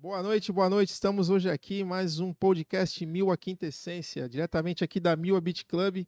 Boa noite, boa noite. Estamos hoje aqui em mais um podcast Mil a Quinta Essência, diretamente aqui da Mil Beat Club.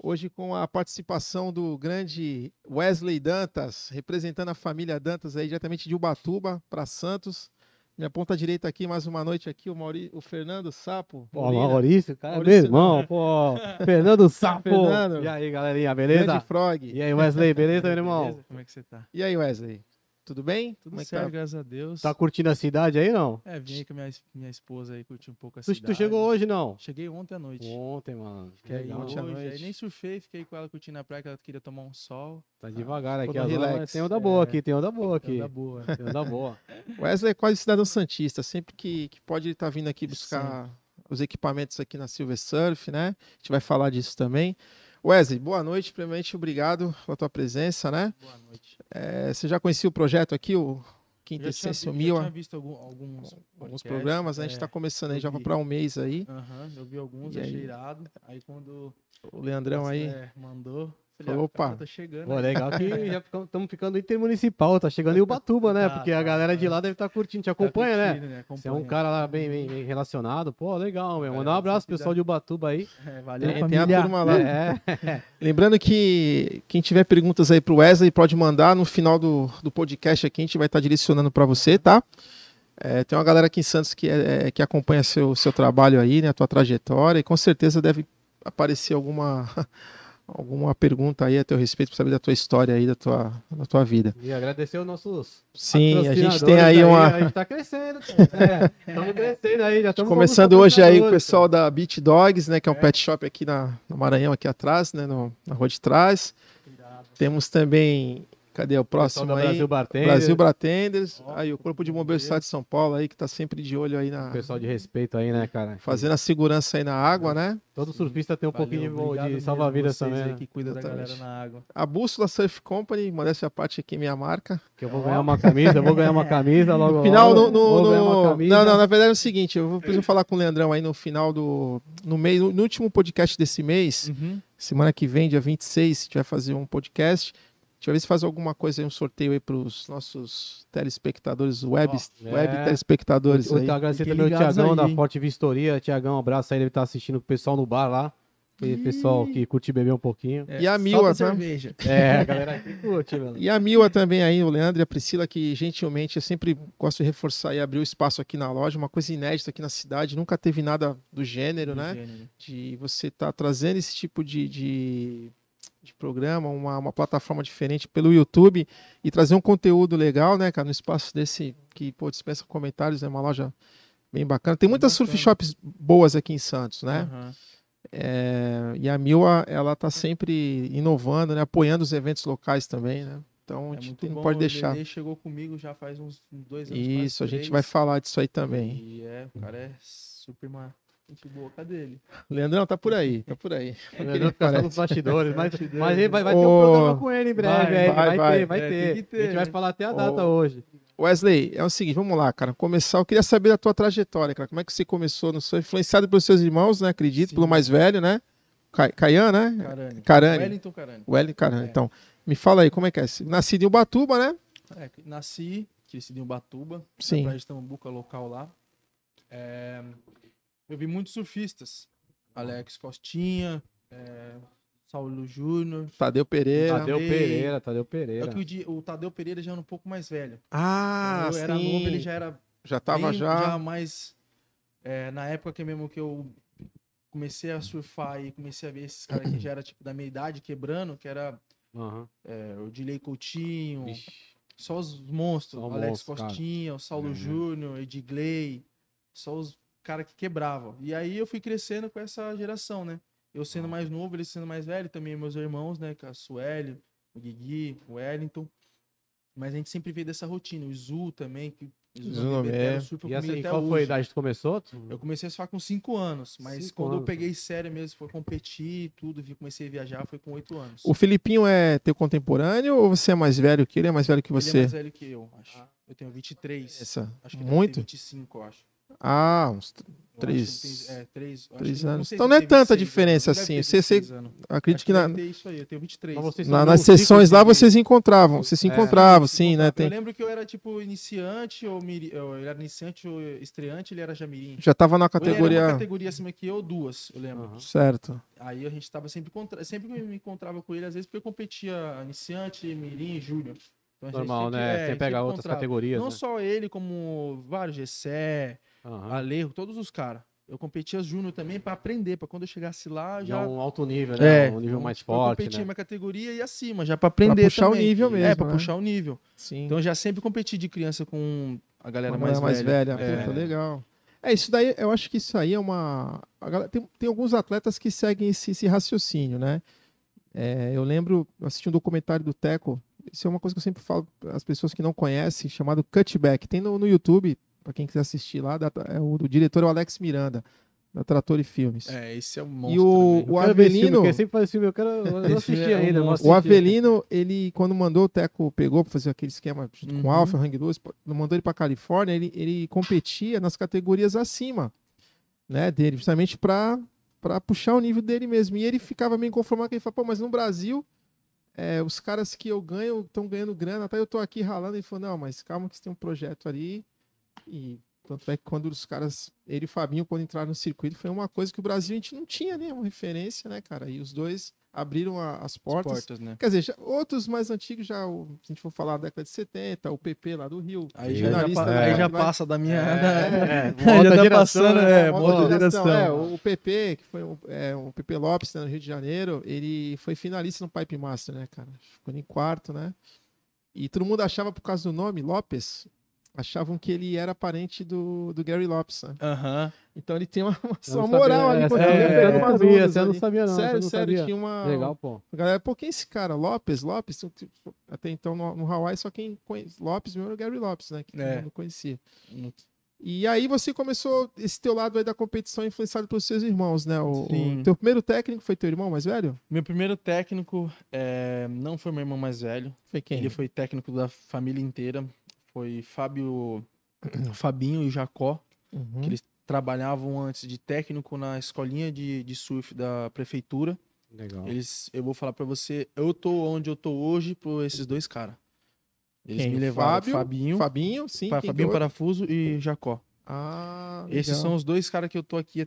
Hoje com a participação do grande Wesley Dantas, representando a família Dantas aí diretamente de Ubatuba para Santos. Minha ponta direita aqui, mais uma noite aqui, o, Mauri... o Fernando Sapo. Pô, Maurício, cara, meu Maurício irmão, né? pô. Fernando Sapo. Fernando. E aí, galerinha, Grande beleza? Frog. E aí, Wesley, beleza, meu irmão? Beleza? Como é que você tá? E aí, Wesley? Tudo bem? Tudo Como é que certo, tá? graças a Deus. Tá curtindo a cidade aí, não? É, vim aí com a minha, es- minha esposa aí, curtir um pouco a Tu, tu cidade. chegou hoje, não? Cheguei ontem à noite. Ontem, mano. E aí, legal. hoje, Ontem à noite. aí nem surfei, fiquei com ela curtindo a praia, que ela queria tomar um sol. Tá devagar aqui, Ficou no as ondas, relax. mas tem onda boa É. aqui, tem onda boa aqui. Tá boa. Tem onda boa. Wesley é quase cidadão santista, sempre que, que pode ele tá vindo aqui buscar os equipamentos aqui na Silver Surf, né? A gente vai falar disso também. Wesley, boa noite, primeiramente obrigado pela tua presença, né? Boa noite. É, você já conhecia o projeto aqui, o Eu Quinta já tinha, Essência vi- eu Mil, tinha visto algum- alguns, né? alguns podcasts, programas, né? A gente é. tá começando aí, eu já vi. vai pra um mês aí. Aham, eu vi alguns, E aí? achei irado. Aí quando O Leandrão aí, é, mandou, falei, Falou, ah, cara, opa. tá chegando. Pô, né? legal que já estamos ficando intermunicipal, tá chegando em Ubatuba, né? Tá, Porque tá, a galera de tá. lá deve estar curtindo, te Tá acompanha, né? curtindo, Você é um Acompanha. cara lá bem, bem- bem relacionado. Pô, legal, meu. É, Mandar um abraço pro sempre pessoal de Ubatuba aí. É, valeu, Tem- tem a família. turma lá. É. Lembrando que quem tiver perguntas aí pro Wesley pode mandar no final do, do podcast aqui, a gente vai estar direcionando para você, tá? É, tem uma galera aqui em Santos que, é, é, que acompanha seu, seu trabalho aí, né, a tua trajetória, e com certeza deve aparecer alguma, alguma pergunta aí a teu respeito, para saber da tua história aí, da tua, da tua vida. E agradecer os nossos. Sim, a gente patrocinadores tem aí uma. A gente tá crescendo, cara. Estamos crescendo aí, já estamos Começando hoje aí o pessoal da Beat Dogs, né, que é um pet shop aqui na, no Maranhão, aqui atrás, né, no- na rua de trás. Temos também, cadê o próximo aí? Brasil Bartender. Brasil Bartenders, Ó, aí o Corpo de Bombeiros do Estado de São Paulo aí, que tá sempre de olho aí na. Pessoal de respeito aí, né, cara? Fazendo a segurança aí na água, né? Todo surfista tem um Valeu, pouquinho obrigado de- de, mesmo salva-vidas vocês também. aí né? que cuida da Exatamente. galera na água. A Bússola Surf Company, modéstia à parte aqui, minha marca. Que eu vou ganhar uma camisa, eu vou ganhar uma camisa logo. No final, no. logo, no- vou ganhar uma no- camisa. Não, não, na verdade é o seguinte, eu vou- preciso falar com o Leandrão aí no final do. No meio, no último podcast desse mês, semana que vem, dia 26, a gente vai fazer um podcast. A gente vai ver se faz alguma coisa aí, um sorteio aí pros nossos telespectadores, web, Ó, então- web é. telespectadores Eu aí. te agradecer Fiquem também o ligados Tiagão aí, da hein? Forte Vistoria. Tiagão, um abraço aí, ele tá assistindo com o pessoal no bar lá. Aquele pessoal que curte beber um pouquinho. E a Mila, Milha, né? É, cerveja. É, a galera aqui curte, mano. E a Mila também aí, o Leandro e a Priscila, que gentilmente eu sempre gosto de reforçar e abrir o espaço aqui na loja, uma coisa inédita aqui na cidade, nunca teve nada do gênero, né? Gênero. De você estar trazendo esse tipo de, de, de programa, uma, uma plataforma diferente pelo YouTube e trazer um conteúdo legal, né, cara, no espaço desse que, pô, dispensa comentários, é uma loja bem bacana. Tem muitas surf bacana. shops boas aqui em Santos, né? Aham. É, e a Milwa, ela tá sempre inovando, né? Apoiando os eventos locais também, né? Então a É gente muito não bom, pode o deixar. Nenê chegou comigo já faz uns dois anos. quase Isso, a gente três. vai falar disso aí também. E é, o cara é super uma gente boa. Cadê ele? Leandrão, tá por aí, tá por aí. Leandro fica só nos bastidores, mas, Bastidores. mas ele vai, vai Ô, ter um programa com ele em breve. vai, vai, aí, Vai, vai. ter, vai É, ter. tem que A gente ter, vai né? falar até a Ô. data hoje. Wesley, é o seguinte, vamos lá, cara. Começar, eu queria saber da tua trajetória, cara. Como é que você começou no surf? Influenciado pelos seus irmãos, né? Acredito, Sim. pelo mais velho, né? Ca- Caian, né? Carani. Carani. Wellington Carani. Wellington Carani. É. Então, me fala aí, como é que é? Nascido em Ubatuba, né? É, nasci, cresci em Ubatuba, Sim. na praia de Tambuca, local lá. É, eu vi muitos surfistas. Alex Costinha, é, Saulo Júnior. Tadeu Pereira. Tadeu Amei. Pereira, Tadeu Só Pereira. que o, Di- o Tadeu Pereira já era um pouco mais velho. Ah, eu sim. era novo, ele já era Já tava bem- já... mais. é, na época que mesmo que eu comecei a surfar e comecei a ver esses caras que já era tipo da minha idade quebrando, que era Aham. é, o Dilei Coutinho, Vixe. só os monstros, Só Alex monstro, cara. Costinha, o Saulo É, né? Júnior, Edgley, só os caras que quebravam. E aí eu fui crescendo com essa geração, né? Eu Uhum. sendo mais novo, eles sendo mais velho, também meus irmãos, né? Com a Sueli, o Guigui, o Wellington. Mas a gente sempre veio dessa rotina. O Izu também, que o Izu também Nomé. era o surfa é. E essa, comigo e até qual foi a hoje. idade que tu começou? Tu- Eu comecei a surfar com 5 anos, mas Cinco quando eu anos, né? peguei sério mesmo, foi competir e tudo, vi- comecei a viajar, foi com 8 anos. O Filipinho é teu contemporâneo ou você é mais velho que ele? É mais velho que Ele você? Ah. é mais velho que eu, acho. Eu tenho 23. Essa. Acho que ele deve ter Muito? 25, eu acho. Ah, uns t- Eu acho que três. tem- é, três, eu três acho que- anos. sei Então se não é teve tanta seis, diferença deve assim, ter você- você- seis anos. Acredito Acho que na- deve ter isso aí, eu tenho 23. Mas vocês na- são nas no ciclo sessões de- lá vocês encontravam, vocês se É, encontravam, se sim, né? encontrava. Tem, Eu lembro que eu era tipo iniciante, ou miri- eu era iniciante ou estreante, ele era Jamirim. já tava na Ou ele era uma categoria. categoria acima que eu, duas, eu lembro. Aham. Certo. Aí a gente tava sempre contra... sempre que eu me encontrava com ele, às vezes porque eu competia iniciante, mirim, júnior. Então, a gente Normal, sempre- né? é, a Sem gente pegar sempre outras encontrava. categorias, Não né? só ele, como vários, Gessé, Aham. Alejo, todos os caras. Eu competia júnior também pra aprender, pra quando eu chegasse lá Já já é um alto nível, né? um nível então, mais tipo, eu forte, competi né? uma categoria e acima, já pra aprender puxar o também. nível É, mesmo, pra né? puxar o nível. Sim. Então eu já sempre competi de criança com a galera Uma mais, mulher mais velha. velha. É. Puta, legal. É, isso daí, eu acho que isso aí é uma. a galera- tem, tem alguns atletas que seguem esse, esse raciocínio, né? É, eu lembro, eu assisti um documentário do Teco. Isso é uma coisa que eu sempre falo para as pessoas que não conhecem, chamado Cutback. Tem no, no YouTube, para quem quiser assistir lá, da- é o, do diretor é o Alex Miranda, da Trator e Filmes. É, esse é um e monstro. o, né? o Eu quero ver esse filme, Avelino. porque sempre faz filme, eu quero eu não Esse assisti filme é um ainda. eu não monstro. O assisti. Avelino, ele, quando mandou o Teco, pegou pra fazer aquele esquema junto com o Uhum. Alpha, Hang 2, mandou ele pra Califórnia, ele, ele competia nas categorias acima né, dele, justamente pra, pra puxar o nível dele mesmo. E ele ficava meio conformado, que ele falava, pô, mas no Brasil, é, os caras que eu ganho estão ganhando grana, tá? Eu tô aqui ralando. Ele falou, não, mas calma que você tem um projeto ali. E tanto é que quando os caras, ele e o Fabinho, quando entraram no circuito, foi uma coisa que o Brasil a gente não tinha nenhuma referência, né, cara? E os dois abriram a- as As portas. portas, né? Quer dizer, já- outros mais antigos, já, o- se a gente for falar da década de 70, o PP lá do Rio. Aí, Sim. já, já Jornalista, pa- né? aí já Vai- passa da minha. da- É, Já uma outra tá geração, passando, né? é, Uma moda outra de geração. É, o, o PP, que foi um- é, o PP Lopes, né, no Rio de Janeiro, ele foi finalista no Pipe Master, né, cara? Ficou em quarto, né? E todo mundo achava, por causa do nome, Lopes, achavam que ele era parente do, do Gary Lopes, né? Aham. Então ele tem uma, uma, Eu não uma moral sabia, ali. essa quando eu ele não- é, pegou eu não umas sabia, ondas essa eu não ali. sabia, não. essa eu Sério, não sério, sabia. tinha uma... Legal, pô. A galera, pô, quem é esse cara? Lopes, Lopes, tipo, até então no, no Hawaii só quem conhece Lopes mesmo era o Gary Lopes, né? Que todo É. mundo conhecia. Hum. E aí você começou esse teu lado aí da competição influenciado pelos seus irmãos, né? O, o Sim. teu primeiro técnico foi teu irmão mais velho? Meu primeiro técnico é, não foi meu irmão mais velho. Foi quem? Ele foi técnico da família inteira. Foi Fábio, Fabinho e Jacó. Uhum. que eles trabalhavam antes de técnico na escolinha de, de surf da prefeitura. Legal. Eles, eu vou falar pra você, eu tô onde eu tô hoje por esses dois caras. Eles Quem? me O levaram, Fábio? Fabinho, Fabinho, sim. pa- quem Fabinho que é o outro? Parafuso e Jacó. Ah, Tá Esses legal. são os dois caras que eu tô aqui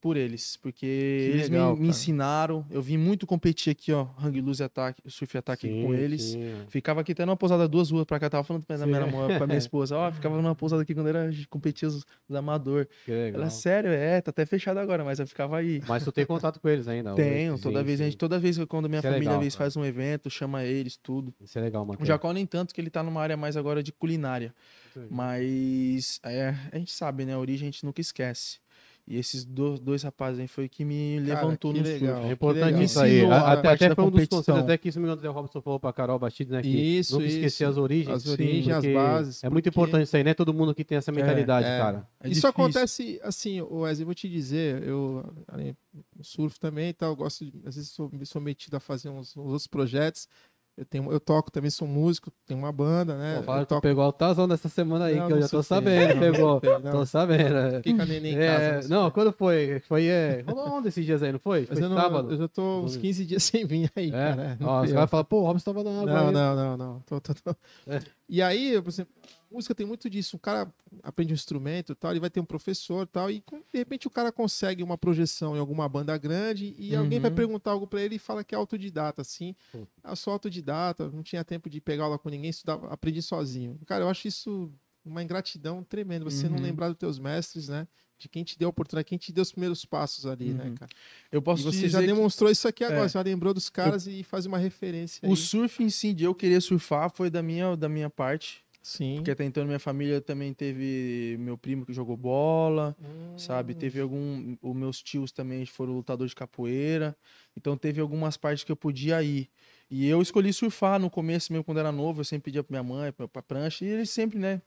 por eles, porque eles me- legal, me, cara. ensinaram. Eu vim muito competir aqui, ó, hang loose ataque, surf ataque Sim, tá com eles. sim. Ficava aqui até numa pousada duas ruas pra cá, tava falando pra minha, Sim. namorada, pra minha esposa, ó, ficava numa pousada aqui quando era competia os, os amador. Que legal. Ela, sério, é, tá até fechado agora, mas eu ficava aí. Mas tu tem contato com eles ainda? Tenho, hoje? toda Sim, vez, a sim. gente, toda vez que quando minha Isso é família legal, vez cara. faz um evento, chama eles, tudo. Isso é legal, O Matheus. Jacó nem tanto, que ele tá numa área mais agora de culinária. Uhum. Mas é, a gente sabe, né? A origem a gente nunca esquece. E esses do- dois rapazes aí foi que me Cara, levantou que um no legal. surf. É que importante legal. isso aí. Ensinou a Até, parte até da foi um dos competição. conselhos até que isso me o Robson falou pra Carol Bastides, né? Que Isso, nunca esquecer isso. as origens. As origens, porque as bases, É muito porque- importante isso aí, né? Todo mundo que tem essa mentalidade, é. cara. É Isso difícil. acontece assim, ô Wesley, eu vou te dizer, eu além do surf também e tal, eu gosto, de, às vezes sou, me sou metido a fazer uns, uns outros projetos. Eu, tenho, eu toco também, sou músico, tenho uma banda, né? Pô, fala eu que tu toco, pegou o Tazão nessa semana aí, Não, que eu não já tô surfei, sabendo, não, pegou. surfei, não. Tô sabendo. fica neném em casa. É, né? não, quando foi? Foi. É, rolou onda esses dias aí, não foi? mas foi eu, não, sábado. eu já tô uns 15 dias sem vir aí, é. cara. é, não Ó, fui os eu. caras falam, pô, o Robson tava na água. Não, aí. não, não, não. Tô- tô- tô. É. E aí, por exemplo, música tem muito disso. O cara aprende um instrumento e tal, ele vai ter um professor e tal, e com- de repente o cara consegue uma projeção em alguma banda grande e alguém vai Uhum. perguntar algo pra ele e fala que é autodidata, assim. Sim. Ah, Eu sou autodidata, não tinha tempo de pegar aula com ninguém, estudava, aprendi sozinho. Cara, eu acho isso uma ingratidão tremenda, você não Uhum. lembrar dos teus mestres, né? De quem te deu a oportunidade, quem te deu os primeiros passos ali, né, Uhum. cara? Eu E posso te você dizer já que demonstrou isso aqui agora, É. você já lembrou dos caras e faz uma referência. o aí. surf em si, de eu querer surfar, foi da minha, da minha parte. Sim. Porque até então minha família também teve meu primo que jogou bola, sabe? Hum. Teve algum. Os meus tios também foram lutadores de capoeira, então teve algumas partes que eu podia ir. E eu escolhi surfar no começo, mesmo quando era novo, eu sempre pedia pra minha mãe, pra, pra prancha, e eles sempre, né,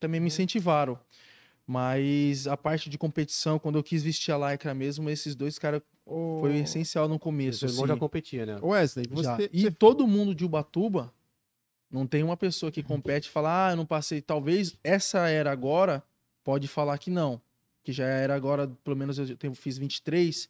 também me incentivaram. Mas a parte de competição, quando eu quis vestir a lycra mesmo, esses dois caras Hum. Ô, foi essencial no começo. Seu irmão já assim, competia, né? Wesley, você, já. E você- todo mundo de Ubatuba, não tem uma pessoa que compete e fala, ah, eu não passei, talvez essa era agora, pode falar que não. Que já era agora, pelo menos eu tenho, fiz 23.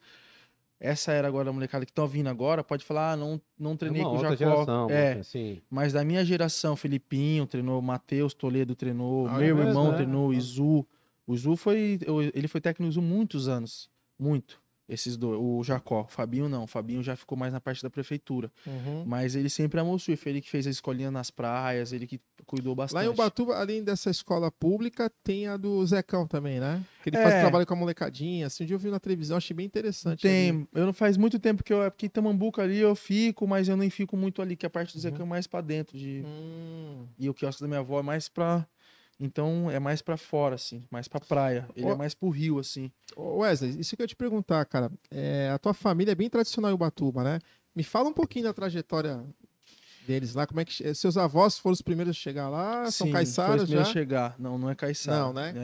Essa era agora a molecada que estão vindo agora, pode falar, ah, não, não treinei É uma com o outra Jacó. geração, é, assim. mas da minha geração, Felipinho treinou, Matheus Toledo treinou, Ah, é meu mesmo, irmão é? treinou, Izu. O Izu foi. eu- Ele foi técnico do Izu muitos anos. Muito. Esses dois. O Jacó. O Fabinho não. O Fabinho já ficou mais na parte da prefeitura. Mas ele sempre amou o surf. Ele que fez a escolinha nas praias, ele que cuidou bastante. Lá em Ubatuba, além dessa escola pública, tem a do Zecão também, né? Que ele É. faz trabalho com a molecadinha. Assim, um dia eu vi na televisão, achei bem interessante. ali. Tem. Eu não faz muito tempo que eu. é Porque em Tamambuca ali eu fico, mas eu nem fico muito ali, que a parte do Zecão Uhum. é mais pra dentro. De, Hum. E o quiosque da minha avó é mais pra. Então é mais pra fora, assim. Mais pra praia. Ele Ó. é mais pro rio, assim. Ô, Wesley, isso que eu ia te perguntar, cara. É, a tua família é bem tradicional em Ubatuba, né? Me fala um pouquinho da trajetória deles lá. Como é que che- seus avós foram os primeiros a chegar lá? Ah, São Sim, foi caiçaras os primeiros já? a chegar. Não, não é caiçara. Não, né? É.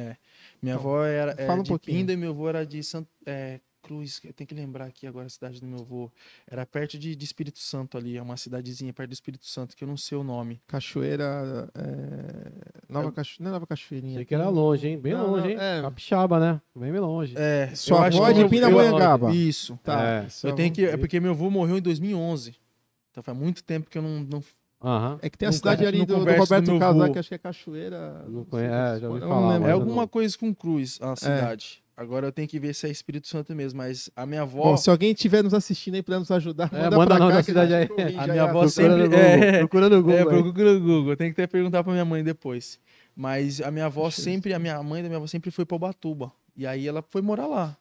Minha Então, avó era é, fala um de pouquinho. Pinda e meu avô era de Santa é, Cruz. Eu tenho que lembrar aqui agora a cidade do meu avô. Era perto de, de Espírito Santo ali. É uma cidadezinha perto do Espírito Santo, que eu não sei o nome. Cachoeira. é, Nova Cachoeira. Não é Nova Cachoeirinha. Achei que era longe, hein? Bem Não, longe, não, hein? é. Capixaba, né? Bem bem longe. É, Sua eu avó acho é que de eu- Pindamonhangaba. Isso. Tá. É. sua Eu tenho avó- que. É porque meu avô morreu em 2011. Então faz muito tempo que eu não. não Aham. É que tem a Não cidade conhe- ali não do, do converso do Roberto meu Carlos, lá, vô. que acho que é Cachoeira. Não sei conheço, como é, se já ouvi chama, falar, lembro. é eu alguma não- coisa com Cruz, É. a cidade. Agora eu tenho que ver se é Espírito Santo mesmo. Mas a minha avó. Bom, se alguém estiver nos assistindo aí, puder nos ajudar, É, manda, manda pra nós cá, da que cidade gente aí. corrige A minha avó Procura sempre- no Google, é. Procura no Google. É, aí. procura no Google. Tem que até perguntar pra minha mãe depois. Mas a minha avó Deixa eu sempre, a minha mãe da minha avó sempre foi pra Ubatuba. E aí ela foi morar lá.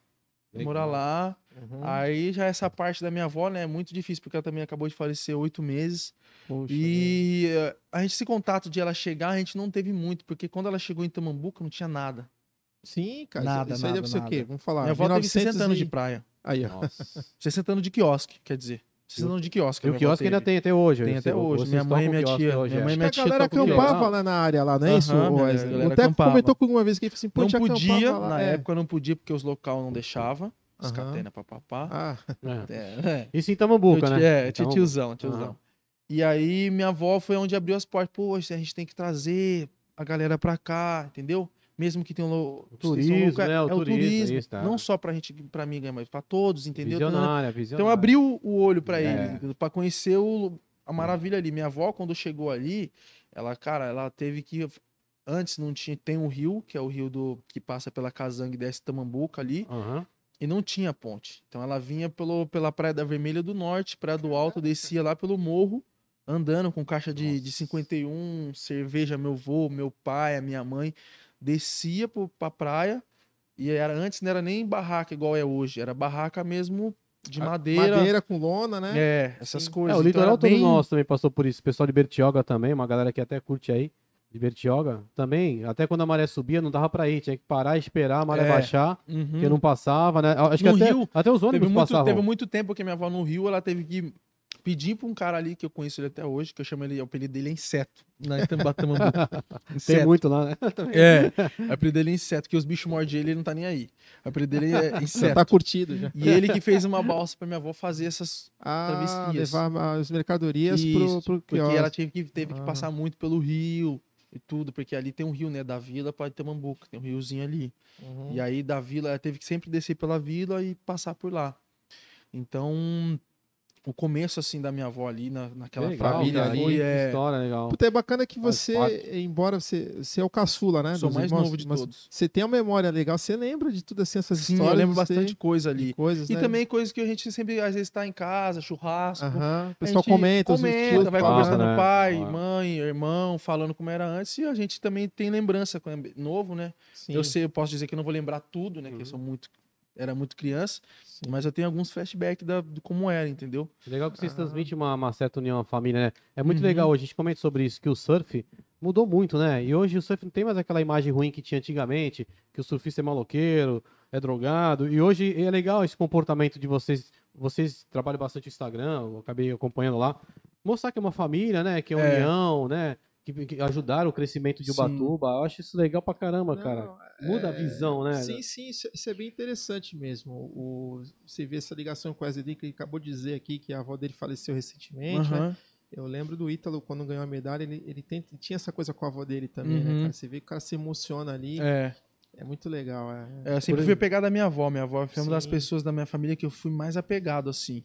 Foi Morar lá. Hum. Uhum. Aí já essa parte da minha avó, né, é muito difícil, porque ela também acabou de falecer oito meses. Poxa, E eh, a gente, esse contato de ela chegar, a gente não teve muito, porque quando ela chegou em Tamambuca, não tinha nada. Sim, cara. Nada, isso aí nada, deve ser o quê? nada. Vamos falar. minha avó teve 1900 60 anos Ah, e- de praia. Aí, ó. Nossa. 60 anos de quiosque, quer dizer. 60 anos de quiosque. E o a minha avó quiosque ainda teve. tem até hoje. Tem eu até sei, hoje. vocês Minha estão mãe e com minha quiosque tia- hoje, minha é. mãe e Acho minha que a tia galera tocou violão. acampava lá na área lá, não é isso, Aham, Wesley? a galera o Teco acampava. comentou comigo uma vez que ele falou assim, pô, a Não gente podia, acampava lá. na É. época não podia, porque os local não deixavam. As Aham. catena papapá. Ah, É. É, é. Isso em Tamambuca, Eu ti- né? É, tinha Então, tiozão, tiozão. aham. E aí minha avó foi onde abriu as portas. Poxa, a gente tem que trazer a galera pra cá, entendeu? Mesmo que tenha um lo- O turismo, né? O é o turismo, turismo. isso, tá. Não só pra gente, pra mim, né, mas pra todos, entendeu? Visionária, Então visionária. abriu o olho pra É. ele, entendeu? pra conhecer o- a maravilha ali. Minha avó, quando chegou ali, ela, cara, ela teve que. Antes não tinha. Tem um rio, que é o rio do que passa pela Kazang e desce Tamambuca ali, Aham. e não tinha ponte. Então ela vinha pelo, pela Praia da Vermelha do Norte, Praia do Alto, descia lá pelo morro, andando com caixa de, de Nossa. 51, cerveja, meu vô, meu pai, a minha mãe, descia pro, pra praia. E era, antes não era nem barraca igual é hoje, era barraca mesmo de a- madeira. Madeira com lona, né? É, essas Sim. coisas. É, o Então, litoral era todo bem- nosso também passou por isso. O pessoal de Bertioga também, uma galera que até curte aí, de Bertioga. Também, até quando a maré subia, não dava pra ir. Tinha que parar e esperar a maré É. baixar, Uhum. porque não passava, né? Acho No que até, Rio, até os teve, ônibus muito, passavam. teve muito tempo que minha avó no Rio, ela teve que pedir pra um cara ali, que eu conheço ele até hoje, que eu chamo ele, o apelido dele é Inseto. Na Itambatamambuca. Tem Inseto. muito lá, né? É, o apelido dele é Inseto, que os bichos mordem ele, ele não tá nem aí. O apelido dele é Já Inseto. tá curtido já. E ele que fez uma balsa pra minha avó fazer essas... Ah, Travessias. levar as mercadorias pro, Isso, pro Porque quiosque. ela teve que, teve que Ah. passar muito pelo rio e tudo, porque ali tem um rio, né, da vila pra Itamambuca, tem um riozinho ali. Uhum. E aí da vila, ela teve que sempre descer pela vila e passar por lá. Então, o começo assim da minha avó ali, na, naquela Legal, família cara, ali, que é, história legal. Puta, é bacana que Faz você, parte. embora você, você é o caçula, né? sou dos mais irmãos, novo de mas todos. Você tem uma memória legal, você lembra de tudo assim, essas Sim, histórias. eu lembro você- bastante coisa de ali. coisas, E né? também coisas que a gente sempre, às vezes, tá em casa, churrasco. Aham, O a pessoal gente comenta, os comenta, tios vai falam, conversar, conversando né? pai, Claro. mãe, irmão, falando como era antes, e a gente também tem lembrança quando é novo, né? Sim, Eu sei, eu posso dizer que eu não vou lembrar tudo, Uhum. né? Que eu sou muito, era muito criança, sim. mas eu tenho alguns flashbacks da, de como era, entendeu? Legal que vocês Ah. transmitem uma, uma certa união à família, né? É muito Uhum. legal hoje, a gente comenta sobre isso, que o surf mudou muito, né? E hoje o surf não tem mais aquela imagem ruim que tinha antigamente, que o surfista é maloqueiro, é drogado. E hoje é legal esse comportamento de vocês. Vocês trabalham bastante o Instagram, eu acabei acompanhando lá. Mostrar que é uma família, né? Que é, É. união, né? Que, que ajudaram o crescimento de Sim. Ubatuba. Eu acho isso legal pra caramba, Não, cara. Muda a é, visão, né? Sim, sim, isso, isso é bem interessante mesmo. O, você vê essa ligação com o Wesley, que ele acabou de dizer aqui que a avó dele faleceu recentemente, né? Aham. Eu lembro do Ítalo, quando ganhou a medalha, ele, ele tem- tinha essa coisa com a avó dele também, né, Uhum. cara? Você vê que o cara se emociona ali. É. É muito legal. É. É, eu sempre Por fui aí. apegado à minha avó. Minha avó foi uma das Sim. pessoas da minha família que eu fui mais apegado, assim.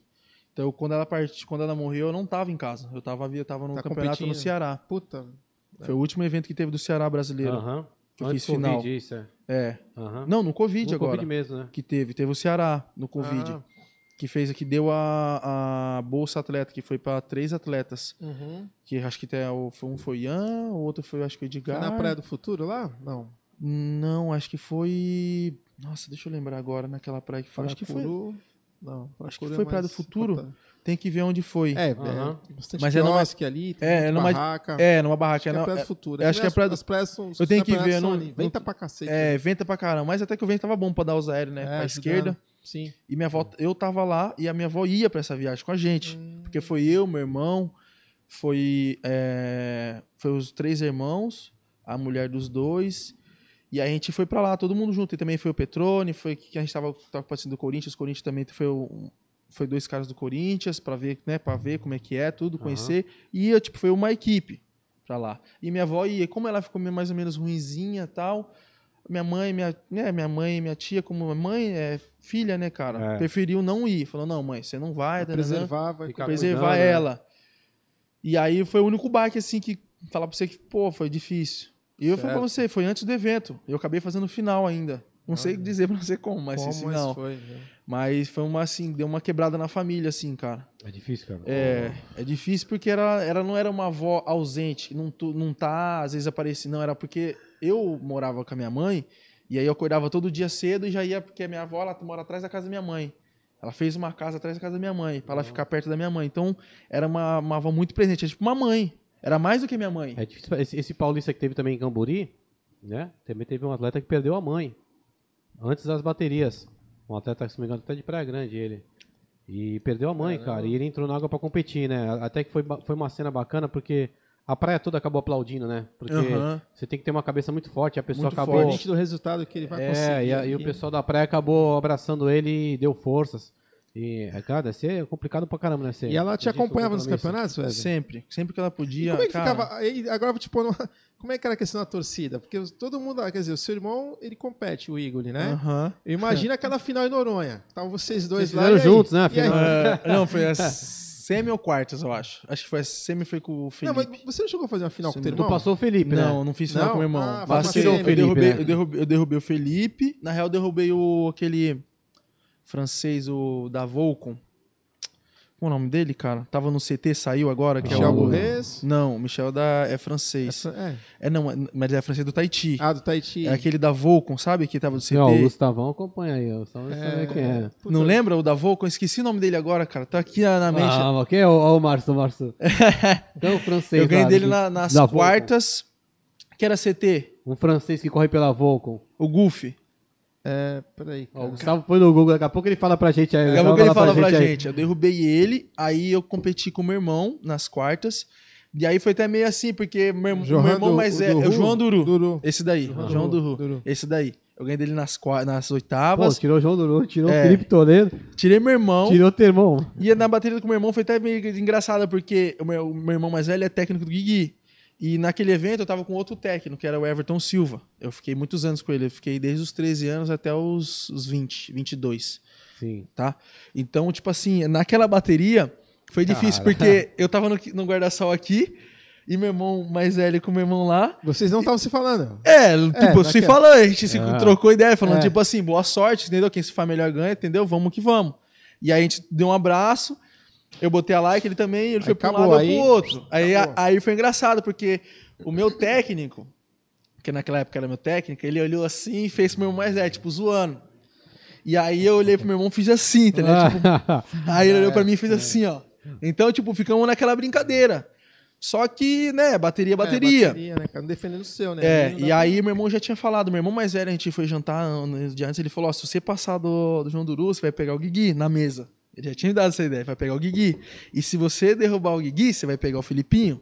Então, quando ela partiu, quando ela morreu, eu não tava em casa. Eu tava, eu tava no Tá campeonato no competindo. Ceará. Puta, Foi o último evento que teve do Ceará brasileiro. É. Aham. que eu Antes fiz final. Covid, isso, é. É. Aham. Não, no Covid No agora. Covid mesmo, né? Que teve. Teve o Ceará no Covid. Ah, Que fez, que deu a, a Bolsa Atleta, que foi para três atletas. uhum. Que acho que tem, o- um foi Ian, o outro foi, acho que o Foi Edgar. na Praia do Futuro lá? Não. Não, acho que foi. Nossa, deixa eu lembrar agora naquela praia que foi. Acho que foi. Paracuru- Não, Acho que Paracuru é foi Praia do mais- Futuro. Tem que ver onde foi. É, Aham. é bastante Mas Mas é numa- quiosque ali, tem é, é, é numa numa- barraca. É, numa acho que barraque. é É, a não- Praia é, do Futuro. acho que é a Praia do- As praias são... os Eu tenho que campeonatos ver, eu são não- ali. não- Venta pra cacete. né? é, venta pra caramba. Mas até que o vento tava bom pra dar os aéreos, né? É, pra ajudando. esquerda. Sim. E minha avó, eu tava lá e a minha avó ia pra essa viagem com a gente. Porque foi eu, meu irmão, foi, é, foi os três irmãos, a mulher dos dois. E a gente foi pra lá, todo mundo junto. E também foi o Petrone, foi que a gente tava, tava participando do Corinthians. O Corinthians também foi, o- um, foi dois caras do Corinthians pra ver, né, pra ver como é que é, tudo, Aham. conhecer. E eu, tipo, foi uma equipe pra lá. E minha avó ia, como ela ficou meio mais ou menos ruinzinha e tal, minha mãe, minha, né, minha mãe, e minha tia, como mãe é filha, né, cara, É. preferiu não ir. Falou, não, mãe, você não vai, preservar, Preservar, vai... Fica- preservar cuidando, né? ela. E aí foi o único baque, assim, que falar pra você que, pô, foi difícil. E eu falei pra você, foi antes do evento. Eu acabei fazendo final ainda. Não sei Olha. dizer pra você como, mas Como esse mas final. foi, né? Mas foi uma, assim, deu uma quebrada na família, assim, cara. É difícil, cara. É, é difícil porque ela, ela não era uma avó ausente, não, tu- não tá, às vezes aparece, não, era porque eu morava com a minha mãe, e aí eu acordava todo dia cedo e já ia, porque a minha avó, ela mora atrás da casa da minha mãe. Ela fez uma casa atrás da casa da minha mãe, pra ela Uhum. ficar perto da minha mãe. Então, era uma, uma avó muito presente, era tipo uma mãe, era mais do que minha mãe. É difícil. pra- Esse, esse paulista que teve também em Camburi, né? Também teve um atleta que perdeu a mãe. Antes das baterias. Um atleta, se não me engano, até de Praia Grande ele. E perdeu a mãe, Caramba. cara. E ele entrou na água pra competir, né? A- Até que foi, ba- foi uma cena bacana, porque a praia toda acabou aplaudindo, né? Porque Aham. você tem que ter uma cabeça muito forte. A pessoa Muito acabou. Foi forte. nítido o resultado que ele vai É, conseguir. e, a- e o aqui. pessoal da praia acabou abraçando ele e deu forças. E, é, cara, deve ser complicado pra caramba, né? ser- E ela te ter gente com acompanhava nos compromisso. campeonatos, Wesley? Sempre, sempre que ela E podia. como é que cara, ficava? aí, Agora eu vou te pôr numa- Como é que era a questão da torcida? Porque os- todo mundo, ah, quer dizer, o seu irmão, ele compete, o Igor, né? Aham. Imagina aquela final em Noronha. Estavam vocês dois Vocês lá. fizeram e aí? juntos, né, a E aí? final? É, não, foi as semi ou quartas, eu acho. Acho que foi a semi, foi com o Não, Felipe. mas você não chegou a fazer uma final Sim, com o teu Tu irmão? passou o Felipe, né? Não, não fiz final Não? com meu irmão. Ah, foi uma Vacilei, semi. eu, Felipe, derrubei, né? eu, derrubei, eu derrubei o Felipe. Na real, eu derrubei o aquele francês, o da Volcom. Qual o nome dele, cara? Tava no CT, saiu agora, que é Michel o. Borrez. Não, o Michel da... é francês. É. É, não, é- mas é francês do Tahiti. Ah, do Tahiti. É aquele da Volcom, sabe? Que tava no CT. Não, o Não, Gustavão acompanha aí. O Gustavão É, sabe quem é. puta, lembra o da Volcom? Esqueci o nome dele agora, cara. Tá aqui na, na mente. Ah, mas quem é? Ó, o Márcio, o Márcio. Então, o francês. eu ganhei lá, dele que- na- nas da Volcom. quartas, que era CT. Um francês que corre pela Volcom. O Goofy. É, peraí. Ó, o cara. Gustavo põe no Google, daqui a pouco ele fala pra gente aí. Daqui a pouco ele fala pra aí. gente. Eu derrubei ele, aí eu competi com o meu irmão nas quartas. E aí foi até meio assim, porque meu, irmão- meu irmão do- mais é. do É o Ru? João Duru. Duru. Esse daí. João João Duru. Duru. Duru. Esse daí. Eu ganhei dele nas, qua- nas Pô, oitavas. tirou o João Duro, tirou o É. Felipe Toledo, Tirei meu irmão. tirou o teu irmão. E na bateria com meu irmão foi até meio engraçado, porque o meu, o meu irmão mais velho é técnico do Guigui. E naquele evento eu tava com outro técnico, que era o Everton Silva. Eu fiquei muitos anos com ele. Eu fiquei desde os 13 anos até os, os 20, 22. Sim. tá? Então, tipo assim, naquela bateria foi Cara. difícil, porque eu tava no, no guarda-sol aqui e meu irmão mais velho com meu irmão lá. Vocês não estavam se falando. É, tipo, se naquela. fala, a gente se Ah. trocou ideia, falando, É. tipo assim, boa sorte, entendeu? Quem se for melhor ganha, entendeu? Vamos que vamos. E aí a gente deu um abraço, eu botei a like, ele também, ele foi pra um acabou, lado, eu aí- pro outro. Aí, acabou. aí foi engraçado, porque o meu técnico, que naquela época era meu técnico, ele olhou assim e fez pro meu irmão mais velho, tipo, zoando. E aí eu olhei pro meu irmão e fiz assim, tá ligado? Tipo, Aí ele olhou pra mim e fez É. assim, ó. Então, tipo, ficamos naquela brincadeira. Só que, né, bateria, É, bateria. bateria, né, cara? Não defendendo o seu, né? É, Não dá e pra- aí meu irmão já tinha falado, meu irmão mais velho, a gente foi jantar no dia antes, ele falou, ó, se você passar do, do João Duru, você vai pegar o Guigui na mesa. Ele já tinha me dado essa ideia, vai pegar o Guigui. E se você derrubar o Guigui, você vai pegar o Filipinho.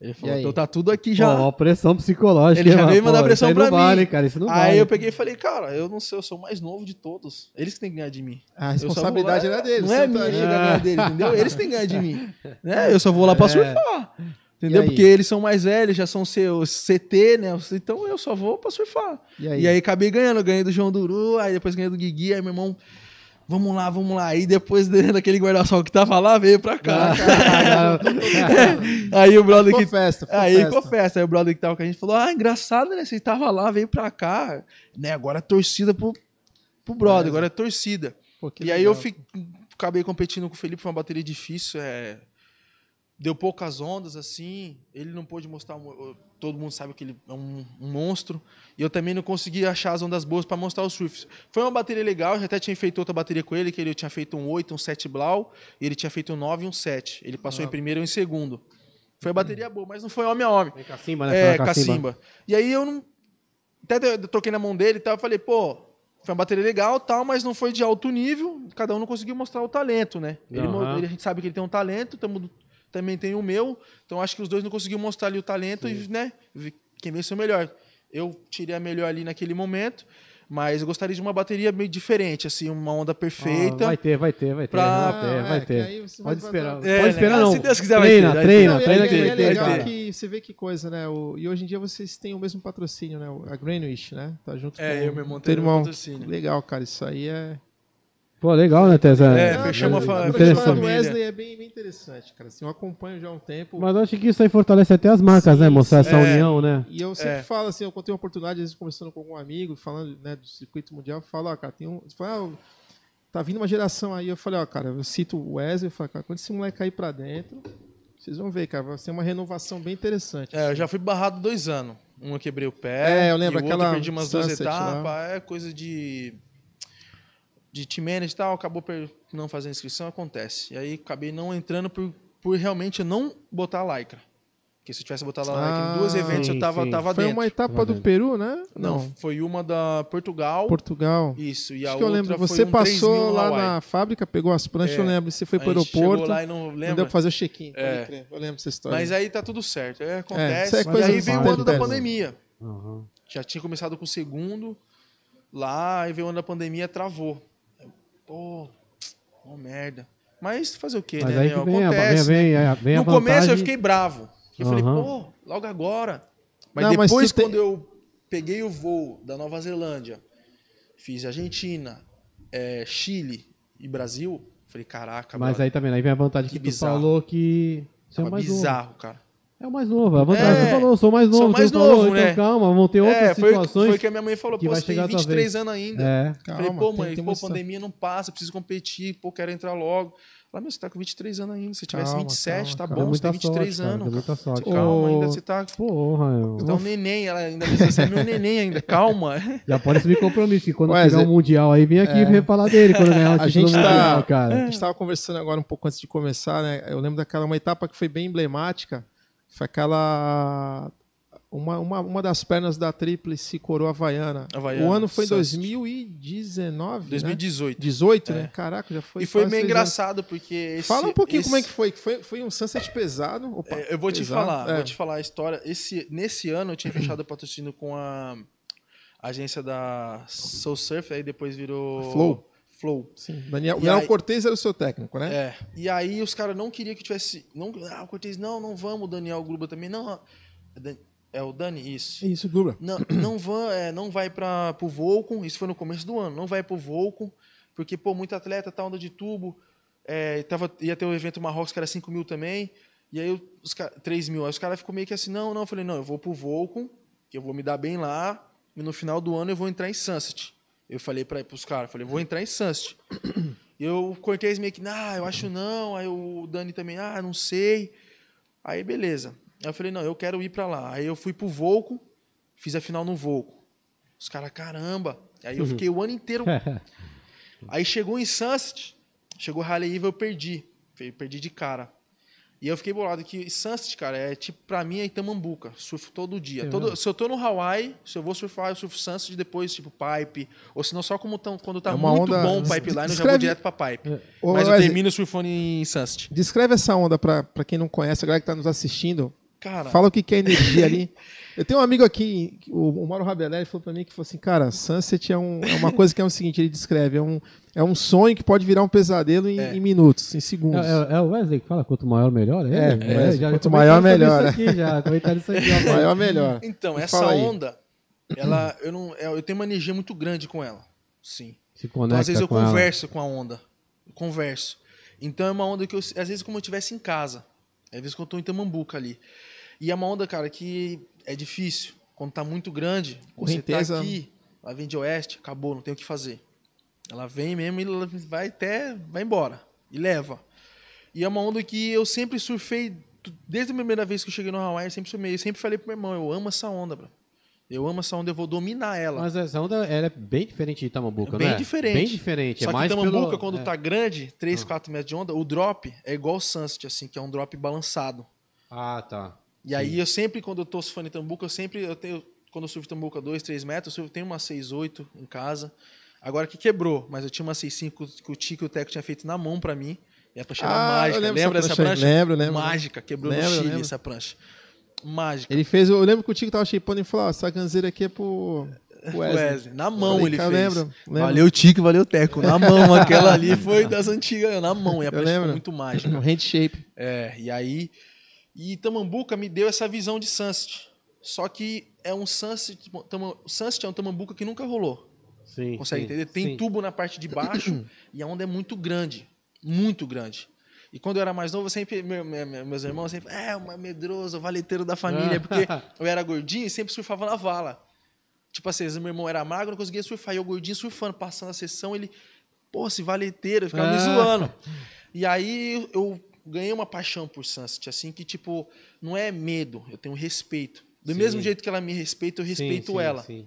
Ele falou, aí? então tá tudo aqui Já. já. Ó, ó, pressão psicológica. Ele já hein, veio mano? mandar Pô, pressão isso aí pra não mim. Vale, cara, isso não aí vale. eu peguei e falei, cara, eu não sei, eu sou o mais novo de todos. Eles que têm que ganhar de mim. A Eu só vou responsabilidade lá- era dele. Não você é tá- minha chegar ganhar dele, entendeu? Eles têm que ganhar de mim. Né? Eu só vou lá pra surfar. Entendeu? É. aí? Porque eles são mais velhos, já são seus CT, né? Então eu só vou pra surfar. E aí? E aí acabei ganhando, eu ganhei do João Duru, aí depois ganhei do Guigui, aí meu irmão, vamos lá, vamos lá. Aí depois de- daquele guarda-sol que tava lá, veio pra cá. aí o brother Ah. Ficou que. festa, ficou Aí festa. confessa, aí o brother que tava com a gente falou: Ah, engraçado, né? Você tava lá, veio pra cá, né? Agora é torcida pro, pro brother, É. agora é torcida. Pô, que e aí eu legal. fi- acabei competindo com o Felipe, foi uma bateria difícil, é, deu poucas ondas, assim, ele não pôde mostrar, mu- todo mundo sabe que ele é um, um monstro, e eu também não consegui achar as ondas boas para mostrar os surfs. Foi uma bateria legal, eu já até tinha feito outra bateria com ele, que ele eu tinha feito um 8, um 7 blau, e ele tinha feito um 9 e um 7, ele passou em primeiro e em segundo. Uhum. Foi a bateria boa, mas não foi homem a homem. Vem cacimba, né? É, Fala cacimba. E aí eu não. Até de- eu troquei na mão dele e tal. Eu falei, pô, foi uma bateria legal tal, mas não foi de alto nível. Cada um não conseguiu mostrar o talento, né? Ele, mo- Aham. ele- a gente sabe que ele tem um talento, tamo- também tem o meu. Então acho que os dois não conseguiram mostrar ali o talento e, né? vi- Quem venceu o melhor. Eu tirei a melhor ali naquele momento, mas eu gostaria de uma bateria meio diferente, assim, uma onda Ah, perfeita. vai ter, vai ter, vai ter. Pra- Vai ter, Ah, é, vai que ter. aí você Pode vai- esperar. vai- É, Pode esperar, não. se Deus quiser, vai treina, ter, né? vai ter. treina, Não, e treina é, que e vai é ter, legal cara. que você vê que coisa, né? O- e hoje em dia vocês têm o mesmo patrocínio, né? o- A Greenwich, né? Tá junto com É, eu me montei teu no irmão. patrocínio. Legal, cara. Isso aí é. Pô, legal, né, Tessa? É, Ah, fechamos cara, a fa- o fechamos a trabalho do família. Wesley é bem, bem interessante, cara. Assim, eu acompanho já há um tempo. Mas eu acho que isso aí fortalece até as marcas, Sim, né? Mostrar essa é. união, né? E eu sempre É. falo assim, eu tenho a oportunidade, às vezes, conversando com algum amigo, falando né, do circuito mundial, eu falo, ó, cara, tem um. Fala, ah, tá vindo uma geração aí, eu falei, ó, cara, eu cito o Wesley, eu falo, cara, quando esse moleque cair pra dentro, vocês vão ver, cara, vai ser uma renovação bem interessante. É, eu já fui barrado dois anos. Um eu quebrei o pé. É, eu lembro, e o outro aquela eu perdi umas duas Sunset lá. etapas. É coisa de. De team manager e tal. Acabou per- não fazendo inscrição, acontece. E aí acabei não entrando por, por realmente não botar a lycra. Porque se eu tivesse botado a lycra Ah, em duas eventos, sim, eu tava, sim. tava Foi dentro. uma etapa Tava do dentro. Peru, né? Não, foi uma da Portugal. Portugal. Isso. E a Acho que outra eu lembro. foi Você um 3 passou mil lá Hawaii. na fábrica, pegou as pranchas, É. eu lembro. Você foi pro A gente chegou aeroporto. lá e não Não lembra. deu pra fazer o check-in. pode É. crer. Eu lembro dessa história. Mas aí tá tudo certo. É, isso acontece. é e coisa aí de veio o fato, ano da acontece. pandemia. Aham. Já tinha começado com o segundo lá, e veio o ano da pandemia, travou. Eu, Pô, uma merda. Mas fazer o quê, Mas né? aí que meu? vem, a- vem, Acontece. né? vem, a- vem a no começo eu vantagem. fiquei bravo. Eu falei, Aham. pô, logo agora. Mas Não, mas depois, tu tem- quando eu peguei o voo da Nova Zelândia, fiz Argentina, eh, Chile e Brasil, falei, caraca, Mas brother, aí também, aí vem a vantagem que, Que tu bizarro. falou que. Você é o tava mais novo. bizarro, cara. É o mais novo. A vantagem É. você falou, sou mais Sou novo. mais tu falou, novo, então né? calma, vão ter outras é, foi, situações. foi o que a minha mãe falou, que pô, vai você tem chegar a tua 23 anos ainda. É. Calma, falei, pô, tem- mãe, tem pô, uma história. pandemia não passa, preciso competir, pô, quero entrar logo. Lá, meu, você tá com 23 anos ainda. Se tivesse Calma, 27, calma, tá calma. É Deu bom, você tem muita 23 sorte, cara, anos. deu muita cara. Você sorte. Calma, Ô, ainda você tá. Você Porra, eu- tá um neném, ela ainda você é meu neném ainda. Calma. Né? já pode assumir compromisso. Que quando Ué, tiver Zé- um mundial aí, vem aqui falar dele quando ganhar o é- A título gente tá- mundial, cara. A gente estava conversando agora um pouco antes de começar, né? Eu lembro daquela uma etapa que foi bem emblemática. Foi aquela. Uma, uma, uma das pernas da tríplice coroa havaiana. Havaiana, o ano foi em Sunset. 2019. 2018, né? 2018. 18, É. né? Caraca, já foi. E foi quase meio seis anos. engraçado, porque. esse- Fala um pouquinho esse- como é que foi. que Foi, foi um sunset pesado. Opa, É, Eu vou te pesado. falar, É. vou te falar a história. Esse, nesse ano eu tinha fechado o patrocínio com a agência da Soul Surf, aí depois virou. Flow. Flow. Sim, Daniel, E Daniel aí- Cortez era o seu técnico, né? É. E aí os caras não queriam que tivesse. Não, ah, o Cortez, não, não vamos, o Daniel Gruba também. Não. é Dan- É o Dani? Isso. Isso, Gubra. Não, não, vão, é, não vai para pro Volcom, isso foi no começo do ano, não vai pro Volcom, porque, pô, muito atleta, tá onda de tubo. é, tava, ia ter o evento Marrocos, que era 5 mil também. E aí, os, ca- 3 mil. Aí os caras ficou meio que assim, não, não. Eu falei, não, eu vou pro Volcom, que eu vou me dar bem lá, e no final do ano eu vou entrar em Sunset. Eu falei para pros caras, falei, vou entrar em Sunset. E eu cortei eles meio que, ah, eu acho não. Aí o Dani também, ah, não sei. Aí, beleza. Aí eu falei, não, eu quero ir pra lá. Aí eu fui pro Volco, fiz a final no Volco. Os caras, caramba. Aí eu fiquei o ano inteiro. tá Aí chegou em Sunset, chegou Harley Eve, eu perdi. Eu Perdi de cara. E eu fiquei bolado que Sunset, cara, é tipo, pra mim é Itamambuca. Surfo todo dia. É Todo- mesmo? se eu tô no Hawaii, se eu vou surfar, eu surfo Sunset e depois, tipo, pipe. Ou se não, só como tão, quando tá É uma muito onda- bom o pipeline, eu já vou Descreve- É. direto pra pipe. Ô, Mas eu Wesley, termino surfando em Sunset. Descreve essa onda pra, pra quem não conhece, a galera que tá nos assistindo. Cara, Fala o que, que é energia ali. Eu tenho um amigo aqui, o, o Mauro Rabianelli, falou pra mim que falou assim, cara, Sunset é, um- é uma coisa que é o seguinte, ele descreve, é um, é um sonho que pode virar um pesadelo em, É. em minutos, em segundos. É, é o Wesley que fala, quanto maior, melhor? ele? É, Wesley, já quanto comentaram maior, sobre melhor. né? Isso aqui, já comentaram isso aqui. ó. Maior, é melhor. então, Me essa fala aí. onda, ela, eu não, é, eu tenho uma energia muito grande com ela. Sim. Se Então, conecta às vezes eu com ela. converso com a onda. Eu converso. Então é uma onda que eu. Às vezes como eu estivesse em casa. Às vezes que eu tô em Tamambuca ali. E é uma onda, cara, que é difícil. Quando tá muito grande, você tá Correnteza. aqui, ela vem de oeste, acabou, não tem o que fazer. Ela vem mesmo e ela vai até. vai embora. E leva. E é uma onda que eu sempre surfei. Desde a primeira vez que eu cheguei no Hawaii, eu sempre surfei. Eu sempre falei pro meu irmão, eu amo essa onda, bro. Eu amo essa onda, eu vou dominar ela. Mas essa onda ela é bem diferente de Tamambuca, É bem né? diferente. Bem diferente. é Só que mais Tamambuca, pelo... quando é. tá grande, 3, Ah. 4 metros de onda, o drop é igual o Sunset, assim, que é um drop balançado. Ah, tá. E aí eu sempre, quando eu tô surfando em Tambuca, eu sempre, eu tenho, quando eu surfo em Tambuca 2, 3 metros, eu tenho uma 6, 8 em casa. Agora que quebrou, mas eu tinha uma 6, 5 que o Tico e o Teco tinha feito na mão pra mim. E a prancha Ah, era eu mágica. lembro Lembra essa dessa prancha? prancha? Lembro, lembro. Mágica, quebrou Lembro, no Chile lembro. essa prancha. Mágica. Ele fez, eu lembro que o Tico tava shapeando e falou, ó, essa ganzeira aqui é pro pro Wesley. Wesley. Na mão Falei, ele cara, fez. lembro, lembro. Valeu Tico, valeu Teco. Na mão, aquela ali foi das antigas, na mão. E a Eu prancha ficou lembro. muito mágica. Um hand shape. É, e aí. E Tamambuca me deu essa visão de Sunset. Só que é um Sunset. Tama, Sunset é um Tamambuca que nunca rolou. Sim. Consegue sim, entender? Tem sim. tubo na parte de baixo e a onda é muito grande. Muito grande. E quando eu era mais novo, eu sempre, meu- meu- meu- meus irmãos sempre, é, uma medroso, valeteiro da família, Ah. porque eu era gordinho e sempre surfava na vala. Tipo assim, meu irmão era magro, não conseguia surfar, e eu gordinho surfando, passando a sessão, ele, pô, esse valeteiro, ficava me Ah. zoando. E aí eu ganhei uma paixão por Sunset, assim, que tipo, não é medo, eu tenho respeito. Do Sim. mesmo jeito que ela me respeita, eu Sim, respeito sim, ela. sim.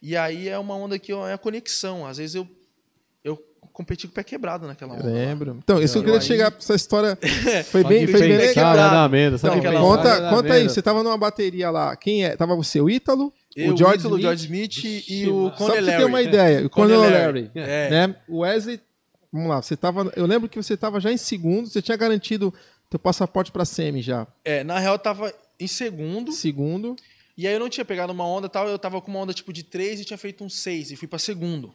E aí é uma onda que ó, é a conexão. Às vezes eu, eu competi com o pé quebrado naquela Eu onda. lá. lembro. Então, isso eu Eu queria aí- chegar pra essa história. Foi bem, Só foi que bem tem bem legal. cara quebrado. na mesa, sabe? é? Não, é Tem aquela- cara Conta, na conta mesa. aí, você tava numa bateria lá. Quem é? Tava você, o Ítalo, Eu, o George Ítalo, Smith, George Smith Vixe, e o mano. Só pra Conor você ter uma Larry. ideia, o Conor Conor Larry. Larry. É. Né? O Wesley, vamos lá, você tava. Eu lembro que você tava já em segundo, você tinha garantido teu passaporte pra semi já. É, na real eu tava em segundo, Segundo. e aí eu não tinha pegado uma onda e tal, eu tava com uma onda tipo de três e tinha feito um seis e fui pra segundo.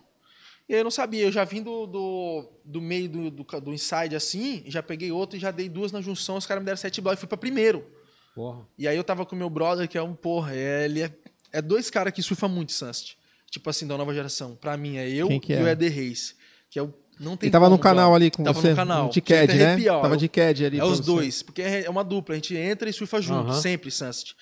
E aí eu não sabia, eu já vim do, do, do meio do, do, ca- do inside assim, e já peguei outro e já dei duas na junção, os caras me deram sete blocos e fui pra primeiro. Porra. E aí eu tava com meu brother, que é um porra, é- ele é, é dois caras que surfa muito Sunset. Tipo assim, da nova geração. Pra mim é eu Quem que e é? o Eder Reis. Que é o. Não tem Ele tava como, no canal brother. ali com tava você. no canal. De Chega até CAD, né? arrepiar, Tava é de CAD ali. é pra os você. dois, porque é é uma dupla, a gente entra e surfa junto, Aham. sempre, Sunset.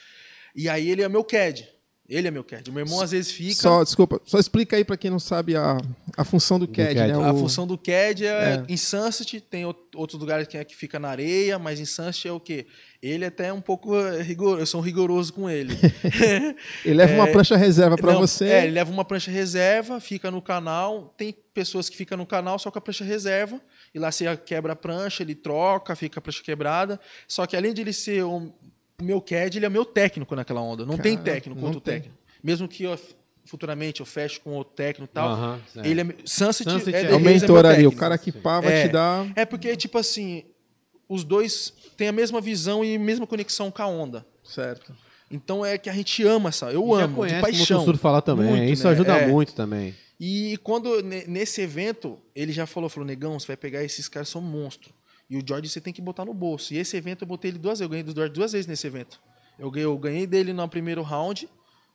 E aí ele é meu CAD. Ele é meu CAD. Meu irmão às vezes fica. Só, desculpa, só explica aí pra quem não sabe a, a função do CAD, né? CAD. A O- função do CAD é, em Sunset, tem out- outros lugares que, é que fica na areia, mas em Sunset é o quê? Ele até é um pouco eh, rigor, eu sou rigoroso com ele. Ele leva uma é- prancha reserva pra Não, você. É, ele leva uma prancha reserva, fica no canal. Tem pessoas que ficam no canal só com a prancha reserva. E lá você quebra a prancha, ele troca, fica a prancha quebrada. Só que além de ele ser o meu CAD, ele é meu técnico naquela onda. Não tem Cara, técnico não contra o tem. técnico. Mesmo que eu, futuramente eu feche com outro técnico e tal. Aham, é. Ele é, meu- Sunset, Sunset é, é- é o Reis é meu mentor ali, o técnico. cara que pá vai É. te dar. É porque, tipo assim, os dois têm a mesma visão e mesma conexão com a onda. Certo. Então é que a gente ama essa. Eu E já amo, conhece de o paixão. Motossur falar também. Muito, Isso né? ajuda É. muito também. E quando, ne- nesse evento, ele já falou, falou, negão, você vai pegar esses caras, são monstro. E o George você tem que botar no bolso. E esse evento eu botei ele duas vezes, eu ganhei do George duas vezes nesse evento. Eu ganhei, eu ganhei dele no primeiro round,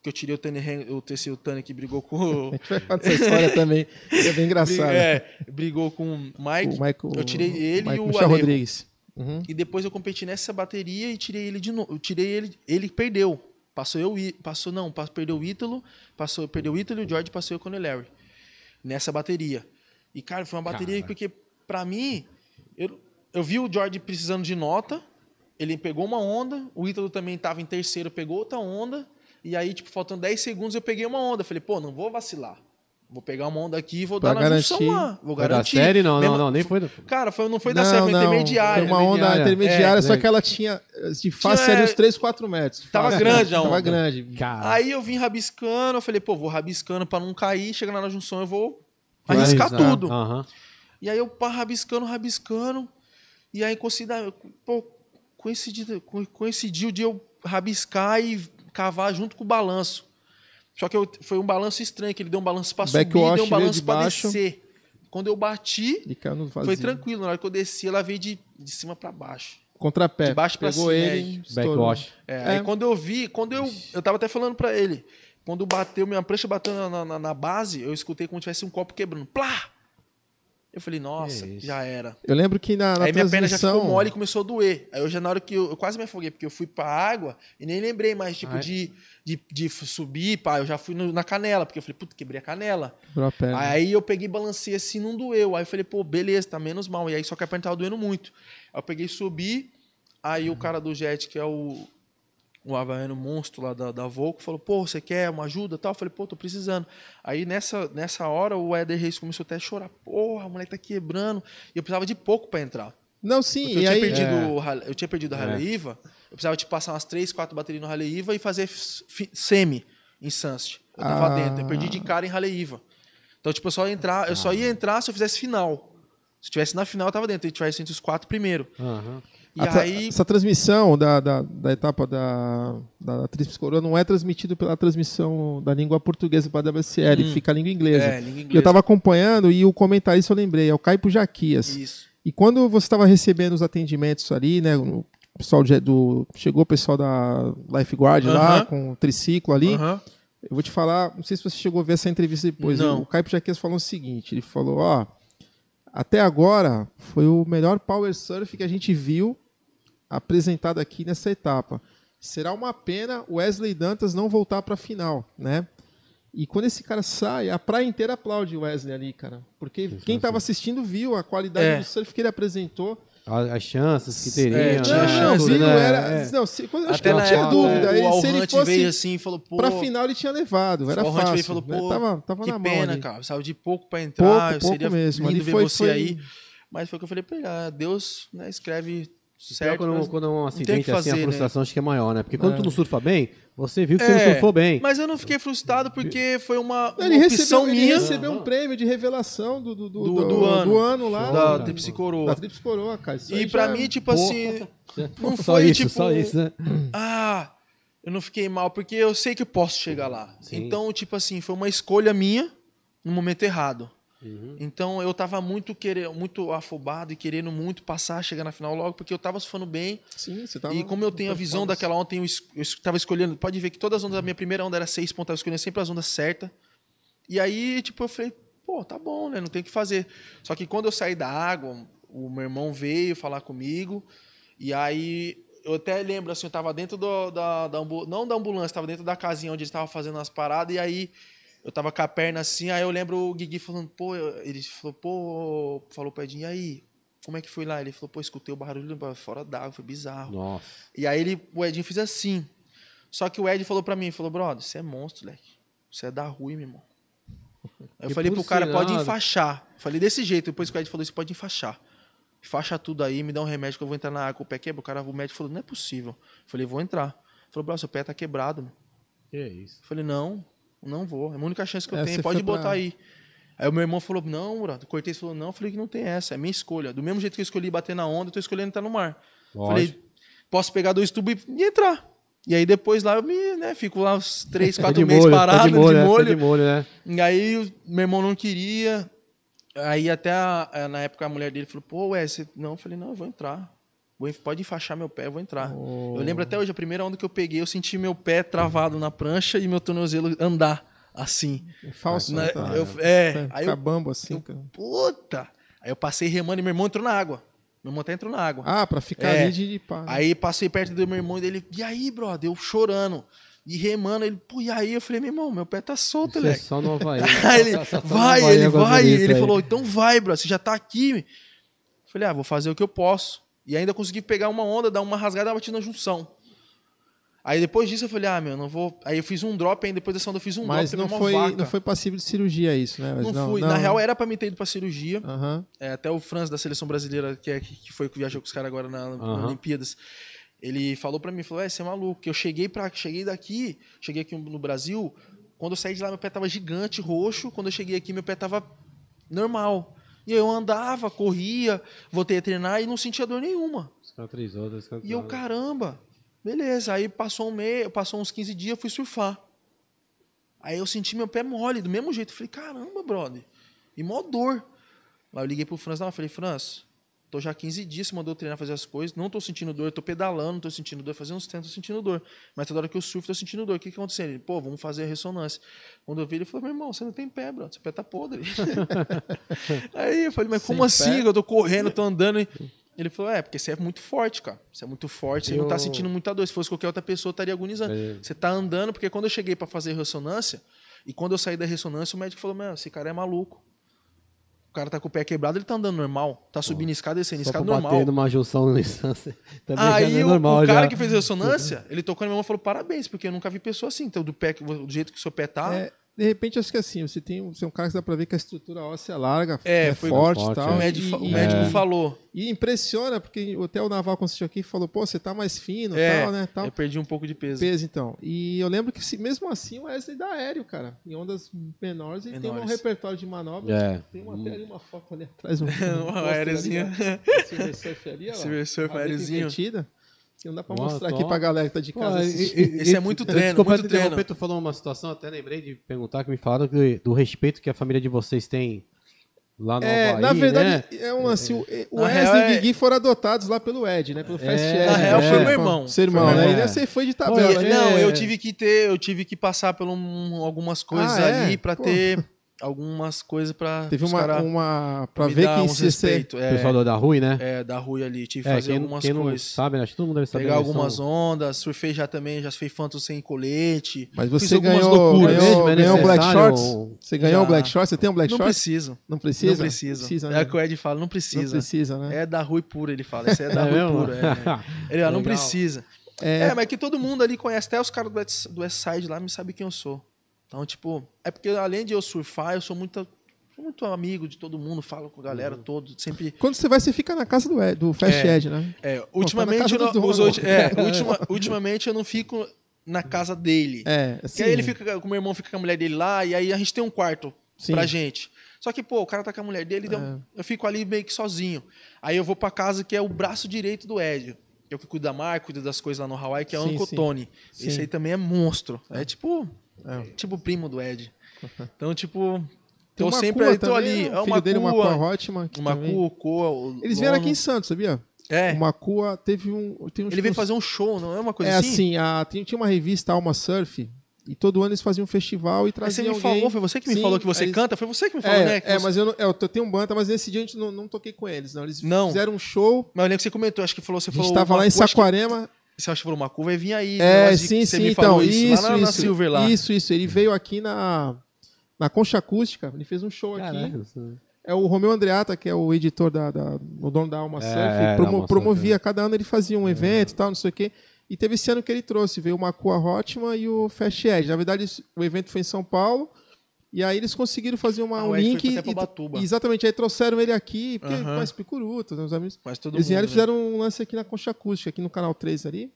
que eu tirei o Tani, Hen- eu terceiro Tani que brigou com A o... gente vai falar dessa história também. que É bem bri- engraçado. é, brigou com o Mike. O Michael, eu tirei ele e o Michel Alejo. Rodrigues. Uhum. E depois eu competi nessa bateria e tirei ele de novo. Eu tirei ele, ele perdeu. Passou eu, e- passou não, passou, perdeu o Ítalo, passou, perdeu o Ítalo e o George passou eu com o Larry. Nessa bateria. E cara, foi uma bateria Cara. porque pra mim eu, eu vi o George precisando de nota, ele pegou uma onda, o Ítalo também tava em terceiro, pegou outra onda, e aí tipo faltando 10 segundos eu peguei uma onda, falei, pô, não vou vacilar. Vou pegar uma onda aqui e vou Pra dar na garantir. junção lá. Vou Foi da garantir. série? Não, Mesmo- não, não. Nem foi. do- Cara, foi, não foi da série, foi intermediária. Foi uma onda Intermediária. intermediária, É, só né? que ela tinha eh, de face Tinha- é- ali uns 3, 4 metros. de Tava face, grande a Tava onda. grande. Cara. Aí eu vim rabiscando, eu falei, pô, vou rabiscando pra não cair, chegar lá na junção eu vou vai arriscar arriscar. ah. tudo. Aham. E aí eu pá, rabiscando, rabiscando, e aí considera, pô, coincidiu, co- coincidiu de eu rabiscar e cavar junto com o balanço. Só que eu- foi um balanço estranho, que ele deu um balanço pra subir Backwash e deu um veio de balanço pra baixo. descer. Quando eu bati, E caiu no vazio. foi tranquilo. Na hora que eu desci, ela veio de, de cima pra baixo. Contrapé. De baixo pra Pegou cima, ele. estourou. Backwash. É, É. Aí quando eu vi, quando eu. Eu tava até falando pra ele. Quando bateu, minha prancha bateu na- na, na- na base, eu escutei como tivesse um copo quebrando. Plá! Eu falei, nossa, isso. já era. Eu lembro que na, na Aí minha perna já transmissão- ficou mole e começou a doer. Aí eu já, na hora que eu, eu quase me afoguei, porque eu fui pra água e nem lembrei mais, tipo, Ai. de, de, de f- subir, pá. Eu já fui no- na canela, porque eu falei, puta, quebrei a canela. Quebrou a perna. Aí eu peguei, balancei assim, não doeu. Aí eu falei, pô, beleza, tá menos mal. E aí só que a perna tava doendo muito. Aí eu peguei, subi. Aí o cara do Jet, que é o, o havaiano monstro lá da, da Volco, falou, pô, você quer uma ajuda e tal? Eu falei, pô, tô precisando. Aí nessa, nessa hora o Eder Reis começou até a chorar. Porra, o moleque tá quebrando. E eu precisava de pouco pra entrar. Não, sim. Porque eu, E tinha aí, perdido É. o rale- eu tinha perdido a É. Rally Iva. Eu precisava de passar umas 3, 4 baterias no Rally Iva e fazer f- fi- semi em Sunset. Eu tava Ah. dentro. Eu perdi de cara em Rally Iva. Então, tipo, eu só, ia entrar, eu só Ah. ia entrar se eu fizesse final. Se tivesse na final, eu tava dentro. Eu tivesse entre os quatro primeiro. Aham. E a tra- aí. Essa transmissão da, da, da etapa da, da, da Tríplice Coroa não é transmitido pela transmissão da língua portuguesa para a WSL, fica a língua inglesa. É, língua E eu inglesa. estava acompanhando e o comentarista eu lembrei, é o Caipo Jaquias. Isso. E quando você estava recebendo os atendimentos ali, né? O pessoal de- do. Chegou o pessoal da Lifeguard lá, Aham. com o triciclo ali. Aham. Eu vou te falar, não sei se você chegou a ver essa entrevista depois. Não. O Caipo Jaquez falou o seguinte: ele falou, ó, até agora foi o melhor power surf que a gente viu apresentado aqui nessa etapa. Será uma pena o Wesley Dantas não voltar para a final, né? E quando esse cara sai, a praia inteira aplaude o Wesley ali, cara. Porque quem estava assistindo viu a qualidade É. do surf que ele apresentou. A- As chances que teria. É, tinha né? não, chance, Tudo, viu, né? era. É. Não, se, quando, acho que Até não na tinha época, dúvida. O, ele- o se ele Alhant fosse veio assim e falou, pô. pra final ele tinha levado, era o Alhant fácil. veio e falou, né? pô, tava, tava que na mão pena, ali. cara. Eu precisava de pouco pra entrar. Pouco, eu pouco seria mesmo. lindo Ali ver foi- você foi- aí. Mas foi o que eu falei pra ele. ah, Deus né, escreve Pior certo. quando, mas- quando é um tem o acidente assim, que a fazer, frustração acho que é maior, né? Porque quando tu não surfa bem, você viu que você É, não surfou bem. Mas eu não fiquei frustrado porque foi uma, uma Ele opção recebeu, ele minha recebeu um prêmio de revelação do, do, do, Do- do ano. lá. né? da da, Tríplice Coroa. Trips Coroa, cara. Isso E aí pra já- mim, tipo Porra. assim, não só foi, isso, tipo, só isso, né? ah, eu não fiquei mal, porque eu sei que eu posso chegar lá. Sim. Então, tipo assim, foi uma escolha minha no momento errado. Uhum. Então eu tava muito querendo, muito afobado e querendo muito passar, chegar na final logo, porque eu tava surfando bem. Sim, você tava e como eu tenho a visão daquela onda, eu, es- eu es- tava escolhendo. Pode ver que todas as ondas, a minha primeira onda era 6 pontos, eu tava escolhendo sempre as ondas certas. E aí, tipo, eu falei, pô, tá bom, né? Não tem o que fazer. Só que quando eu saí da água, o meu irmão veio falar comigo. E aí, eu até lembro, assim, eu tava dentro do, da, da ambu- não da ambulância, tava dentro da casinha onde eles estavam fazendo as paradas. E aí, eu tava com a perna assim, aí eu lembro o Guigui falando, pô, eu- ele falou, pô, falou pro Edinho, e aí? Como é que foi lá? Ele falou, pô, escutei o barulho fora d'água, foi bizarro. Nossa. E aí ele, o Edinho fez assim. Só que o Ed falou pra mim, falou, brother, você é monstro, leque. Você é da ruim, meu irmão. Aí eu E falei por pro cara, sinal- pode enfaixar. Falei desse jeito, depois que o Ed falou isso, pode enfaixar. Faixa tudo aí, me dá um remédio que eu vou entrar na água com o pé quebra. O cara, o médico falou, não é possível. Eu falei, vou entrar. Ele Falou, brother, seu pé tá quebrado, meu. Que isso. Eu falei, não, não vou. É a única chance que eu É, você tenho, pode foi pra- botar aí. Aí o meu irmão falou, não, brother. O Cortez falou, não, eu falei que não tem essa, é minha escolha. Do mesmo jeito que eu escolhi bater na onda, eu tô escolhendo entrar no mar. Lógico. Falei, posso pegar dois tubos e- e entrar. E aí depois lá eu me, né, fico lá uns três, Tá quatro meses parado, tá de molho, de né? Tá molho. de molho, né? E aí o meu irmão não queria. Aí até a- a- na época a mulher dele falou, pô, ué, você... Não, eu falei, não, eu vou entrar. Vou en- Pode enfaixar meu pé, eu vou entrar. Eu lembro até hoje, a primeira onda que eu peguei, eu senti meu pé travado na prancha e meu tornozelo andar, assim. É Falso, Na- né? Tá, eu- né? é, Tá- aí tá eu, bambo assim, eu- cara. puta! Aí eu passei remando e meu irmão entrou na água. Meu irmão até entrou na água. Ah, pra ficar É. ali de, de pá. né? Aí passei perto do meu irmão e dele, e aí, brother? Eu chorando. E remando, ele, pô, e aí? Eu falei, meu irmão, meu pé tá Isso solto, é moleque. só no Havaí. Aí ele, tá- Só- só- só no vai, Havaí ele acontece vai. isso Ele é. aí. falou, então vai, bro, você já tá aqui. Eu falei, ah, vou fazer o que eu posso. E ainda consegui pegar uma onda, dar uma rasgada e bati na junção. Aí depois disso eu falei, ah, meu, não vou. Aí eu fiz um drop, aí depois dessa onda eu fiz um Mas drop, não tomei foi, uma não foi passível de cirurgia isso, né? Mas Não fui. Na real, é. era pra mim ter ido pra cirurgia. Aham. É, até o Franz da seleção brasileira, que, é, que foi que viajou com os caras agora na, na Aham. Olimpíadas, ele falou pra mim, falou, é, você é maluco, que eu cheguei para cheguei daqui, cheguei aqui no Brasil, quando eu saí de lá meu pé tava gigante, roxo, quando eu cheguei aqui meu pé tava normal. E eu andava, corria, voltei a treinar e não sentia dor nenhuma. Cicatrizou, E eu, caramba, beleza. Aí passou um mês, passou uns 15 dias, eu fui surfar. Aí eu senti meu pé mole, do mesmo jeito. Eu Falei, caramba, brother. E mó dor. Aí eu liguei pro Franz, não, eu falei, Franz, tô já 15 dias, você mandou eu treinar fazer as coisas, não tô sentindo dor, tô pedalando, tô sentindo dor, fazendo uns tempos, tô sentindo dor. Mas toda hora que eu surfo, tô sentindo dor. O que que aconteceu? Ele, pô, vamos fazer a ressonância. Quando eu vi, ele falou, meu irmão, você não tem pé, brother, seu pé tá podre. Aí eu falei, mas como Sem assim? Eu tô correndo, tô andando. Ele falou, é, porque você é muito forte, cara. Você é muito forte, você não tá Eu- sentindo muita dor. Se fosse qualquer outra pessoa, eu estaria agonizando. É. Você tá andando, porque quando eu cheguei pra fazer ressonância, e quando eu saí da ressonância, o médico falou, mano, esse cara é maluco. O cara tá com o pé quebrado, ele tá andando normal. Tá subindo escada, descendo Só pra escada bater normal. numa junção no instância. Também já não Aí é o, normal, o cara já. que fez a ressonância, ele tocou na minha mão e falou, parabéns, porque eu nunca vi pessoa assim. Então, do, pé, que- do jeito que o seu pé tá, É, de repente, acho que assim, você tem um- você é um cara que dá pra ver que a estrutura óssea é larga, É, é foi- forte Forte, e tal. o médico, e, fa- o e- médico é. e- falou. E impressiona, porque até o Naval, quando assistiu aqui, falou, pô, você tá mais fino e É, tal, né? Tal. Eu perdi um pouco de peso. Peso, então. E eu lembro que se- mesmo assim o Wesley dá aéreo, cara. Em ondas menores, ele tem um Menores. repertório de manobras. tipo, É. Tem uma, até ali uma foto ali atrás. Um, Um tá aéreozinho. Silversurf ali, ó. Silversurf, A letra aéreozinho. invertida, Que não dá pra Ó, mostrar top. aqui pra galera que tá de Pô, casa. e- assistindo. e- Esse é e- muito eu- treino, Desculpa muito te treino. interromper, tu falou uma situação, até lembrei de perguntar, que me falaram que- do respeito que a família de vocês tem lá no É, Havaí, na né? verdade, é um lance. O, o Na real, Wesley e é- o Guigui foram adotados lá pelo Ed, né? Pelo É, Fast Ed. na né? real, foi É, meu irmão. Seu irmão, Foi meu né? irmão. Ele você foi de E- tabela, né? não, eu é. tive que ter, eu tive que passar por um- algumas coisas Ah, é? ali pra Pô. ter algumas coisas pra Teve os uma. um, cara uma pra me ver dar quem uns se se- respeito, O é, pessoal da- da Rui, né? é, da rua ali, tive que É, fazer quem, algumas quem não coisas. sabe, né? acho que todo mundo deve saber. Pegar eles algumas são- ondas, surfei já também, já surfei Phantom sem colete. Mas Fiz você algumas ganhou, loucuras. ganhou, Mesmo é ganhou o Black necessário Shorts? ou- Você ganhou o Já. Black Shorts? Você tem um Black não Shorts? preciso. Não precisa? Não precisa. precisa É né? o que o Ed fala, não precisa. Não precisa, né? É da rua e pura, ele fala. Isso é da É rua e mesmo? pura. é. Ele fala, não Legal. precisa. É, É, mas que todo mundo ali conhece, até os caras do West- do Westside lá me sabem quem eu sou. Então, tipo, é porque além de eu surfar, eu sou muito, sou muito amigo de todo mundo, falo com a galera Uhum. todo, sempre. Quando você vai, você fica na casa do, Ed, do Fast É. Ed, né? É, ultimamente, casa eu do não, os dono. ulti- é, ultima- ultimamente eu não fico na casa dele. É, Porque assim, aí ele fica, com o meu irmão fica com a mulher dele lá, e aí a gente tem um quarto Sim. pra gente. Só que, pô, o cara tá com a mulher dele, então É. eu fico ali meio que sozinho. Aí eu vou pra casa que é o braço direito do Ed. que é o que cuida da marca, cuida das coisas lá no Hawaii, que é o Sim, Uncle sim. Tony. Sim. Esse aí também é monstro. É, tipo É. tipo o primo do Ed. Então, tipo, Tem eu uma sempre cua ali, tô também, ali. né? É O uma filho dele, uma cua, cua Hotman. que uma também- cua, cua, o Eles vieram Lono. aqui em Santos, sabia? É, Uma cua teve um. Tem um ele veio uns- fazer um show, não é uma coisa É assim, assim? a, tinha tinha uma revista Alma Surf, e todo ano eles faziam um festival e Mas você traziam me alguém. falou, foi você que me Sim, falou que você aí- canta? Foi você que me falou, É, né? que é, você- mas eu, não, é, eu tô- tenho um banda, mas nesse dia a gente não, não toquei com eles, não. Eles Não. fizeram um show, mas eu lembro que você comentou, acho que falou, você a gente falou. tava uma lá em cua, acho que- Saquarema, Você acha que falou uma curva e vinha aí. um É, negócio de- sim, que sim, Você me então, falou isso, isso, isso, lá na, na Silver lá. isso, isso, ele veio aqui na, na Concha Acústica, ele fez um show aqui, Caralho, isso- é o Romeu Andreata, que é o editor, da, da- o dono da Alma É, Surf, é, da promo- Alma Surf, promovia, cada ano ele fazia um evento e tal, não sei o quê, e teve esse ano que ele trouxe, veio o Macua Hotman e o Fast Edge, na verdade isso- o evento foi em São Paulo, e aí eles conseguiram fazer uma, Ah, um o Ed foi link, até pra e- Ubatuba. exatamente, aí trouxeram ele aqui, porque Aham. mais picuruto, né, os amigos, Mas todo eles vieram e mundo, né? fizeram um lance aqui na Concha Acústica, aqui no Canal 3 ali.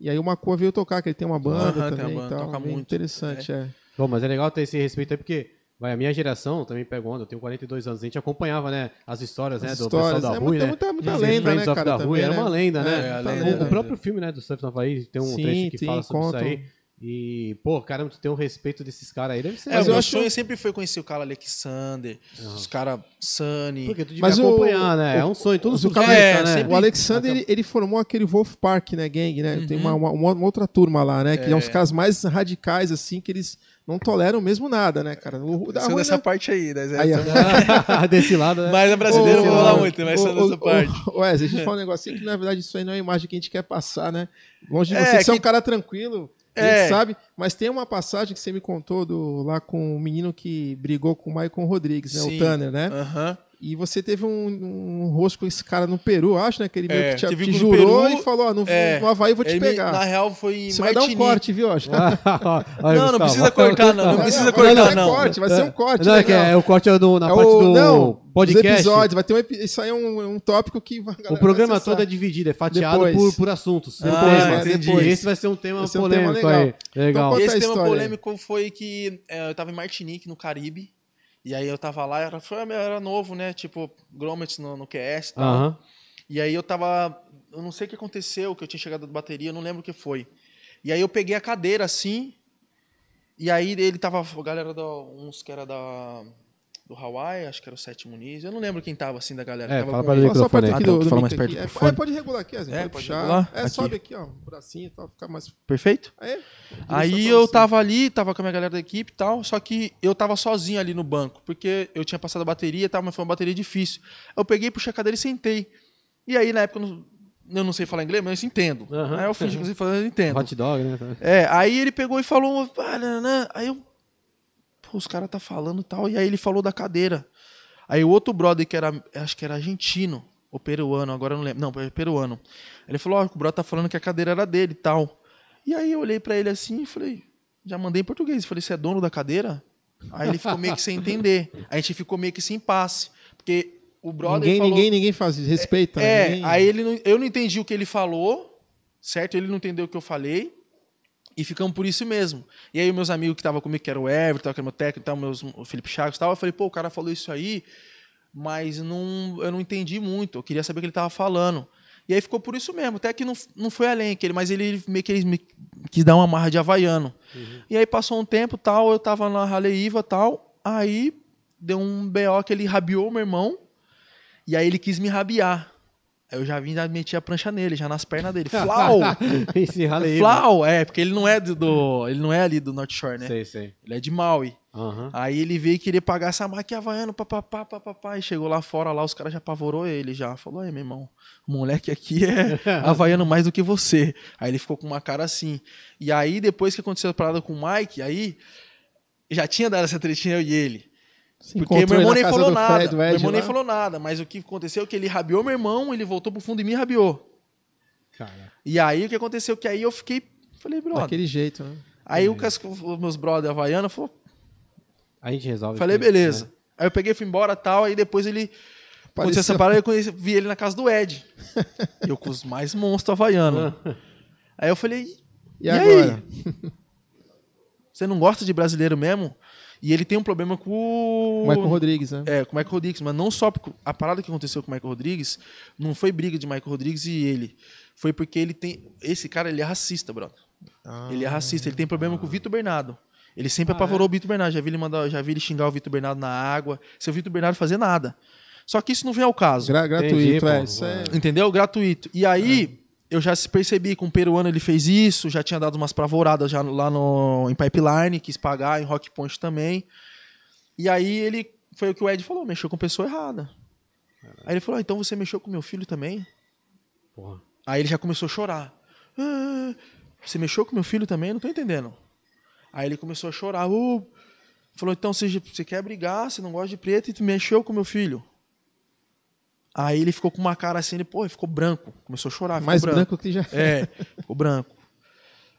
E aí o Macua veio tocar, que ele tem uma banda Aham, tem também uma banda, e tal. toca bem muito. Interessante, é. Pô, mas é legal ter esse respeito aí, porque vai, a minha geração também pegou onda, eu tenho 42 anos, a gente acompanhava, né, as histórias, né, As do histórias, pessoal da é Rui, muita- né? muita- muita Os lenda, Friends né, of cara, da Rui, também, era né? uma lenda, né? É, a Tá lenda, louco. O, o próprio filme, né, do Surf na Havaí, tem um Sim, trecho que tem, fala sobre contam. isso aí. E, pô, caramba, tu tem um respeito desses caras aí, deve ser. assim, É, Mas meu eu acho- sonho sempre foi conhecer o cara Alexander, os caras Sunny. assim, Porque tu devia Mas o- acompanhar, né? é um sonho, todo o surfista, cara- é, né? sempre- O Alexander, ele, ele formou aquele Wolf Park, né, gang, né? Tem Uhum. uma, uma- uma outra turma lá, né? Que é. uns caras mais radicais, assim, que eles não toleram mesmo nada, né, cara? O, o da Sou Rui, é dessa né? parte aí, né? Zé? Aí, ó. Desse lado, né? Mas é brasileiro, Ô, não vou lá ô, muito, mas sou ô, dessa ô, parte. ô, Wesley, deixa eu falar um negocinho que, na verdade, isso aí não é a imagem que a gente quer passar, né? Longe de É, você, que você é um que- cara tranquilo, a É. gente sabe, mas tem uma passagem que você me contou do, lá com o menino que brigou com o Maicon Rodrigues, né? Sim. O Tanner, né? Aham. E você teve um, um rosto com esse cara no Peru, acho, né? Que ele meio É, que te, teve te com o jurou Peru, e falou, ó, no, é, no Havaí eu vou te Ele me- pegar. na real, foi em Você vai dar um Martinique. corte, viu? Acho. Olha, Não, não Gustavo. precisa cortar, não. Não Vai- precisa vai- cortar, vai- não. corte, vai ser um corte. Não, é, que legal. é o corte é do- na É parte o- do não, Dos podcast. episódios, vai ter um, epi- isso aí é um, é um tópico que vai- a galera O vai programa acessar. todo é dividido, é fatiado Depois. por, por assuntos. Ah, Depois, né? entendi. E Esse vai ser um tema Esse é um tema polêmico legal. aí. Legal. Então, Conta a Esse tema história aí. polêmico foi que é, eu tava em Martinique, no Caribe. E aí eu tava lá, Ah. era, foi, era novo, né? Tipo, Gromit no, no QS e tal. Aham. E aí eu tava eu não sei o que aconteceu, que eu tinha chegado de bateria, eu não lembro o que foi. E aí eu peguei a cadeira assim, e aí ele tava, a galera, da, uns que era da, do Hawaii, acho que era o Sétimo Niz, eu não lembro quem tava assim da galera. É, fala tava com pra ele. ele. Fala só a parte microfone. aqui Ah, do, tá, do fala mic mais perto aqui. do É, microfone. é, pode regular aqui, Azinho. É, pode pode puxar. regular. É, Aqui. sobe aqui, ó. O bracinho e tal, ficar mais. É, Perfeito? Aí, Aí Isso, eu assim. tava ali, tava com a minha galera da equipe e tal, só que eu tava sozinho ali no banco, porque eu tinha passado a bateria e tal, mas foi uma bateria difícil. Eu peguei, puxei a cadeira e sentei. E aí, na época, eu não- eu não sei falar inglês, mas eu entendo. Aham. Aí eu fingi que eu sei falar, eu entendo. Hot dog, né? É, aí ele pegou e falou. "Ah, nananã." Aí eu. Pô, os caras tá falando e tal. E aí ele falou da cadeira. Aí o outro brother, que era. Acho que era argentino ou peruano, agora eu não lembro. Não, pe- peruano. Ele falou: Ó, o brother tá falando que a cadeira era dele e tal. E aí eu olhei pra ele assim e falei: Já mandei em português. Falei: Você é dono da cadeira? Aí ele ficou meio que sem entender. A gente ficou meio que sem passe. Porque o brother. Ninguém, falou... ninguém, ninguém faz, respeita. É, ninguém- aí ele não- eu não entendi o que ele falou, certo? Ele não entendeu o que eu falei. E ficamos por isso mesmo. E aí, meus amigos que estavam comigo, que era o Everton, que era meu técnico, e tal, meus, o Felipe Chagas e tal, eu falei, pô, o cara falou isso aí, mas não, eu não entendi muito. Eu queria saber o que ele tava falando. E aí ficou por isso mesmo, até que não, não foi além, que ele, mas ele meio que ele me quis dar uma marra de havaiano. E aí passou um tempo tal, eu tava na Raleiva tal, aí deu um BO que ele rabiou meu irmão, e aí ele quis me rabiar. Aí eu já vim, já meti a prancha nele, já nas pernas dele. Flau! Esse rala aí. Flau! É, porque ele não é do, do- Ele não é ali do North Shore, mano. né? Sei, sei. Ele é de Maui. Aham. Aí ele veio querer pagar essa máquina havaiano, papapá, papapá. E chegou lá fora, lá os caras já apavorou ele já. Falou, aí, meu irmão, o moleque aqui é havaiano mais do que você. Aí ele ficou com uma cara assim. E aí, depois que aconteceu a parada com o Mike, aí já tinha dado essa tretinha eu e ele. Se Porque encontrou meu irmão aí nem na casa falou do nada. Fred, do meu Ed irmão nem lá. falou nada. Mas o que aconteceu é que ele rabiou meu irmão, ele voltou pro fundo e me rabiou. Cara. E aí o que aconteceu? é Que aí eu fiquei. Falei, brother. Daquele jeito, né? Aí o casco, os meus brother havaiano falou, A gente resolve. Falei, isso, beleza. né? Aí eu peguei, fui embora tal, aí depois ele. Quando você Apareceu. separou, eu conheci- vi ele na casa do Ed. eu com os mais monstros havaiano. aí eu falei, E, E aí? agora? você não gosta de brasileiro mesmo? E ele tem um problema com o. O Michael Rodrigues, né? É, com o Michael Rodrigues, mas não só porque a parada que aconteceu com o Michael Rodrigues não foi briga de Michael Rodrigues e ele. Foi porque ele tem. Esse cara, ele é racista, brother. Ah. é? Ele é racista, ele tem problema com o Vitor Bernardo. Ele sempre apavorou o Vitor Bernardo. Já vi ele mandar, já vi ele xingar o Vitor Bernardo na água, sem o Vitor Bernardo fazer nada. Só que isso não vem ao caso. Gra- gratuito, Entendi, é. pô. Isso é. Entendeu? Gratuito. E aí, eu já se percebi que um peruano ele fez isso, já tinha dado umas pavoradas já lá no, em Pipeline, quis pagar, em Rock Point também. E aí ele, foi o que o Ed falou, mexeu com pessoa errada. Aí ele falou, ah, então você mexeu com meu filho também? Porra. Aí ele já começou a chorar. Ah, você mexeu com meu filho também? Não tô entendendo. Aí ele começou a chorar. Ô, falou, então você, você quer brigar, você não gosta de preto e tu mexeu com meu filho. Aí ele ficou com uma cara assim, ele, pô, ele ficou branco. Começou a chorar, ficou Mais branco que já. É, ficou branco.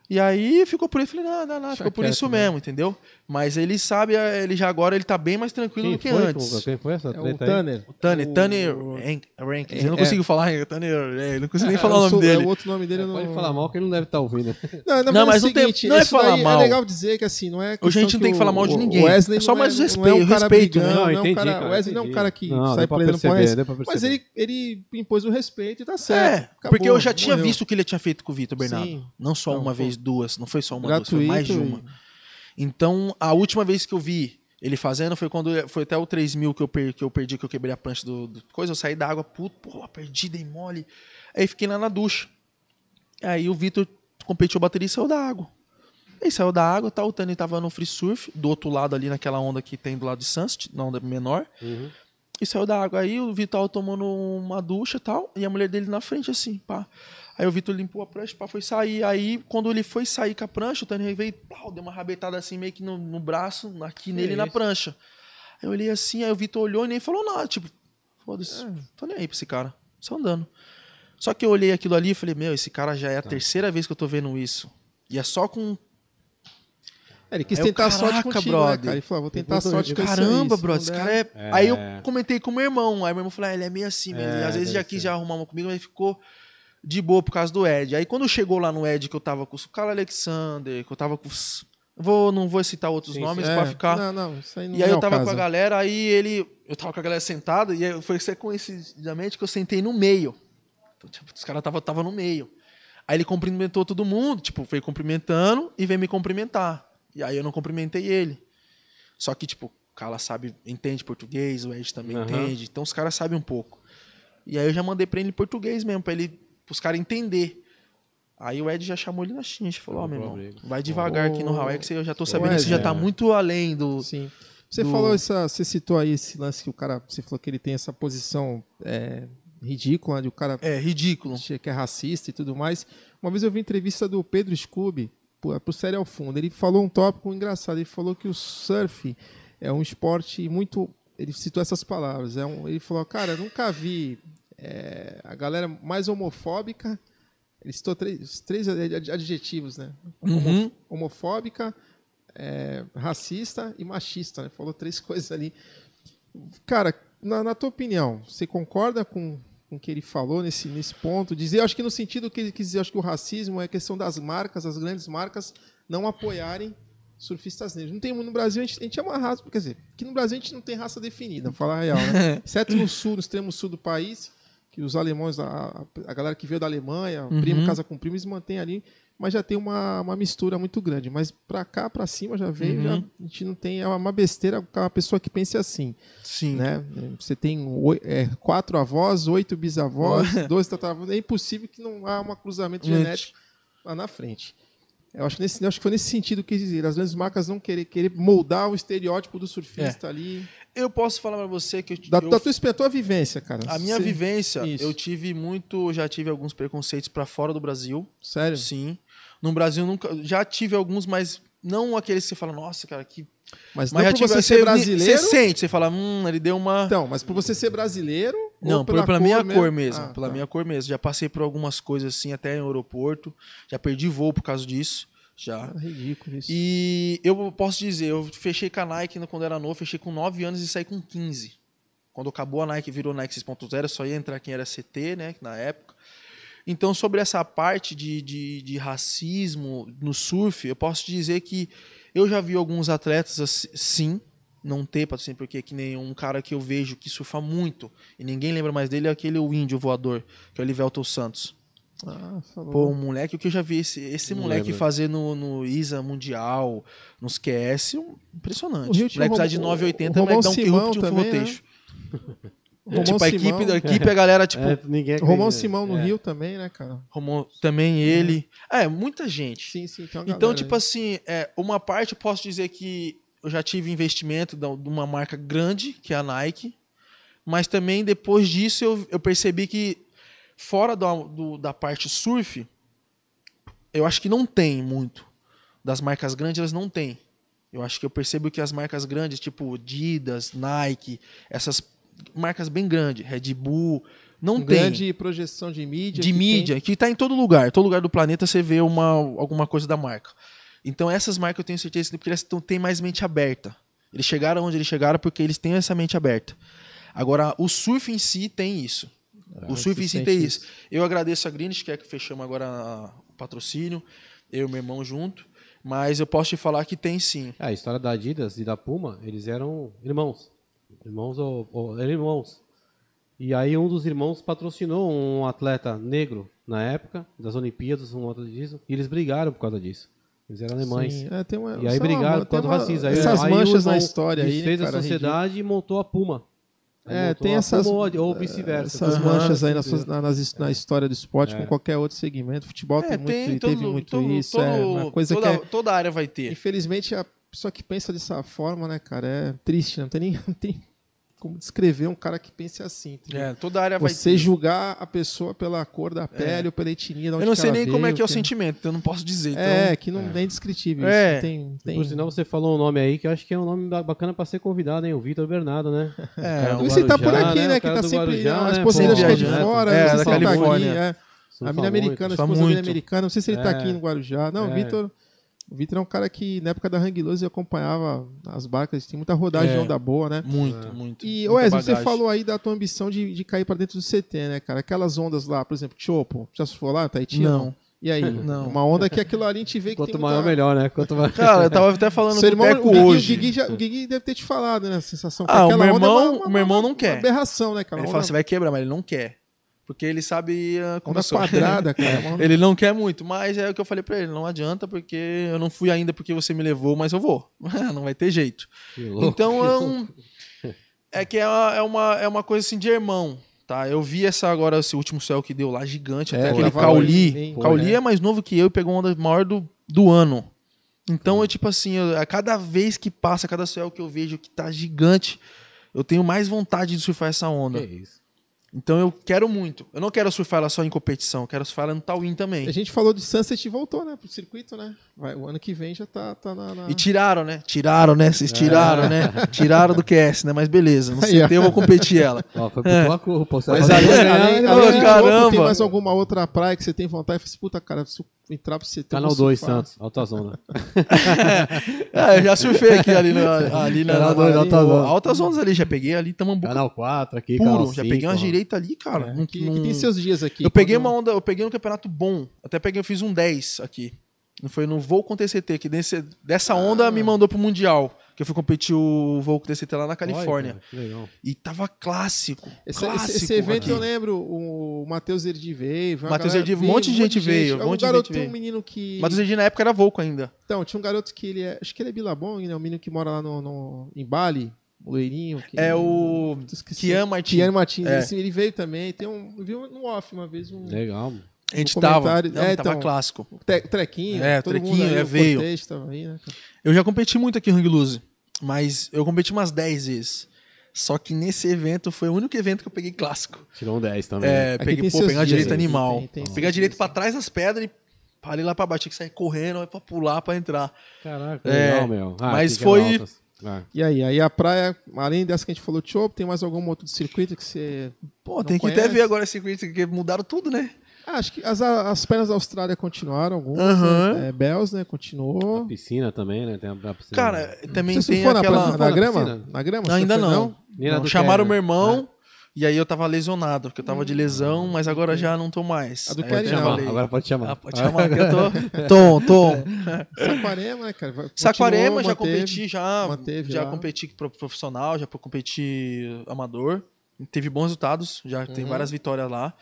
E aí ficou por isso, falei, não, não, não, ficou por quieto, isso né? mesmo, entendeu? Mas ele sabe, ele já agora ele tá bem mais tranquilo Quem do que foi, antes. Tuca? Quem foi essa É o treta aí? Tanner. O Tanner, O- Tanner Rank- Rankins, eu não É. consigo falar, é, Tanner, é, eu não consigo nem É, falar o eu nome sou- é, dele. O outro nome dele eu não. Pode falar mal que ele não deve estar ouvindo. Não, Não, mas mas é não o tem- seguinte, não é isso falar daí mal. É legal dizer que assim, não é. Hoje a gente questão não tem que falar mal de o- ninguém. O Wesley É só não mais não respeito, é um cara respeito, brigando, né? Não, não, é um entendi, cara- cara, o Wesley não é um entendi. cara que Não, sai deu pra playando perceber, com esse- deu pra perceber. Mas ele, ele impôs o respeito e tá certo. É, acabou, porque eu já tinha morreu. visto o que ele tinha feito com o Vitor Bernardo. Sim. Não só Não, uma pô. vez, duas, não foi só uma, duas, foi gratuito. mais de e- uma. Então, a última vez que eu vi ele fazendo foi quando foi até o 3 mil que eu, per- que eu perdi, que eu quebrei a prancha do, do coisa. Eu saí da água, puto, pô, perdi, dei mole. Aí fiquei lá na ducha. Aí o Vitor competiu a bateria e saiu da água. Aí saiu da água, tá, o Tani tava no free surf, do outro lado ali, naquela onda que tem do lado de Sunset, na onda menor Uhum. e saiu da água. Aí o Vital tomando uma ducha e tal, e a mulher dele na frente, assim, pá. Aí o Vitor limpou a prancha, pá, foi sair. Aí, quando ele foi sair com a prancha, o Tanner veio, pau, deu uma rabetada assim, meio que no, no braço, aqui nele e na isso? prancha. Aí eu olhei assim, aí o Vitor olhou e nem falou nada, tipo, foda-se, tô nem aí pra esse cara, só andando. Só que eu olhei aquilo ali e falei, meu, esse cara já é a terceira vez que eu tô vendo isso. E é só com É, Ele quis Aí eu, tentar a sorte "Caraca, contigo, né, brother." cara? Ele falou, vou tentar a Muito doido. sorte com esse aí, Caramba, se brother, não esse der- cara é... É. Aí eu comentei com meu irmão. Aí meu irmão falou: ah, ele é meio assim mesmo. É, E às vezes deve já quis ser. já arrumar uma comigo, mas ficou de boa por causa do Ed. Aí quando chegou lá no Ed, que eu tava com o Carlos Alexander, que eu tava com os. Vou, não vou citar outros Sim, nomes É, pra ficar. Não, não, isso aí não E aí é eu o tava com caso. a galera, aí ele. Eu tava com a galera sentada, e aí foi isso coincidentemente que eu sentei no meio. Então, tipo, os caras tava, tava no meio. Aí ele cumprimentou todo mundo, tipo, foi cumprimentando e veio me cumprimentar. E aí eu não cumprimentei ele. Só que, tipo, o Cala sabe, entende português, o Ed também Aham. entende, então os caras sabem um pouco. E aí eu já mandei pra ele em português mesmo, pra ele, pros caras entender. Aí o Ed já chamou ele na chincha, falou, ó, meu irmão, Abrigo. vai devagar aqui no Hawaii, que você- eu já tô sabendo Ed, que você já tá é. muito além do... Sim. Você do- falou essa, você citou aí esse lance que o cara, você falou que ele tem essa posição é, ridícula, de o cara É, ridículo. acha que é racista e tudo mais. Uma vez eu vi entrevista do Pedro Scooby pro pro Série ao Fundo. Ele falou um tópico engraçado. Ele falou que o surf é um esporte muito. Ele citou essas palavras. É um- ele falou, cara, eu nunca vi é, a galera mais homofóbica. Ele citou três, três ad- adjetivos, né? Uhum. homofóbica, é, racista e machista, né? Falou três coisas ali. Cara, na, na tua opinião, você concorda com com o que ele falou nesse, nesse ponto? Dizer, acho que no sentido que ele quis dizer, acho que o racismo é questão das marcas, as grandes marcas não apoiarem surfistas negros. Não tem no Brasil, a gente, a gente é uma raça, quer dizer, aqui no Brasil a gente não tem raça definida, pra falar a real, né? Exceto no sul, no extremo sul do país, que os alemães, a, a- a galera que veio da Alemanha, o primo Uhum. casa com o primo, eles mantêm ali mas já tem uma, uma mistura muito grande. Mas pra cá, pra cima, já veio, Uhum. já, a gente não tem. É uma besteira uma pessoa que pense assim, Sim. né? Você tem oi- é, quatro avós, oito bisavós, dois tataravós. É impossível que não há um cruzamento genético lá na frente. Eu acho que, nesse, eu acho que foi nesse sentido que eu quis dizer. As grandes marcas não querer, querer moldar o estereótipo do surfista ali. Eu posso falar pra você que É. eu, Da, eu da tua, experiência, tua vivência, cara. A minha Você- vivência, Isso. eu tive muito, já tive alguns preconceitos pra fora do Brasil. Sério? Sim. No Brasil nunca, já tive alguns, mas não aqueles que você fala, nossa, cara, que. Mas, Mas não já por tive você ser Você brasileiro. sente, você fala, hum, ele deu uma. Então, mas por você ser brasileiro. ou não, pela, pela minha cor mesmo, Ah, pela tá. minha cor mesmo. Já passei por algumas coisas assim, até em aeroporto, já perdi voo por causa disso, já. É ridículo isso. E eu posso dizer, eu fechei com a Nike quando era novo, fechei com 9 anos e saí com 15. Quando acabou a Nike, virou Nike 6.0, só ia entrar quem era CT, né, na época. Então, sobre essa parte de, de, de racismo no surf, eu posso dizer que eu já vi alguns atletas, assim, sim, não ter patrocínio, porque que nem um cara que eu vejo que surfa muito, e ninguém lembra mais dele, é aquele o índio voador, que é o Livelton Santos. Ah, falou. Pô, um moleque, o que eu já vi esse, esse Não moleque lembro. fazer no, no ISA Mundial, nos QS, um- O impressionante. Rio O moleque tinha o precisar de Romo- 9,80, o o moleque dá um Romão Simão quirup de um também, né? rotejo. Romão Tipo, a Simão. equipe, a equipe, a galera, tipo, É, ninguém acredita. Romão Simão no É. Rio também, né, cara? Romão, também ele. É, muita gente. Sim, sim. Tem uma Então, galera né? tipo aí. assim, é, uma parte eu posso dizer que eu já tive investimento da- de uma marca grande, que é a Nike, mas também depois disso eu, eu percebi que fora da- do- da parte surf, eu acho que não tem muito. Das marcas grandes, elas não têm. Eu acho que eu percebo que as marcas grandes, tipo Adidas, Nike, essas marcas bem grandes, Red Bull, não Um tem grande projeção de mídia. de que tem- mídia, que está em todo lugar. Todo lugar do planeta você vê uma, alguma coisa da marca. Então essas marcas eu tenho certeza que elas tão- têm mais mente aberta. Eles chegaram onde eles chegaram porque eles têm essa mente aberta. Agora, o surf em si tem isso. Ah, o surf em se si sente tem isso. Eu agradeço a Greenish, que é que fechamos agora a- o patrocínio. Eu e meu irmão junto. Mas eu posso te falar que tem sim. É, a história da Adidas e da Puma, eles eram irmãos. Irmãos ou, ou- eram irmãos. E aí um dos irmãos patrocinou um atleta negro na época das Olimpíadas, um atleta disso, e eles brigaram por causa disso. Eles eram alemães. Sim, é, tem uma- E sei aí lá, brigaram mano, por causa do tem uma- racismo. Aí, Essas aí o manchas na irmão história aí, né, desfez cara? a sociedade e montou a Puma. Aí É, montou tem a essas- é, Puma ou- ou vice-versa. Essas Aham, manchas aí na nas suas- na, nas- na história do esporte, É. com qualquer outro segmento. Futebol tem É, muito, e teve É, todo- muito todo- isso. é todo- uma coisa toda, que toda área vai ter. é, Infelizmente, a pessoa que pensa dessa forma, né, cara, é triste. Não tem nem não tem como descrever um cara que pense assim. entendeu? É, toda área vai É. Você ter. julgar a pessoa pela cor da pele ou pela etnia. de onde Eu não que sei ela nem como é veio, que é o que- sentimento, então eu não posso dizer. Então, É, que não é indescritível. isso, É. não Tem, tem... Por sinal, você falou um nome aí que eu acho que é um nome ba- bacana pra ser convidado, hein? O Vitor Bernardo, né? É, Cara, o do Esse tá por Guarujá, aqui, né? né? O Que cara tá do sempre. Guarujá, a né? esposa Pô, dele acho que é de viajante. fora, É, não sei da se ele tá Califórnia. aqui, é. Surfa A mina muito. americana, a surfa esposa dele é muito. americana. Não sei se ele tá É. aqui no Guarujá. Não, o É. Vitor. O Vitor é um cara que na época da Hang Loose eu acompanhava as barcas, tem muita rodagem É. de onda boa, né? Muito, muito. E, muita Wesley, você bagagem. falou aí da tua ambição de, de cair pra dentro do CT, né, cara? Aquelas ondas lá, por exemplo, Chopo, já se for lá, Tahiti? Não. E aí? Não. Uma onda é que aquilo ali a gente vê que Quanto tem maior, muita... melhor, né? Quanto maior... Cara, eu tava até falando Seu com irmão, o é o Teco Guigui, hoje. O Guigui, já- o Guigui deve ter te falado, né? A sensação Ah, o aquela meu onda é irmão- o meu irmão não Uma quer. aberração, né, cara? Ele Uma fala, onda- assim, você vai quebrar, mas ele não quer. Porque ele sabe ah, como Onda eu sou. quadrada, cara. Uma- Ele não quer muito, mas é o que eu falei pra ele, não adianta porque eu não fui ainda porque você me levou, mas eu vou. não vai ter jeito. Que louco. Então é um- é que é uma, é, uma, é uma coisa assim de irmão, tá? Eu vi essa agora, esse último céu que deu lá, gigante, até É, aquele tava Cauli. bem, O pô, Cauli né? é mais novo que eu e pegou uma onda maior do, do ano. Então, é tipo assim, eu- a cada vez que passa, a cada céu que eu vejo que tá gigante, eu tenho mais vontade de surfar essa onda. né? Que isso. Então eu quero muito. Eu não quero surfar ela só em competição, eu quero surfar ela no Tawin também. A gente falou de Sunset e voltou, né? Pro circuito, né? Vai, o ano que vem já tá, tá na. na- E tiraram, né? Tiraram, né? Vocês tiraram, né? Tiraram do QS, né? Mas beleza, não sei É. Aí, ó. até eu vou competir ela. Ó, foi por É. tua culpa. você Mas falou- ali- Além- além Ô, de Globo, tem caramba. mais alguma outra praia que você tem vontade? Fala assim, Puta, cara, se eu entrar pro CT. eu Canal vou 2, um surfar. Santos. Alta zona. Ah, eu já surfei aqui ali na. Ali na, Canal dois, ali, altas no- ondas. altas ondas ali, já peguei ali Tamambuca Canal 4 aqui, canal puro. 5, Já peguei uma ó. direita ali, cara. É, Não- que, que não- tem seus dias aqui. eu peguei Quando- uma onda, eu peguei um campeonato bom. Até peguei, eu fiz um 10 aqui. Não foi no Volcom TCT, que desse- dessa onda Ah. me mandou pro Mundial. Que eu fui competir o Volcom TCT lá na Califórnia. Olha, cara, que legal. e tava clássico. Esse, clássico esse- esse evento aqui. eu lembro, o Matheus Erdive veio. uma Matheus galera- Erdive, um veio, monte de gente veio, um Um monte de garoto, gente veio. um menino que. Mas o Zedinho na época era Volco ainda. Então, tinha um garoto que ele é. Acho que ele é Bilabong, né? Um menino que mora lá no, no- em Bali, o loirinho. que- É o Putz, esqueci. Kian Martins. Kian Martins. É. Esse- Ele veio também. Tem um, eu vi um- no off uma vez um Legal. A gente no tava. comentário- Não, é, tava então. clássico. te- trequinho. É, todo mundo trequinho, aí, é, o veio. Cortez tava aí, né, cara? Eu já competi muito aqui em Hang Loose, mas eu competi umas 10 vezes. Só que nesse evento foi o único evento que eu peguei clássico. Tirou um 10 também. É, Aqui peguei, tem pô, seus peguei uma dias, direita né? animal. Tem- tem seus peguei a direita dias. pra trás das pedras e parei lá pra baixo. Tinha que sair correndo, pra pular, pra entrar. Caraca, É, legal, meu. Ah, mas aqui, canal foi- altas. Ah, E aí, aí a praia, além dessa que a gente falou de show, tem mais algum outro circuito que você. Pô, Não tem que até conhece? ver agora esse circuito, porque mudaram tudo, né? Ah, acho que as, as pernas da Austrália continuaram, algumas. Aham. né? É, Bells, né? Continuou. a piscina também, né? Tem a, a piscina. Cara, também Você tem surfou na aquela. praia- na, na grama? piscina? Na grama? você Ainda foi, não. Nem na Não, do né? chamaram Kevin. meu irmão e aí eu tava lesionado, porque eu tava de lesão, mas agora já não tô mais. A do Aí eu Kelly até não. falei, Agora pode chamar. Ah, pode chamar que eu tô. Tom, Tom. Saquarema, né, cara? Continuou, Saquarema, já manteve. competi, já, manteve já lá. competi pro- profissional, já competi amador. Teve bons resultados, já tem Uhum. várias vitórias lá.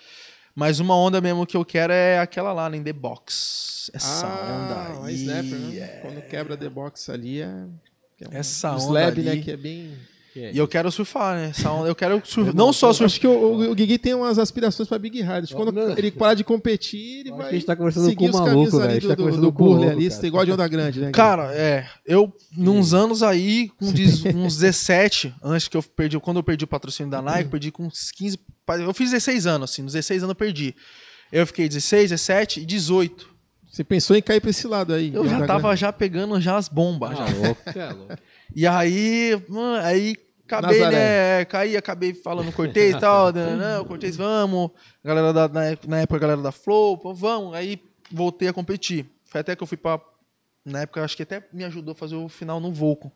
Mas uma onda mesmo que eu quero é aquela lá, né, em The Box. Essa Ah, onda um aí. snapper, né? é- Quando quebra the box ali é. é Essa onda slab, né? Tá, ali. Que é bem. E eu quero surfar, né? Essa onda, eu quero surfar. não só surfar. Acho que o, o Guigui tem umas aspirações pra Big Hard. Acho que Quando Não. ele parar de competir, ele Acho vai. que a gente tá conversando seguir com um os maluco, caminhos velho. ali A gente do- tá do- conversando do com um Burley louco, ali. cara. Você tem igual de onda grande, né? Guigui? Cara, é. Eu, nos anos aí, com dez- uns 17, antes que eu perdi, quando eu perdi o patrocínio da Nike, eu perdi com uns 15. pa- Eu fiz 16 anos, assim, nos 16 anos eu perdi. Eu fiquei 16, 17 e 18. Você pensou em cair pra esse lado aí. Eu de já onda tava grande. já pegando já as bombas. já. Ah, louco. Você é louco. E aí, mano, aí acabei, Nazaré. né? Caí, acabei falando Cortez e tal. né, Não, Cortez, vamos. A galera da, na, época, na época, a galera da Flow, pô, vamos. Aí voltei a competir. Foi até que eu fui pra. Na época, eu acho que até me ajudou a fazer o final no Vulcan.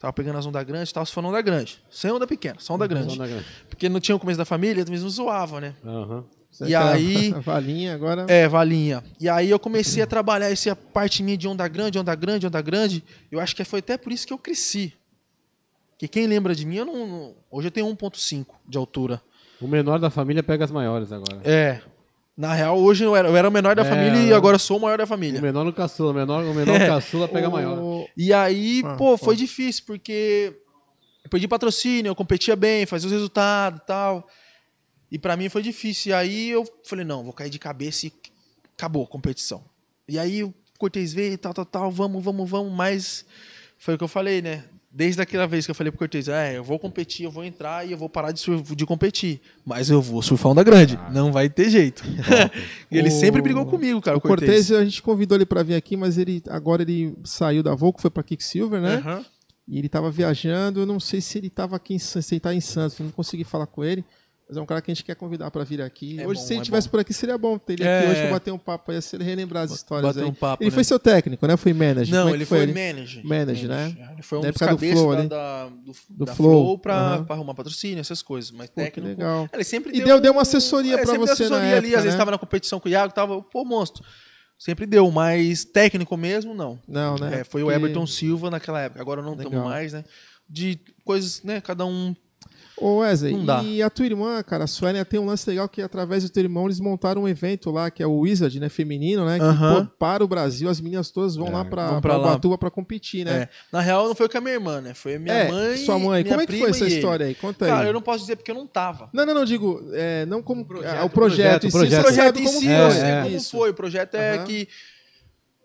Tava pegando as ondas grandes e tal, só onda grande. Sem onda pequena, só onda grande. Uhum. Onda grande. Porque não tinha o começo da família, eles mesmos zoavam, né? Aham. Você E tá- aí- a Valinha agora. É, valinha. E aí eu comecei a trabalhar essa parte minha de onda grande, onda grande, onda grande. Eu acho que foi até por isso que eu cresci. Porque quem lembra de mim, eu não. não- Hoje eu tenho 1,5 de altura. O menor da família pega as maiores agora. É. Na real, hoje eu era, eu era o menor da É, família e né? agora eu sou o maior da família. O menor no caçula, o menor, o É. menor caçula pega a maior. O- E aí, Ah, pô, foi difícil, porque eu perdi patrocínio, eu competia bem, fazia os resultados e tal. E pra mim foi difícil. E aí eu falei, não, vou cair de cabeça e acabou a competição. E aí o Cortez veio, tal, tal, tal, vamos, vamos, vamos, mas foi o que eu falei, né? Desde aquela vez que eu falei pro Cortez, é, eu vou competir, eu vou entrar e eu vou parar de, sur- de competir. Mas eu vou surfar onda grande. Não vai ter jeito. e ele Ah. O- sempre brigou comigo, cara, o o Cortez. Cortez, a gente convidou ele pra vir aqui, mas ele agora ele saiu da Volco, foi pra Kicksilver, né? Aham. E ele tava viajando, eu não sei se ele tava aqui em, San- se ele tá em Santos, eu não consegui falar com ele. Mas é um cara que a gente quer convidar pra vir aqui. É hoje, bom, se ele é estivesse por aqui, seria bom ter ele É. aqui hoje pra bater um papo aí, se ele relembrar as histórias bater aí. um papo, ele né? foi seu técnico, né? Foi manager. Não, Como é que ele foi, ele? manager. Manager, né? É, Ele foi um Na dos época do cabeças Flow, da, ali. da- do, Do da Flow, Flow, pra, aham. pra arrumar patrocínio, essas coisas. Mas Pô, que técnico... legal. Ele sempre E deu, deu um- uma assessoria é, pra sempre você deu na assessoria ali. época, Às vezes né? tava na competição com o Iago, tava, pô, monstro. Sempre deu, mas técnico mesmo, não. Não, né? É, foi o Porque Everton Silva naquela época. Agora não Legal. estamos mais, né? De coisas, né? Cada um... Ô Wesley, Não dá. e a tua irmã, cara, a Suelen tem um lance legal que através do teu irmão eles montaram um evento lá, que é o Wizard, né, feminino, né, que Aham. pô, para o Brasil, as meninas todas vão É, lá pra, vão pra pra lá. Ubatuba pra competir, né? É. Na real, não foi com a minha irmã, né? Foi a minha É, mãe. sua mãe, minha como é que prima foi essa e ele. história aí? Conta aí. Cara, eu não posso dizer porque eu não tava. Não, não, não, digo, é, não como projeto, ah, o projeto, o em si, projeto. você O um projeto sabe em como si, foi, né? eu é, sei é. como isso. foi. O projeto é Aham. que.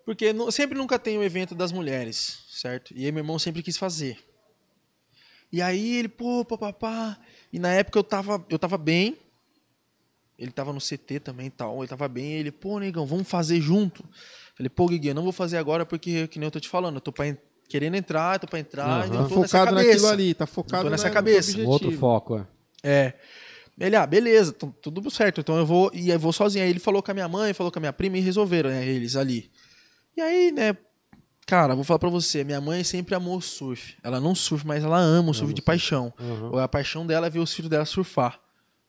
Porque nu- sempre nunca tem o evento das mulheres, certo? E aí meu irmão sempre quis fazer. E aí ele, pô, papapá. E na época eu tava, eu tava bem. Ele tava no CT também e tal. Ele tava bem. Ele, pô, negão, vamos fazer junto. Falei, pô, Guigui, eu não vou fazer agora porque, que nem eu tô te falando, eu tô pra en- querendo entrar, eu tô pra entrar. ainda Aham. Tá tô nessa focado cabeça." naquilo ali, tá focado nessa na- no cabeça. objetivo. Um outro foco, é. É. Ele, ah, beleza, tu- tudo certo. Então eu vou e eu vou sozinho. Aí ele falou com a minha mãe, falou com a minha prima e resolveram, né, eles ali. E aí, né, cara, vou falar pra você, minha mãe é sempre amou o surf. Ela não surfa, mas ela ama o surf Ama o surf. de Uhum. paixão. Aham. A paixão dela é ver os filhos dela surfar.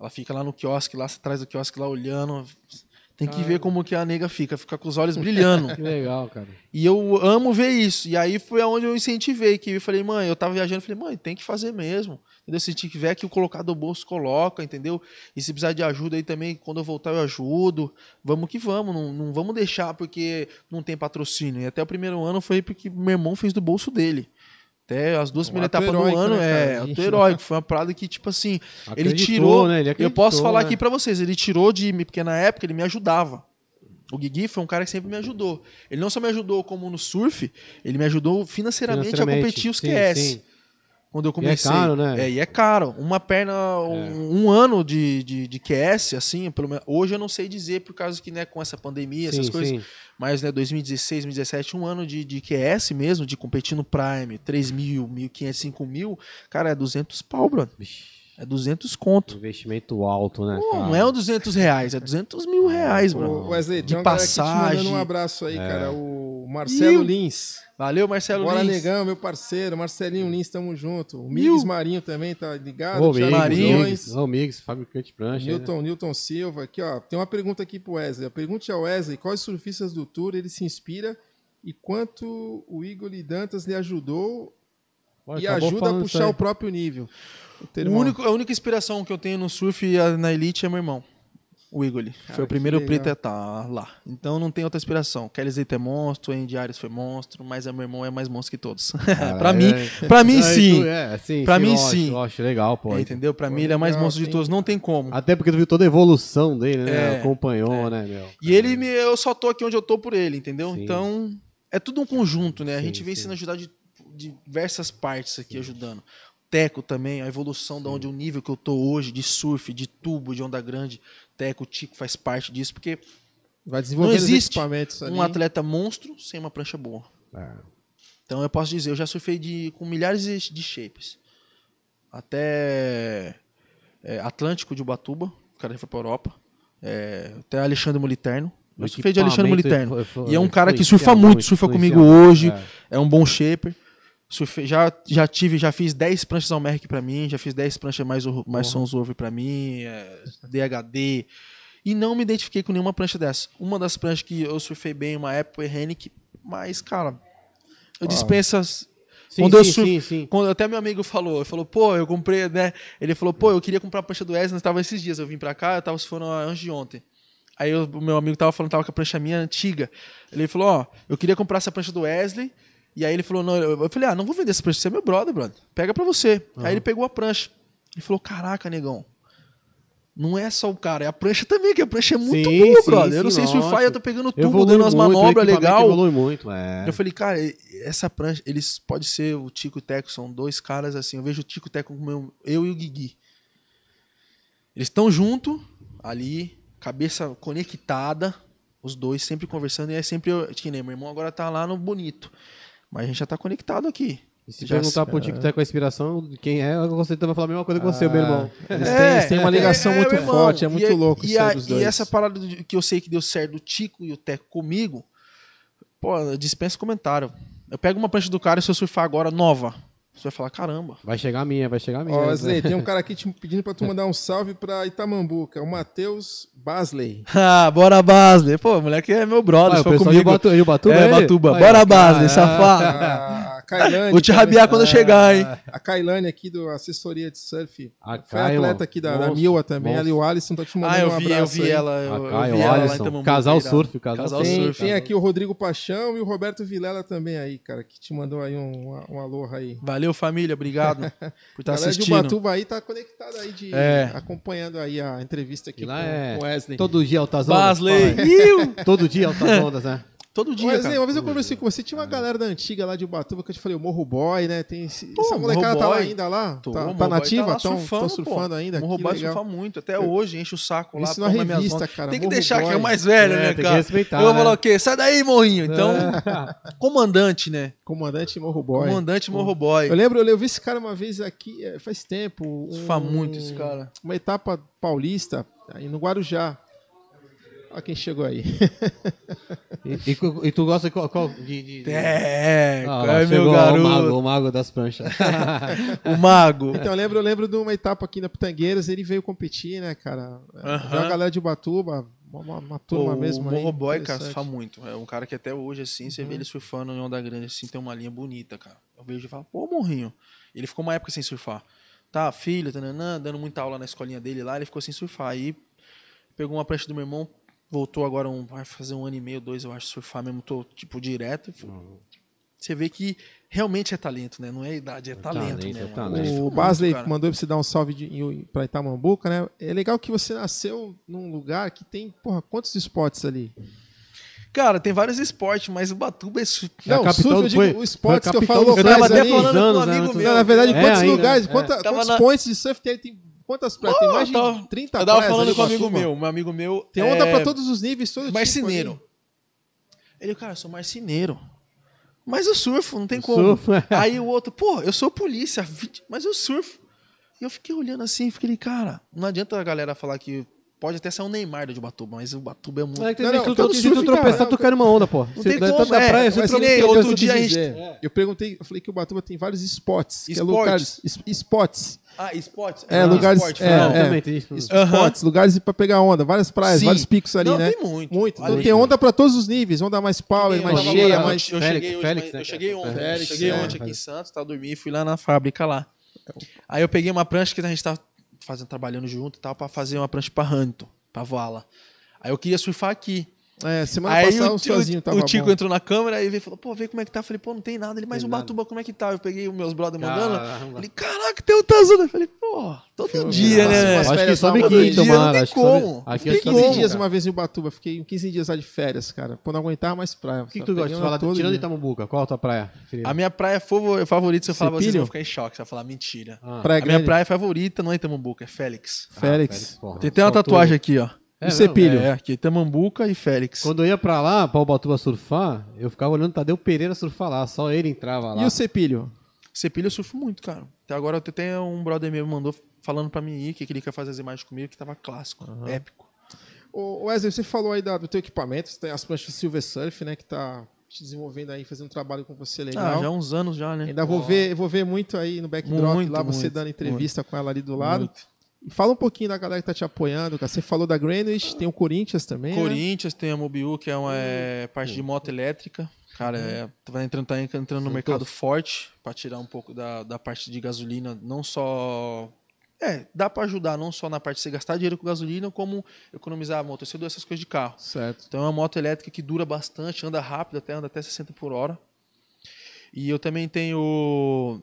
Ela fica lá no quiosque, lá atrás do quiosque, lá olhando. Tem que ver como que a nega fica, fica com os olhos brilhando. Que legal, cara. E eu amo ver isso. E aí foi aonde eu incentivei, que eu falei, mãe, eu tava viajando, eu falei, mãe, tem que fazer mesmo. Entendeu? Se tiver que colocar do bolso, coloca, entendeu? E se precisar de ajuda aí também, quando eu voltar eu ajudo. Vamos que vamos, não, não vamos deixar porque não tem patrocínio. E até o primeiro ano foi porque meu irmão fez do bolso dele. Até as duas Um primeiras ato etapas do heróico, ano, né, cara? é, A gente- ato heróico. Foi uma parada que, tipo assim, ele Acreditou, tirou. né? Ele eu acreditou, posso falar né? aqui pra vocês, ele tirou de mim, porque na época ele me ajudava. O Guigui foi um cara que sempre me ajudou. Ele não só me ajudou como no surf, ele me ajudou financeiramente, a competir os sim, QS. né? sim. Quando eu é comecei. caro, né? É. É, e é caro. Uma perna, um, um ano de, de, de QS, assim, pelo menos. Hoje eu não sei dizer, por causa que, né, com essa pandemia, essas Sim, coisas. sim. Mas, né, 2016, 2017, um ano de, de QS mesmo, de competir no Prime, 3 mil, 1.500, 5 mil. Cara, é 200 pau, brother. Vixe, É 200 conto. Investimento alto, né? Pô, cara? Ah. não é o 200 reais, é 200 mil reais, Ô, bro. Wesley, De tem uma galera aqui te passagem. É. mandando um abraço aí, cara, o Marcelo Ih, Lins. Valeu, Marcelo Bora Lins. Negão, meu parceiro, Marcelinho Lins, tamo junto. O Mil. Migues Marinho também tá ligado. Ô, Thiago Miggs, Marinho, Nunes, Miggs, ô, Miggs, fabricante de prancha. né? Newton, Newton Silva, aqui ó, tem uma pergunta aqui pro Wesley. Pergunte ao Wesley quais surfistas do Tour ele se inspira e quanto o Igor Dantas lhe ajudou Olha, e acabou ajuda a falando isso puxar aí. o próprio nível. O teu O irmão. único, a única inspiração que eu tenho no surf e a- na elite é meu irmão, o Igor. Foi que o primeiro legal. preto a estar lá. Então não tem outra inspiração. Kelly Zeta é monstro, Andy Arias foi monstro, mas a meu irmão é mais monstro que todos. pra Ah, é. mim, pra mim Aí sim. tu- é, sim, Pra sim, mim, eu acho, sim. eu acho legal, pô. entendeu? Pra Pô, mim ele é mais legal, monstro de sim. todos, não tem como. Até porque tu viu toda a evolução dele, né? É, Acompanhou, né, meu? E ele, me- eu só tô aqui onde eu tô por ele, entendeu? Sim. Então, é tudo um conjunto, né? A Sim, gente vem sim. sendo ajudado de de diversas partes aqui ajudando. Teco também, a evolução da onde o nível que eu tô hoje de surf, de tubo, de onda grande. Teco, Tico faz parte disso, porque vai desenvolver os existe equipamentos ali. um atleta monstro sem uma prancha boa. É. Então eu posso dizer, eu já surfei de, com milhares de, de shapes. Até é, Atlântico de Ubatuba, o cara foi pra Europa. É, até Alexandre Moliterno. Eu O surfei de Alexandre equipamento Moliterno. influ- E é um cara que influencia surfa muito, surfa influencia comigo muito, hoje. é. É um bom shaper. Surfei- já, já tive, já fiz 10 pranchas ao Merck pra mim, já fiz 10 pranchas mais, o- mais Sons Over pra mim, é, DHD. E não me identifiquei com nenhuma prancha dessa. Uma das pranchas que eu surfei bem uma época foi Hennick, mas, cara, eu dispenso. as- Sim, Quando eu sim, sur- sim, sim. Quando até meu amigo falou, ele falou, pô, eu comprei, né? Ele falou, pô, eu queria comprar a prancha do Wesley, nós tava esses dias, eu vim pra cá, eu tava surfando antes de ontem. Aí eu- o meu amigo tava falando, tava com a prancha minha antiga. Ele falou, ó, eu queria comprar essa prancha do Wesley. E aí ele falou, não, eu eu falei, ah, não vou vender essa prancha, você é meu brother, brother. Pega pra você. Aí ele pegou a prancha. Ele falou, caraca, negão. Não é só o cara, é a prancha também, que a prancha é muito Sim, boa, sim, brother. sim, eu não sei surfar, nossa. eu tô tá pegando tubo, Evolui dando umas muito, o manobras equipamento legal. Evolui muito, é. Eu falei, cara, e- essa prancha, eles pode ser o Tico e o Teco, são dois caras assim. Eu vejo o Tico e o Teco como eu, eu e o Guigui. Eles estão junto ali, cabeça conectada, os dois sempre conversando, e é sempre eu, que nem meu irmão agora tá lá no bonito. Mas a gente já tá conectado aqui. E se Já perguntar se- pro Tico que tá com a inspiração, de quem é, você também vai falar a mesma coisa que você, meu irmão. Eles É, têm, eles têm uma é, ligação é, muito meu irmão. forte, é muito E- louco e, isso aí a- dos e dois. essa parada de- que eu sei que deu certo do Tico e o Teco comigo, pô, eu dispenso comentário. Eu pego uma prancha do cara e se eu surfar agora nova, você vai falar, caramba. Vai chegar a minha, vai chegar a minha. Ó, né? Wesley, tem um cara aqui te pedindo pra tu mandar um salve pra Itamambuca, o Matheus Basley. Ah, bora Basley. Pô, moleque é meu brother, Ah, o foi pessoal de comigo. Ubatu- de Ubatuba, é, ele? Batuba. Aí, ó. Bora Basley, Ah, safado. Ah, Kailane. Vou te também. rabiar quando eu chegar, hein? A Kailane aqui do assessoria de surf. A Foi Kaila, atleta aqui da, da nossa, Mila também. nossa. Ela e o Alisson tá te Ah, mandando eu um vi, abraço. eu vi aí. ela. A Eu, eu Ah, Caio, vi ela lá em Alisson. Tamambuca. Casal irado. surf, o casal, Casal surf. Tem, surf, tem cara. aqui o Rodrigo Paixão e o Roberto Vilela também aí, cara, que te mandou aí um, um, um aloha aí. Valeu, família. Obrigado por estar a galera de assistindo. Ubatuba aí tá conectada aí, de, É. acompanhando aí a entrevista aqui E com, lá é com o Wesley. Todo dia altas ondas. Basley. fala aí. Iu! Todo dia altas ondas, né? Todo dia, Wesley, cara. Ah. uma vez eu conversei com você, tinha uma galera da antiga lá de Ubatuba que eu te falei, o Morro Boy, né? Tem esse, Pô, essa Morro molecada tá lá Boy. ainda lá? Tô, tá, o tá Moboy nativa? lá Estão surfando, pô. ainda? O que Moboy legal. surfa muito. Até hoje, enche o saco lá. Isso na toma minhas revista, ondas. cara, Tem que Morro deixar Boy. que é o mais velho, É, né, tem que cara? respeitar, eu vou falar né? o quê? Sai daí, morrinho. Então, comandante, né? Comandante Morro É. Boy. Comandante Morro Boy. Eu lembro, eu lembro esse cara uma vez aqui, eh, faz tempo. Um, Surfa muito esse cara. Uma etapa paulista, aí no Guarujá. Olha quem chegou aí. E, e cu- e tu gosta de qual? qual- de, de- de- É, Ah, é meu chegou garoto. O mago, o mago das pranchas. O mago. Então, eu lembro, eu lembro de uma etapa aqui na Pitangueiras, ele veio competir, né, cara? Aham. Já a galera de Ubatuba, uma, uma turma Pô, mesmo O aí. Morro Boy, cara, interessante. Uhum. surfa muito. É um cara que até hoje, assim, você vê ele surfando em onda grande, assim, tem uma linha bonita, cara. Eu vejo e falo, pô, morrinho. Ele ficou uma época sem surfar. Tá, filho, tananã, dando muita aula na escolinha dele lá, ele ficou sem surfar. Aí pegou uma prancha do meu irmão, voltou agora, um, vai fazer um ano e meio, dois, eu acho, surfar mesmo, tô, tipo, direto. Você vê que realmente é talento, né? Não é idade, é, talento, talento, né? é mano? talento. Ele surfa O muito, Basley cara. mandou pra você dar um salve de, em- pra Itamambuca, né? É legal que você nasceu num lugar que tem, porra, quantos esportes ali? Cara, tem vários esportes, mas o Batuba é su- É a Não, capital surf, eu do- digo, foi- o esporte foi a que eu capital falo do- Eu faz tava até ali- falando anos, com um né, amigo muito- meu. Não, na verdade, É, quantos ainda, lugares, é. quanta- Tava quantos na- pontos de surf tem? Tem quantas praias? tem eu mais de tava- 30 Eu tava praias ali falando em com um amigo Ubatuba. meu, meu amigo meu. Tem é, onda pra todos os níveis, todo tipo Marceneiro. ali. Ele, cara, eu sou marceneiro. Mas eu surfo, não tem Eu como. surfo, é. Aí o outro, pô, eu sou polícia, 20, mas eu surfo. E eu fiquei olhando assim, fiquei, cara, não adianta a galera falar que pode até ser um Neymar de Ubatuba, mas o Ubatuba é muito. É que tem Não, vezes não, que tu- todo se surf, tu tropeçar, cara. tu cai numa onda, pô. Não tem como, tanto na é. praia, se Mas tu que nem tropeçar, outro tu dia a gente- desvia. É. Eu perguntei, eu falei que o Batuba tem vários esportes. Que é Esportes. lugares, es- esportes. Ah, esporte? É, Ah, lugares- esporte, é, não. Não, também tem isso. Esportes, Aham. lugares pra pegar onda, várias praias, Sim. vários picos ali, Não, né? tem muito. Muito. Então Olha, tem onda pra todos os níveis. Onda mais power, Eu mais tava cheia, agora, mais... Eu Félix, cheguei, hoje, Félix, mas né, eu cheguei cara? ontem. Félix, cheguei é, ontem aqui em Félix. Santos, tá dormindo, fui lá na fábrica lá. Aí eu peguei uma prancha que a gente tava fazendo, trabalhando junto e tal, pra fazer uma prancha pra Huntington, pra voala. Aí eu queria surfar aqui. É, semana aí passada o, um ti- o- sozinho tava o Tico bom. entrou na câmera e veio e falou, pô, vê como é que tá. Eu falei, pô, não tem nada. Ele, mas o Tem Batuba, como é que tá? Eu peguei os meus brother mandando. Caramba. Ele, caraca, tem o Tazana. Eu falei, pô, todo dia, Nossa, umas né? velho? Acho que férias só lá, biquinho, todo dia, mano, não tem acho que só bi- como. Aqui Não acho tem que só 15 como, dias cara. uma vez em Ubatuba. Fiquei 15 dias lá de férias, cara. Quando não aguentava mais praia. O que, que tu gosta de falar? Tirando de tá- Itamambuca, qual a tua praia? A minha praia é favo- favorita, se eu falar, vocês Cepilho? vão ficar em choque. Você vai falar, mentira. Ah, é Praia a minha grande, praia favorita não é Itamambuca, é Félix. Félix. Tem até uma tatuagem aqui, ó. O Cepilho. É, aqui, Tamambuca e Félix. Quando eu ia pra lá, pra Ubatuba surfar, eu ficava olhando o Tadeu Pereira surfar lá, só ele entrava lá. E o Cepilho? Cepilho eu surfo muito, cara. Até agora eu tenho um brother meu me mandou falando pra mim ir, que ele quer fazer as imagens comigo, que tava clássico, épico. Ô, Wesley, você falou aí da- do teu equipamento, você tem as pranchas Silver Surf, né, que tá te desenvolvendo aí, fazendo um trabalho com você legal. Ah, já há uns anos já, né? Ainda vou ver, vou ver muito aí no backdrop, Muito, lá você muito, dando entrevista com ela ali do lado. E fala um pouquinho da galera que tá te apoiando, cara. Você falou da Greenwich, tem o Corinthians também, né? Hum. Corinthians tem a Mobiu, que é uma é, parte de moto elétrica. Cara, Uhum. é, tá entrando, tá entrando no mercado forte pra tirar um pouco da, da parte de gasolina, não só. É, dá pra ajudar não só na parte de você gastar dinheiro com gasolina, como economizar a moto. Eu sei dessas coisas de carro. Certo. Então é uma moto elétrica que dura bastante, anda rápido, até anda até 60 por hora. E eu também tenho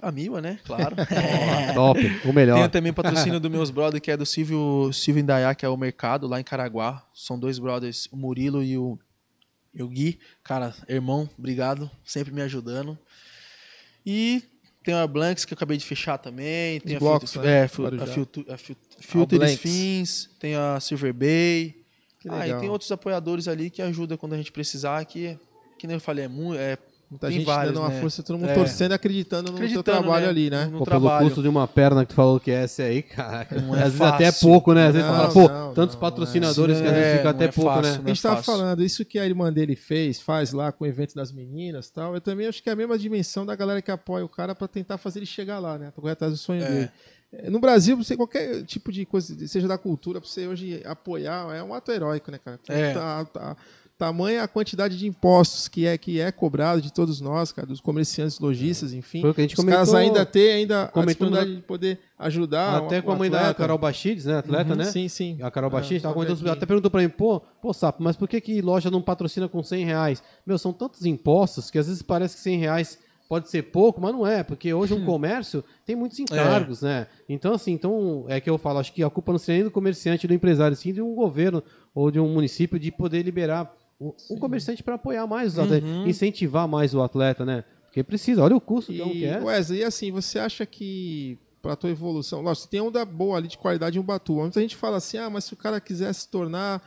a Mila, né? Claro. Ah, Top, o tenho melhor. também patrocínio dos meus brothers, que é do Silvio, Silvio Indaiá, que é o Mercado, lá em Caraguá. São dois brothers, o Murilo e o, e o Gui. Cara, irmão, obrigado, sempre me ajudando. E tem a Blanks, que eu acabei de fechar também. Tem Os a, blocos, Filter, né? é, fil- Guarujá. a, Filter- a Fil- Filter Blanks. Fins, tem a Silver Bay. Que Ah, legal. e tem outros apoiadores ali que ajudam quando a gente precisar, que, que nem eu falei, é, mu- é Muita tem gente vários, dando uma né? força, todo mundo É. torcendo e acreditando no teu Acreditando, trabalho né? ali, né? No Pô, pelo trabalho. custo de uma perna que tu falou que é essa aí, caraca. Não Às é vezes até é fácil. pouco, né? Às vezes Não, fala, pô, não, tantos não, patrocinadores é. que às vezes É, fica até não é pouco, fácil, né? A né? gente tava fácil. falando, isso que a irmã dele fez, faz lá com o evento das meninas e tal, eu também acho que é a mesma dimensão da galera que apoia o cara pra tentar fazer ele chegar lá, né? Pra correr atrás do sonho dele. É, No Brasil, você, qualquer tipo de coisa, seja da cultura, pra você hoje apoiar, é um ato heróico, né, cara? É. Tá- tá- Tamanha a quantidade de impostos que é que é cobrado de todos nós, cara, dos comerciantes, lojistas, enfim. É. Foi o que a gente Os caras comentou- ainda têm ainda a comentou disponibilidade de poder ajudar. até o- com o a mãe da atleta. Carol Bachides, né? Atleta, Uhum, né? Sim, sim. A Carol Baixista, só tava comentando sobre- daqui. até perguntou pra mim, pô, pô, Sapo, mas por que que loja não patrocina com 100 reais? Meu, são tantos impostos que às vezes parece que 100 reais pode ser pouco, mas não é, porque hoje o comércio tem muitos encargos, né? Então, assim, então, é que eu falo, acho que a culpa não seria nem do comerciante, do empresário, sim de um governo ou de um município de poder liberar o, o comerciante para apoiar mais os atletas, incentivar mais o atleta, né? Porque precisa, olha o custo que é um que E, é. Wesley, e assim, você acha que para tua evolução, lógico, tem onda boa ali de qualidade em Ubatuba. Muita gente fala assim, ah, mas se o cara quiser se tornar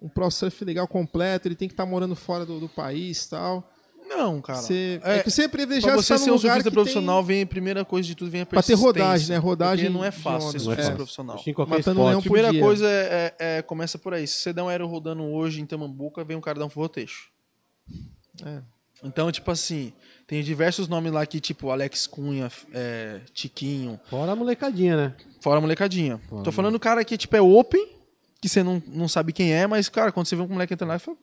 um pro surf legal completo, ele tem que estar morando fora do, do país tal. Não, cara. Você, é, é, que você é privilegiado Pra você estar ser num um lugar surfista que profissional, vem a primeira coisa de tudo, vem a Pra ter persistência. rodagem, né? Rodagem Porque não é de fácil ser ondas, surfista é. profissional. Acho que em tem qualquer matando esporte. leão por Primeira dia. coisa é, é- é- começa por aí. Se você der um aero rodando hoje em Tamambuca, vem um cara dar um forrotecho. É. Então, tipo assim, tem diversos nomes lá que, tipo, Alex Cunha, é, Tiquinho, Fora a molecadinha, né? fora a molecadinha. Fora. Tô falando o cara que, tipo, é open, que você não, não sabe quem é, mas, cara, quando você vê um moleque entrando lá, fala,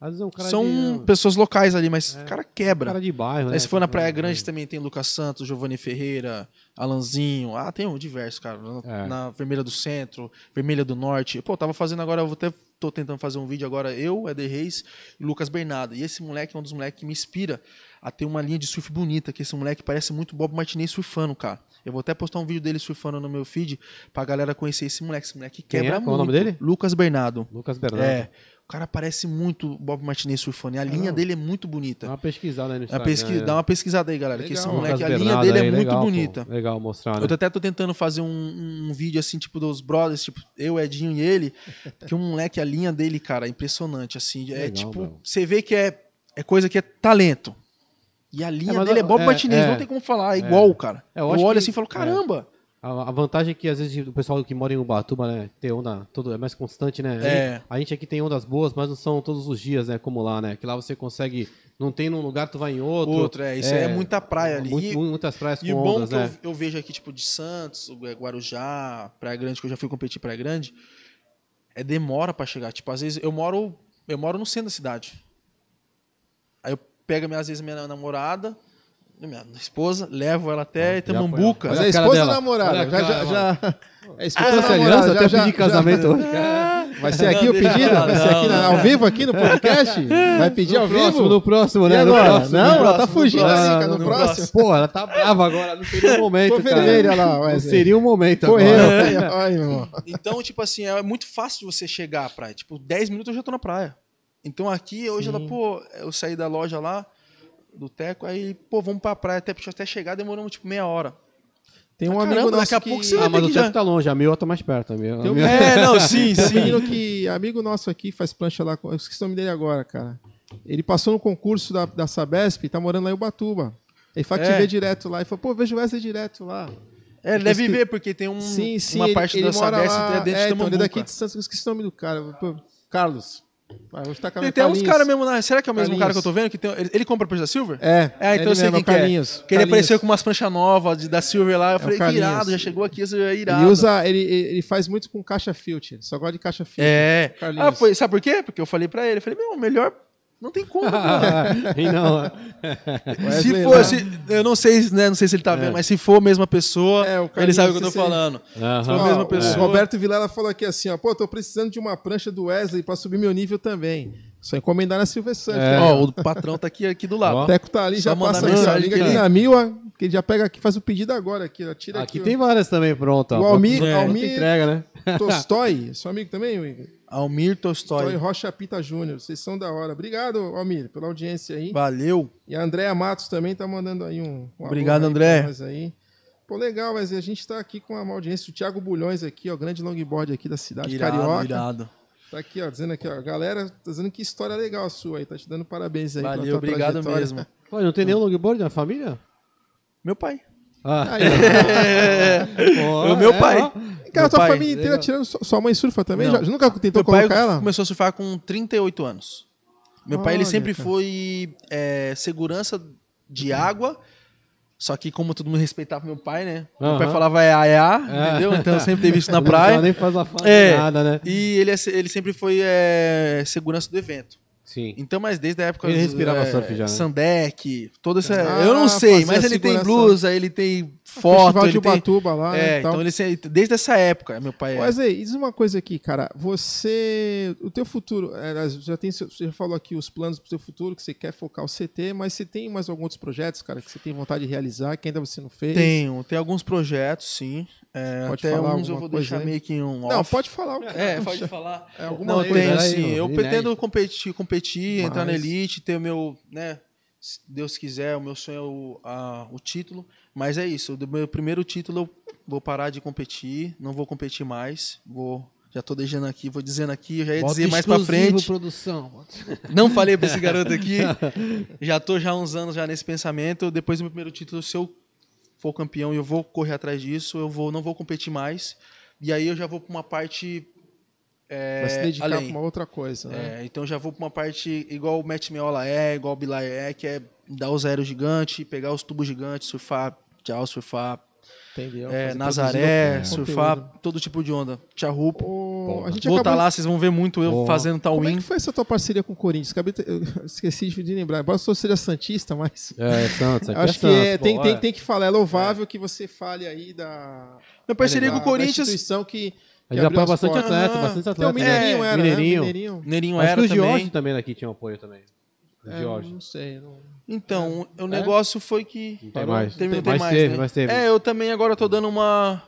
Às vezes é um cara são de... pessoas locais ali, mas É. o cara quebra. Cara de bairro, né? Aí se for na Praia É. Grande também tem Lucas Santos, Giovanni Ferreira, Alanzinho. Ah, tem um diverso, cara. Na, É. na Vermelha do Centro, Vermelha do Norte. Pô, tava fazendo agora, eu vou até tô tentando fazer um vídeo agora, eu, Eder Reis e Lucas Bernardo. E esse moleque é um dos moleques que me inspira a ter uma linha de surf bonita, que esse moleque parece muito Bob Martinez surfando, cara. Eu vou até postar um vídeo dele surfando no meu feed pra galera conhecer esse moleque. Esse moleque Quem é? quebra muito. Qual é o nome dele? Lucas Bernardo. né, Lucas Bernardo. Ah. É. O cara parece muito Bob Martinez surfando. E a linha não. dele é muito bonita. Dá uma pesquisada aí no Dá, Instagram. pesquisa, né? É dá uma pesquisada aí, galera. que esse Legal. moleque, Lucas a linha Bernardo dele é aí, muito legal, pô. bonita. Legal mostrar, né? Eu tô até tô tentando fazer um, um vídeo assim, tipo, dos brothers, tipo, eu, Edinho e ele. Que o moleque, a linha dele, cara, é impressionante. Assim, é Legal, tipo, meu. você vê que é, é coisa que é talento. E a linha mas dele é eu- Bob é, Martinez, é. não tem como falar, é igual, cara. É, eu eu acho olho que- assim e falo, caramba! A, a vantagem é que, às vezes, o pessoal que mora em Ubatuba, né, tem onda todo, é mais constante, né? É. A gente- A gente aqui tem ondas boas, mas não são todos os dias, né, como lá, né? Que lá você consegue... Não tem num lugar, tu vai em outro. Outro, é, isso é, muita praia ali. Muito- E- muitas praias E com o bom ondas, que né? eu, eu vejo aqui, tipo, de Santos, Gua- Guarujá, Praia Grande, que eu já fui competir em Praia Grande, é demora pra chegar. Tipo, às vezes eu moro, eu moro no centro da cidade. Aí eu pego, minha- às vezes, minha namorada, minha esposa, levo ela até Itamambuca. Mas Olha é a cara esposa ou dela. Olha namorada? a Já, já, cara, já. É esposa Trouxe aliança, até pedir casamento hoje. Vai ser aqui Não, o deixa pedido? pra lá, Vai ser aqui não, na- não. ao vivo aqui no podcast? Vai pedir ao próximo, vivo? no próximo, E né? No agora? próximo, não, né? ela tá próximo, fugindo no assim, próximo. cara, no No próximo. próximo. Pô, ela tá brava agora, não seria o Ficou momento, cara. vermelha lá, Não Wesley. É. seria o momento Ficou agora. Ah, vermelha. Olha, irmão. Então, tipo assim, é muito fácil de você chegar à praia. Tipo, 10 minutos eu já tô na praia. Então aqui, hoje ela, pô, eu saí da loja lá, do Teco, aí, pô, vamos pra praia até, até chegar, demoramos tipo meia hora. Tem um Ah, amigo caramba, nosso daqui a pouco que... você vai Ah, mas ter o que tempo já- tá longe, a meu tá mais perto. A meu, a Tem um- meu- É, não, sim, Tem um sim. menino que, amigo nosso aqui, faz prancha lá, com- eu esqueci o nome dele agora, cara. Ele passou no concurso da, da Sabesp e tá morando lá em Ubatuba. Ele fala que te É. vê direto lá. Ele falou, pô, vejo o Wesley direto lá. É, ele deve ver, porque tem um, Sim, sim, uma ele, parte ele da mora Sabesp lá. é dentro é, de então, ele Tamambuca. é daqui de Santos, eu esqueci o nome do cara. Pô, Carlos. Vai, vou estar com a Tem até uns Carlinhos. caras mesmo lá. Será que é o mesmo Carlinhos. cara que eu tô vendo? Que tem, ele, ele compra a prancha da Silver? É, É, então ele eu sei mesmo, quem o que é. Carlinhos. Que ele Carlinhos. apareceu com umas pranchas novas de- da Silver lá. Eu o falei, que Carlinhos. irado, já chegou aqui, isso é irado. Ele usa, ele, ele faz muito com caixa filter. Só gosta de caixa filter. É. Carlinhos. Ah, foi, sabe por quê? Porque eu falei pra ele. Eu falei, meu, melhor... Não tem como, cara. Ah, e não, Wesley Se lá. for, se- eu não sei, né, não sei se ele tá vendo, mas se for a mesma pessoa, É, o ele Carlinhos, sabe o que eu tô esse- falando. Aham. Foi a Ó, mesma o pessoa. Roberto Vilela falou aqui assim, ó, pô, tô precisando de uma prancha do Wesley pra subir meu nível também. Só encomendar na Silver Surf. né? Ó, o patrão tá aqui, aqui do lado. O Teco tá ali, Só já mandar passa aqui, ó, mensagem liga que aqui ele- na Mila, que ele já pega aqui, faz o pedido agora aqui, ó, tira Aqui aqui. tem várias também pronta. ó. O Almir- Pronta Almir- entrega, né? ó. Tolstói, seu amigo também, o Igor? Almir Tolstói Tolstói. Rocha Pita Júnior, vocês são da hora. Obrigado, Almir, pela audiência aí. Valeu. E a Andréa Matos também tá mandando aí um, um Obrigado, alô aí Andréa. pra nós aí. Pô, legal, mas a gente tá aqui com uma audiência. O Thiago Bulhões aqui, ó, grande longboard aqui da cidade, carioca. irado. Tá aqui, ó, dizendo aqui, ó, galera, tá dizendo que história legal a sua aí, tá te dando parabéns aí. pela Valeu, tua obrigado trajetória. mesmo. Pô, não tem nenhum longboard na família? Meu pai. Ah, Aí, ó. pô, o meu é, pai. ó. Cara, Meu tua pai, é- família inteira legal. tirando. Sua sua mãe surfa também? Não. Já, nunca tentou Meu pai é colocar ela? começou a surfar com 38 anos. Meu pai ele Olha, sempre cara. foi é, segurança de água Só que como todo mundo respeitava meu pai, né? Meu Aham. pai falava é aiá, É. entendeu? Então eu sempre teve isso na Não precisava praia. nem faz a fala É. nada, né? E ele, é se- ele sempre foi é, segurança do evento. Sim. Então, mas desde a época. Ele dos, é, respirava surf já, né? Sandec, toda essa. Ah, eu não sei, fazia mas ele tem segurança. blusa, ele tem foto. Festival de Ele tem, Ubatuba lá, né, é, e tal. então ele se- desde essa época, meu pai. é- Wesley, diz uma coisa aqui, cara. Você, o teu futuro, é, já tem, seu- você já falou aqui os planos pro seu futuro, que você quer focar o CT, mas você tem mais alguns outros projetos, cara, que você tem vontade de realizar, que ainda você não fez? Tenho, é, tem alguns projetos, sim. É, Pode até falar uns eu alguma vou coisa deixar aí? meio que em um. Não, off. pode falar. Cara. É, pode falar. É alguma Não, eu coisa. tenho aí, sim. ó, Eu inédito. pretendo competir, competir entrar na Mas- elite, ter o meu, né? Se Deus quiser, o meu sonho é o, a- o título. Mas é isso. Do meu primeiro título, eu vou parar de competir. Não vou competir mais. Vou. Já tô deixando aqui, vou dizendo aqui, eu já ia Bota dizer mais pra exclusivo, frente. produção. Não falei pra esse garoto aqui. já tô já há uns anos já nesse pensamento. Depois do meu primeiro título, se eu for campeão e eu vou correr atrás disso, eu vou, não vou competir mais. E aí eu já vou pra uma parte. É, Vai se dedicar além. pra uma outra coisa, né? É, então já vou pra uma parte igual o Matt Meola é, igual o Bilal é, que é dar os aéreos gigantes, pegar os tubos gigantes, surfar, tchau, surfar, Entendeu? é, Fazer Nazaré, produzir conteúdo. surfar, todo tipo de onda. Tia Rupa. Ô, a Boa. gente Vou tá acabou... lá, vocês vão ver muito eu Boa. fazendo tal Como é win. que foi essa tua parceria com o Corinthians? Acabei te- eu esqueci de lembrar. Embora eu seja santista, mas É, é Santos. aqui acho que Santos, é, pô, tem, é. tem, tem que falar. É louvável que você fale aí da Minha parceria da- com o da Corinthians, instituição que que A gente abriu apoia as bastante portas. atleta, Aham. bastante Então, atleta. o Mineirinho é. era, Mineirinho. né? Mineirinho. Neninho Acho que era o também. Jorge também daqui tinha um apoio também. O É, Jorge. Não sei. Não... Então, o negócio foi que. Não tem Parou? mais. Teve- não Mas tem mais, teve, né? mas teve. É, eu também agora tô dando uma.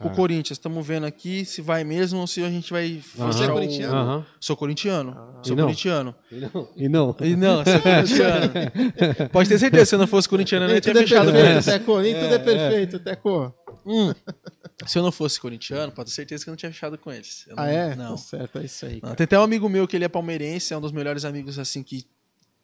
Com Ah. o Corinthians, estamos vendo aqui se vai mesmo ou se a gente vai. fechar o- corintiano? Aham. Ah. Sou corintiano. Sou E não? corintiano. E não. E não. E não, sou corintiano. Pode ter certeza, se eu não fosse corintiano, eu não tinha tudo é fechado perfeito, mesmo. Teco. Nem tudo é perfeito, Teco. Hum. Se eu não fosse corintiano, pode ter certeza que eu não tinha fechado com eles. Eu não- Ah, é? Não. Tá certo, é isso aí. Não, cara. Tem até um amigo meu que ele é palmeirense, é um dos melhores amigos, assim, que.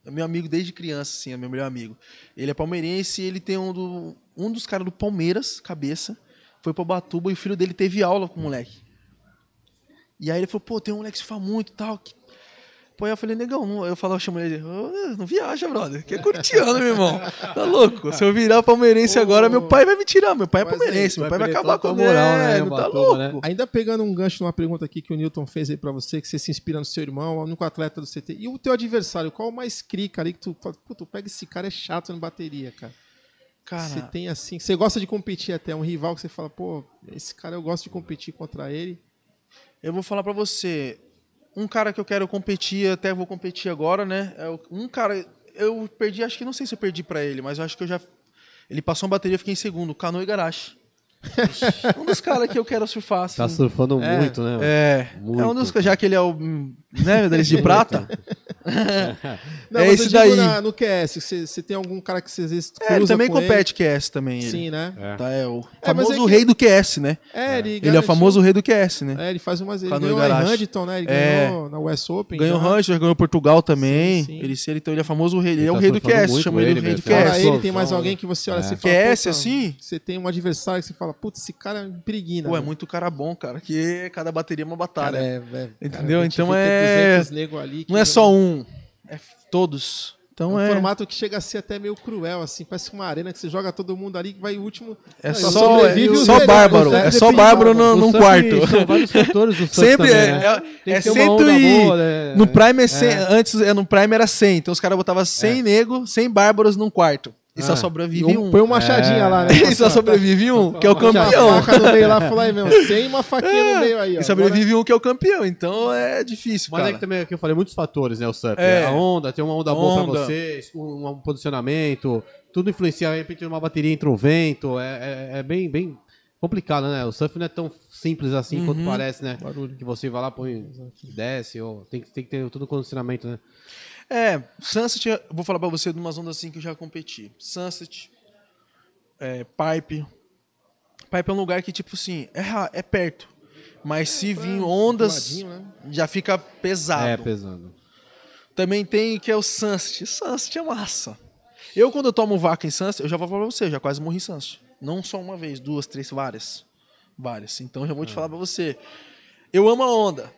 É meu amigo desde criança, assim, é meu melhor amigo. Ele é palmeirense e ele tem um, do- um dos caras do Palmeiras, cabeça, foi pra Batuba e o filho dele teve aula com o moleque. E aí ele falou, pô, tem um moleque que surfa muito e tal. que- Pô, aí eu falei, negão, não- eu falava, eu chamo ele, "Ô, não viaja, brother, que é corintiano, meu irmão. Tá louco? Se eu virar palmeirense Ô, agora, meu pai vai me tirar, meu pai é mas aí, palmeirense, meu vai pai vai perder acabar com toda a a moral, né, Tá Ubatuba, louco. né? Ainda pegando um gancho numa pergunta aqui que o Newton fez aí pra você, que você se inspira no seu irmão, é o único atleta do CT. E o teu adversário, qual o mais crica ali que tu fala, puta, pega esse cara, é chato na bateria, cara. Cara, Você tem assim, você gosta de competir até, um rival que você fala, pô, esse cara eu gosto de competir contra ele. Eu vou falar pra você. Um cara que eu quero competir, até vou competir agora, né? É o- um cara. Eu perdi, acho que não sei se eu perdi pra ele, mas eu acho que eu já. Ele passou uma bateria, eu fiquei em segundo. Cano e Garache. um dos caras que eu quero surfar, assim. Tá surfando É. muito, né? mano? É. Muito. É um dos. Já que ele é o. hum, Né, medalhista de prata. É mas eu esse digo daí. na- no QS, você, você tem algum cara que você às vezes É, ele cruza também com ele? compete QS também. Ele. Sim, né? É. Tá, é É, o mas famoso é que- rei do QS, né? É, ele, Ele é o garantiu- famoso rei do QS, né? É, ele faz umas. Ele Canoa ganhou e a Garache. Handton, né? Ele É. ganhou na US Open. Ganhou já. Rangers, ganhou Portugal também. sim. Ele, ele, então ele é famoso rei. Ele, Ele é o tá rei do surfando QS. muito Chama ele ele, o rei do meu, tá Fora QS. Quer, ele, tem Sonsão, mais né? alguém que você olha É. você fala. Quer, "Puta, assim? Você tem um adversário que você fala, puta, esse cara me preguina. Pô, é né?" muito cara bom, cara, que cada bateria é uma batalha. Cara, é, velho. Entendeu? a gente Então vê que tem é- 200 nego ali que não é só um, é f- todos. É Então um é, formato que chega a ser até meio cruel, assim. Parece uma arena que você joga todo mundo ali que vai o último. é Não, só, só sobrevive né? é os só velhos, bárbaro, os é velhos só dependem bárbaro do no, O num surf, quarto. São vários setores do surf Sempre também, é, né? é, Tem é que ter uma onda 100 e... boa, né? No Prime é 100, antes é, no Prime era 100, então os caras botavam 100 nego, 100 bárbaros num quarto. E É. só Ah. E sobrevive um, um. põe uma machadinha lá, né? e só sobrevive um, que é o campeão. faca no meio lá, falou aí mesmo. Sem uma faquinha no meio aí, ó. E sobrevive um que é o campeão, então é difícil, Mas cara. é que também, é que eu falei, muitos fatores, né, o surf. É. A onda, tem uma onda, boa pra Onda. vocês, um, um posicionamento, tudo influencia, de repente uma bateria entra o vento, é, é- é bem, bem complicado, né? O surf não é tão simples assim Uhum. quanto parece, né? Barulho. Que você vai lá, põe, desce, ou tem, que- tem que ter todo o condicionamento, né? É, Sunset, eu vou falar pra você de umas ondas assim que eu já competi. Sunset, é, Pipe. Pipe é um lugar que, tipo assim, é, ra- é perto. Mas se vir ondas, ladinho, né? já fica pesado. É, pesando. Também tem que é o Sunset. Sunset é massa. Eu, quando eu tomo vaca em Sunset, eu já vou falar pra você, eu já quase morri em Sunset. Não só uma vez, duas, É. três, várias. Várias. Então, eu já vou te falar pra você. Eu amo a onda.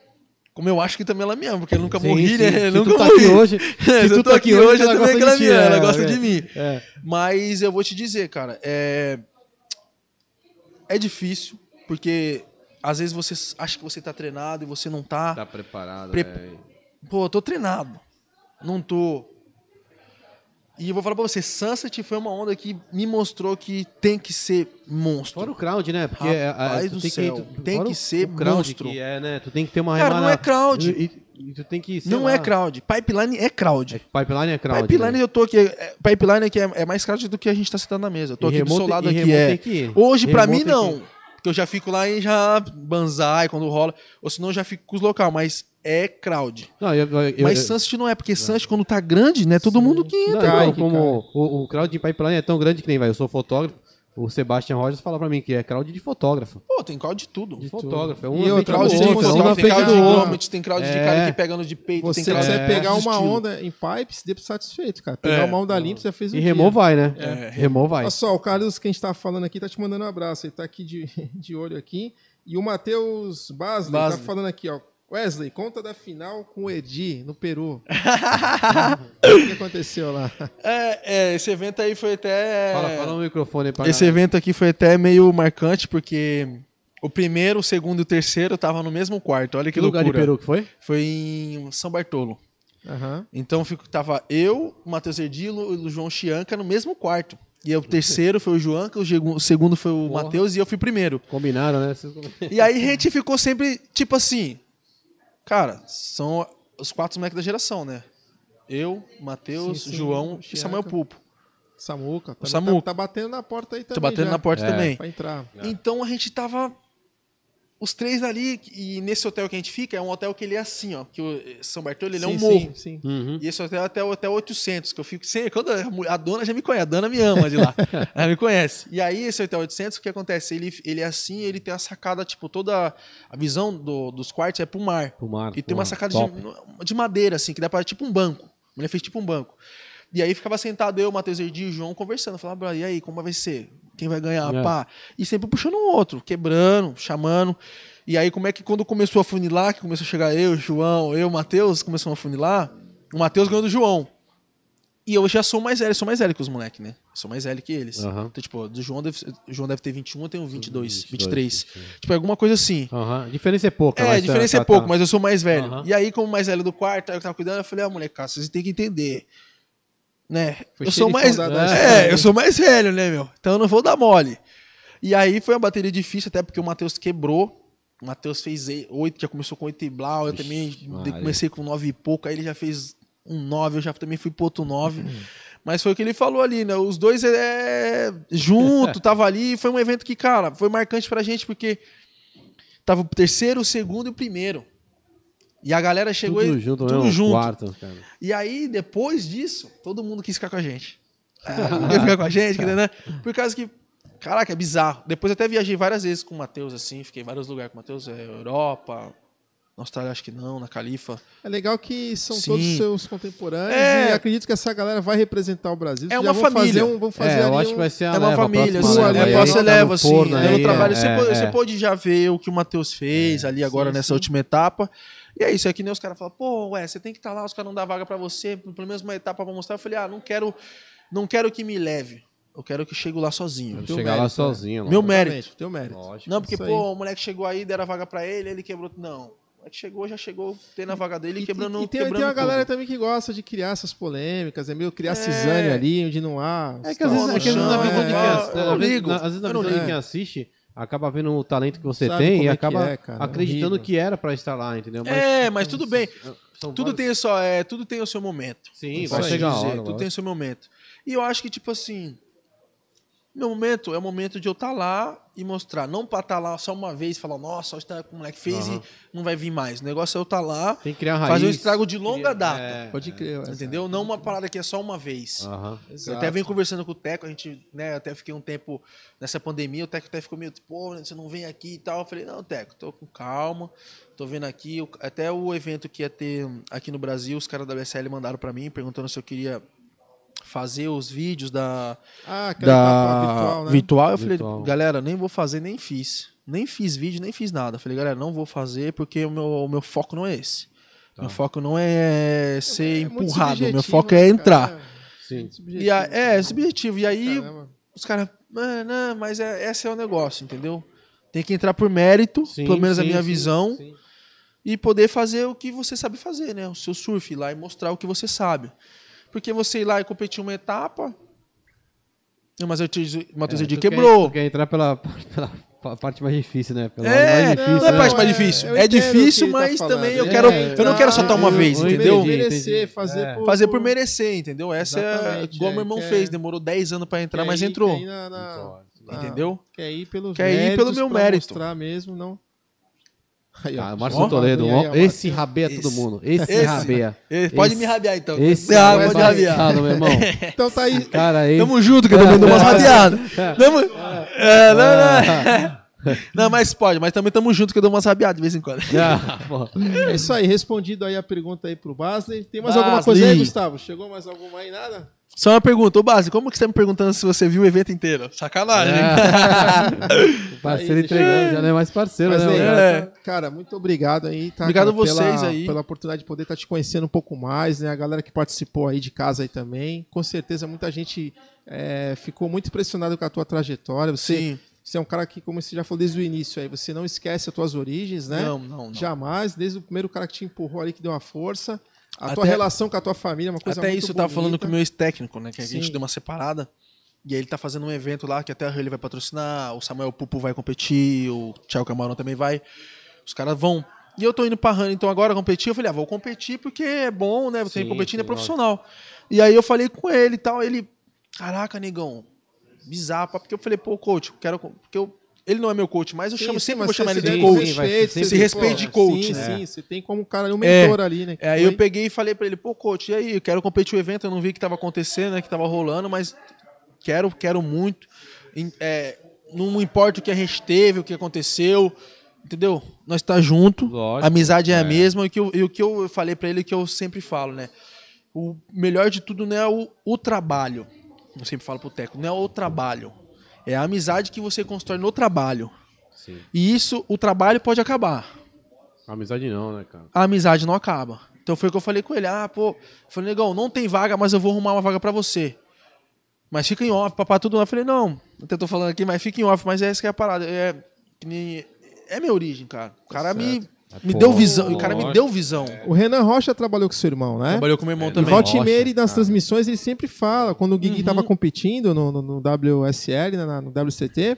Como eu acho que também ela me ama, porque eu nunca Sim, morri, sim. né? Eu Se nunca tu tá morri. aqui hoje, tá Se eu tô aqui hoje, eu também que ela de me ti, ama, ela é, gosta é. de mim. É. Mas eu vou te dizer, cara, é. É difícil, porque às vezes você acha que você tá treinado e você não tá. Tá preparado, Pre- né? Pô, eu tô treinado. Não tô. E eu vou falar pra você, Sunset foi uma onda que me mostrou que tem que ser monstro. Fora o crowd, né? Porque é, Rapaz é, do tu tem céu, que, tu- tem fora que o- ser o crowd monstro. Que é, né? Tu tem que ter uma Cara, não remada- é crowd. E, e- e tu tem que, sei não lá, é crowd. Pipeline é crowd. é- Pipeline é crowd. pipeline né? eu tô aqui. é- Pipeline aqui é, é mais crowd do que a gente tá sentando na mesa. Eu tô E aqui do remote- seu e lado aqui. remote É. tem que ir. Hoje, pra Remote mim, tem que não. ir. Porque eu já fico lá e já banzai quando rola. Ou senão eu já fico com os local, mas é crowd. Não, eu, eu, eu- mas Sunset não é, porque Sunset, quando tá grande, né? Todo mundo que Não, entra. cai, então, que como o, o crowd de pipeline é tão grande que nem vai. Eu sou fotógrafo. O Sebastian Rogers fala pra mim que é crowd de fotógrafo. Pô, tem crowd de tudo. De fotógrafo. É um E evento outra, do Crowd Tem de outro, você, um na tem crowd pegada de do outro. grommet, tem crowd de É. cara que pegando de peito, Você tem crowd quiser de pegar vários uma estilos. onda em pipes, dê pra satisfeito, cara. Pegar É. uma onda limpa, você fez um E dia. remou vai, né? É. Remou vai. Olha só, o Carlos que a gente tá falando aqui tá te mandando um abraço. Ele tá aqui de, de olho aqui. E o Matheus Basley, Basley. tá falando aqui, ó. Wesley, conta da final com o Edi no Peru. o que aconteceu lá? É, é, esse evento aí foi até. Fala, fala no microfone aí pra é. Esse é evento aqui foi até meio marcante, porque o primeiro, o segundo e o terceiro tava no mesmo quarto. Olha que, Que lugar de loucura. Peru que foi? Foi em São Bartolo. Aham. Então fico- tava eu, o Matheus Erdilo e o João Chianca no mesmo quarto. E aí o terceiro foi o Joanca, o jegu- o segundo foi o Porra. Matheus e eu fui primeiro. Combinaram, né? Vocês combinaram. E aí a gente ficou sempre, tipo assim. Cara, são os quatro moleques da geração, né? Eu, Matheus, Sim, sim, João o e Samuel Chianca. Pupo. Samuca. Tá, Samuca. Tá, tá batendo na porta aí também. Tô batendo já, na porta É. também. Pra entrar. Então a gente tava. Os três ali, e nesse hotel que a gente fica, é um hotel que ele é assim, ó. Que o São Bartolo, ele é um sim, morro. Sim, sim. Uhum. E esse hotel é até, até 800, que eu fico sem. Quando a, mu- a dona já me conhece, a dona me ama de lá. ela me conhece. E aí, esse hotel 800, o que acontece? Ele, ele é assim, ele tem a sacada, tipo, toda a visão do- dos quartos é pro mar. Pro mar, pro E tem uma mar. sacada Top. de, de madeira, assim, que dá pra tipo um banco. A mulher fez tipo um banco. E aí ficava sentado eu, Matheus Erdi e o João conversando. Falava, "Bro, e aí, como vai ser? Quem vai ganhar? É. Pá. E sempre puxando o outro, quebrando, chamando. E aí, como é que quando começou a funilar, que começou a chegar eu, João, eu, Matheus, começou a funilar, o Matheus ganhou do João. E eu já sou mais velho, sou mais velho que os moleques, né? Sou mais velho que eles. Aham. Então, tipo, do João deve, o João deve ter 21, eu tenho 22, 22, 23. um. Tipo, alguma coisa assim. Aham. A diferença é pouca. É, mas a diferença tá- é pouco, tá- mas eu sou mais velho. Aham. E aí, como mais velho do quarto, aí eu tava cuidando, eu falei, ah, moleque, cara, vocês têm que entender. Né? Foi eu sou xerifão mais. da- da É, eu sou mais velho, né, meu? Então eu não vou dar mole. E aí foi uma bateria difícil, até porque o Matheus quebrou. O Matheus fez e- oito, já começou com oito e blau. Eu Vixe, também Maria. comecei com nove e pouco, aí ele já fez um nove, eu já também fui pro outro nove. Uhum. Mas foi o que ele falou ali, né? Os dois é, junto, tava ali. Foi um evento que, cara, foi marcante pra gente, porque tava o terceiro, o segundo e o primeiro. E a galera chegou tudo e, junto, tudo né? junto. Quarto, cara. E aí, depois disso, todo mundo quis ficar com a gente. Ah, quer ficar com a gente, que- né? Por causa que, caraca, é bizarro. Depois eu até viajei várias vezes com o Matheus, assim, fiquei em vários lugares com o Matheus, é, Europa, na Austrália acho que não, na Califa. É legal que são Sim. todos seus contemporâneos É. e acredito que essa galera vai representar o Brasil. É Já uma vão família. Fazer um, vão fazer é, eu ali acho um- que vai ser a é uma leva, a família, próxima assim, leva, é, aí, leva. próxima você Tá no leva, assim, forno leva aí, o trabalho. é, você, pôde, é. você pôde já ver o que o Matheus fez ali agora É, sim, nessa sim. última etapa. E é isso, é que nem os caras falam, pô, ué, você tem que estar lá, os caras não dão vaga pra você, pelo menos uma etapa pra mostrar. Eu falei, ah, não quero, não quero que me leve, eu quero que eu chego lá sozinho. Quero Teu chegar lá mérito, né? sozinho. lá. é. Meu Exatamente, um mérito. Teu mérito. Lógico. Não, porque, Isso pô, aí. o moleque chegou aí, deram a vaga pra ele, ele quebrou. Não. O moleque chegou, já chegou tendo a vaga dele e quebrando. e tem, tem quebrando uma galera tudo. também que gosta de criar essas polêmicas, é meio criar cisane ali, onde não há. É que às vezes, Não, é que às vezes na não, visão de quem é. assiste, Eu às vezes- ligo. na- às vezes na Eu não é. visão de ligo. quem assiste, acaba vendo o talento que você Sabe tem como e é que acaba é, cara, é acreditando horrível. que era pra estar lá, entendeu? Mas É, mas tudo bem. são Tudo vários- tem, só, é, tudo tem o seu momento. Sim, Isso vai aí. Posso chegar a dizer, hora. Tudo lógico. tem o seu momento. E eu acho que, tipo assim. Meu momento é o momento de eu estar lá e mostrar. Não pra estar lá só uma vez e falar, nossa, olha o estrago que o moleque fez Aham. e não vai vir mais. O negócio é eu estar lá, Tem que criar raiz. fazer um estrago de longa data. É, Pode crer, ué. Entendeu? Não uma parada que é só uma vez. Aham. Eu até venho conversando com o Teco, a gente, né, eu até fiquei um tempo nessa pandemia, o Teco até ficou meio, pô, você não vem aqui e tal. Eu falei, não, Teco, tô com calma, tô vendo aqui. O- Até o evento que ia ter aqui no Brasil, os caras da WSL mandaram pra mim, perguntando se eu queria fazer os vídeos da, Ah, aquela da etapa virtual, né? virtual. Eu falei, Virtual. galera, nem vou fazer, nem fiz. Nem fiz vídeo, nem fiz nada. Falei, galera, não vou fazer porque o meu, o meu foco não é esse. Tá. Meu foco não é ser É muito empurrado, meu subjetivo, foco né, é cara? entrar. Sim. subjetivo, E a- é, cara. esse objetivo. E aí Caramba. os caras, "Ah, não, mas é, esse é o negócio, entendeu? Tem que entrar por mérito, Sim, pelo menos a sim, minha sim, visão, sim. e poder fazer o que você sabe fazer, né? O seu surf ir lá e mostrar o que você sabe. Porque você ir lá e competir uma etapa. Não, Mas eu te, o Matheus É, Edinho tu quer- quebrou. tu quer entrar pela, pela parte mais difícil, né? Pela É, mais difícil, não é né? parte mais é, difícil. eu É, entendo o que difícil, ele tá mas falando. também eu É, quero. eu não entrar, quero soltar uma eu- vez, eu entendeu? entendi. Merecer, entendi. fazer É. por, Fazer por merecer, entendeu? Essa é Exatamente, igual é, meu irmão quer- fez, demorou 10 anos pra entrar, Quer mas ir- entrou. Quer ir, na- na- na- Entendeu? quer ir pelos Quer ir pelo méritos meu pra mérito. mostrar mesmo, não. Aí, ó. Ah, Ó, Márcio Toledo, aí, ó, esse Márcio. rabeia todo Esse. mundo. Esse, Esse. é rabeia. Ei, Pode Esse- me rabiar então. Esse Ah, é pode embaçado, rabiar. meu irmão. Então tá aí. Cara, aí. Tamo junto, que eu também dou umas rabiadas. Tamo... É, não, não. Não, mas pode, mas também tamo junto que eu dou umas rabiadas de vez em quando. Ah, pô. É isso aí. Respondido aí a pergunta aí pro Basley. Tem mais Basley. alguma coisa aí, Gustavo? Chegou mais alguma aí? Nada? Só uma pergunta, ô Base, como que você tá me perguntando se você viu o evento inteiro? Sacanagem. né? O Ah. parceiro entregando, já não é mais parceiro, Mas, né? Ney, mano? É. Cara, muito obrigado aí. Tá, Obrigado cara, a vocês pela, aí. Pela oportunidade de poder estar te conhecendo um pouco mais, né? A galera que participou aí de casa aí também. Com certeza muita gente é, ficou muito impressionada com a tua trajetória. Você, Sim. você é um cara que, como você já falou desde o início aí, você não esquece as tuas origens, né? Não, não, não. Jamais, desde o primeiro cara que te empurrou ali, que deu uma força. A tua Até- relação com a tua família é uma coisa Até muito isso eu tava falando bonita. com o meu ex-técnico, né? Que a gente Sim. deu uma separada. E aí ele tá fazendo um evento lá que até a Hurley vai patrocinar, o Samuel Pupo vai competir, o Thiago Camarão também vai. Os caras vão. E eu tô indo pra Hurley, então agora competir. Eu falei, ah, vou competir porque é bom, né? Você Sim, competindo é sim, profissional. E aí eu falei com ele e tal. Ele, caraca, negão, bizarro. papo", Porque eu falei, pô, coach, eu quero. co- Porque eu, ele não é meu coach, mas eu Sim, chamo, sim, sempre mas vou chamar você ele se de deve deve coach. ser- respeito, você Se tem- respeita de pô, coach, Sim, né? sim, você tem como um cara, um mentor ali, né? que É, aí eu foi- peguei e falei pra ele, pô, coach, e aí, eu quero competir o evento, eu não vi o que tava acontecendo, né, que tava rolando, mas quero, quero muito. Em- é, não importa o que a gente teve, o que aconteceu, entendeu? Nós tá junto, Lógico, a amizade é, é. a mesma, e o que eu, e o que eu falei pra ele, que eu sempre falo, né? O melhor de tudo não é o, o trabalho, eu sempre falo pro Teco, não é o trabalho, é a amizade que você constrói no trabalho. Sim. E isso, o trabalho pode acabar Amizade não, né, cara? a amizade não acaba. Então foi o que eu falei com ele. Ah, pô, eu falei, negão, não tem vaga, mas eu vou arrumar uma vaga pra você. Mas fica em off, papá, tudo. lá. Eu falei, não, até tô falando aqui, mas fica em off, mas é essa que é a parada. É, que nem- é minha origem, cara. O cara me, me Pô, deu visão. O cara lógico. me deu visão. O Renan Rocha trabalhou com seu irmão, né? Trabalhou com meu irmão É, E também. volta e Rocha, meia, ele nas cara. transmissões, ele sempre fala. Quando o Guigui estava competindo no, no- no WSL, né, na- no WCT,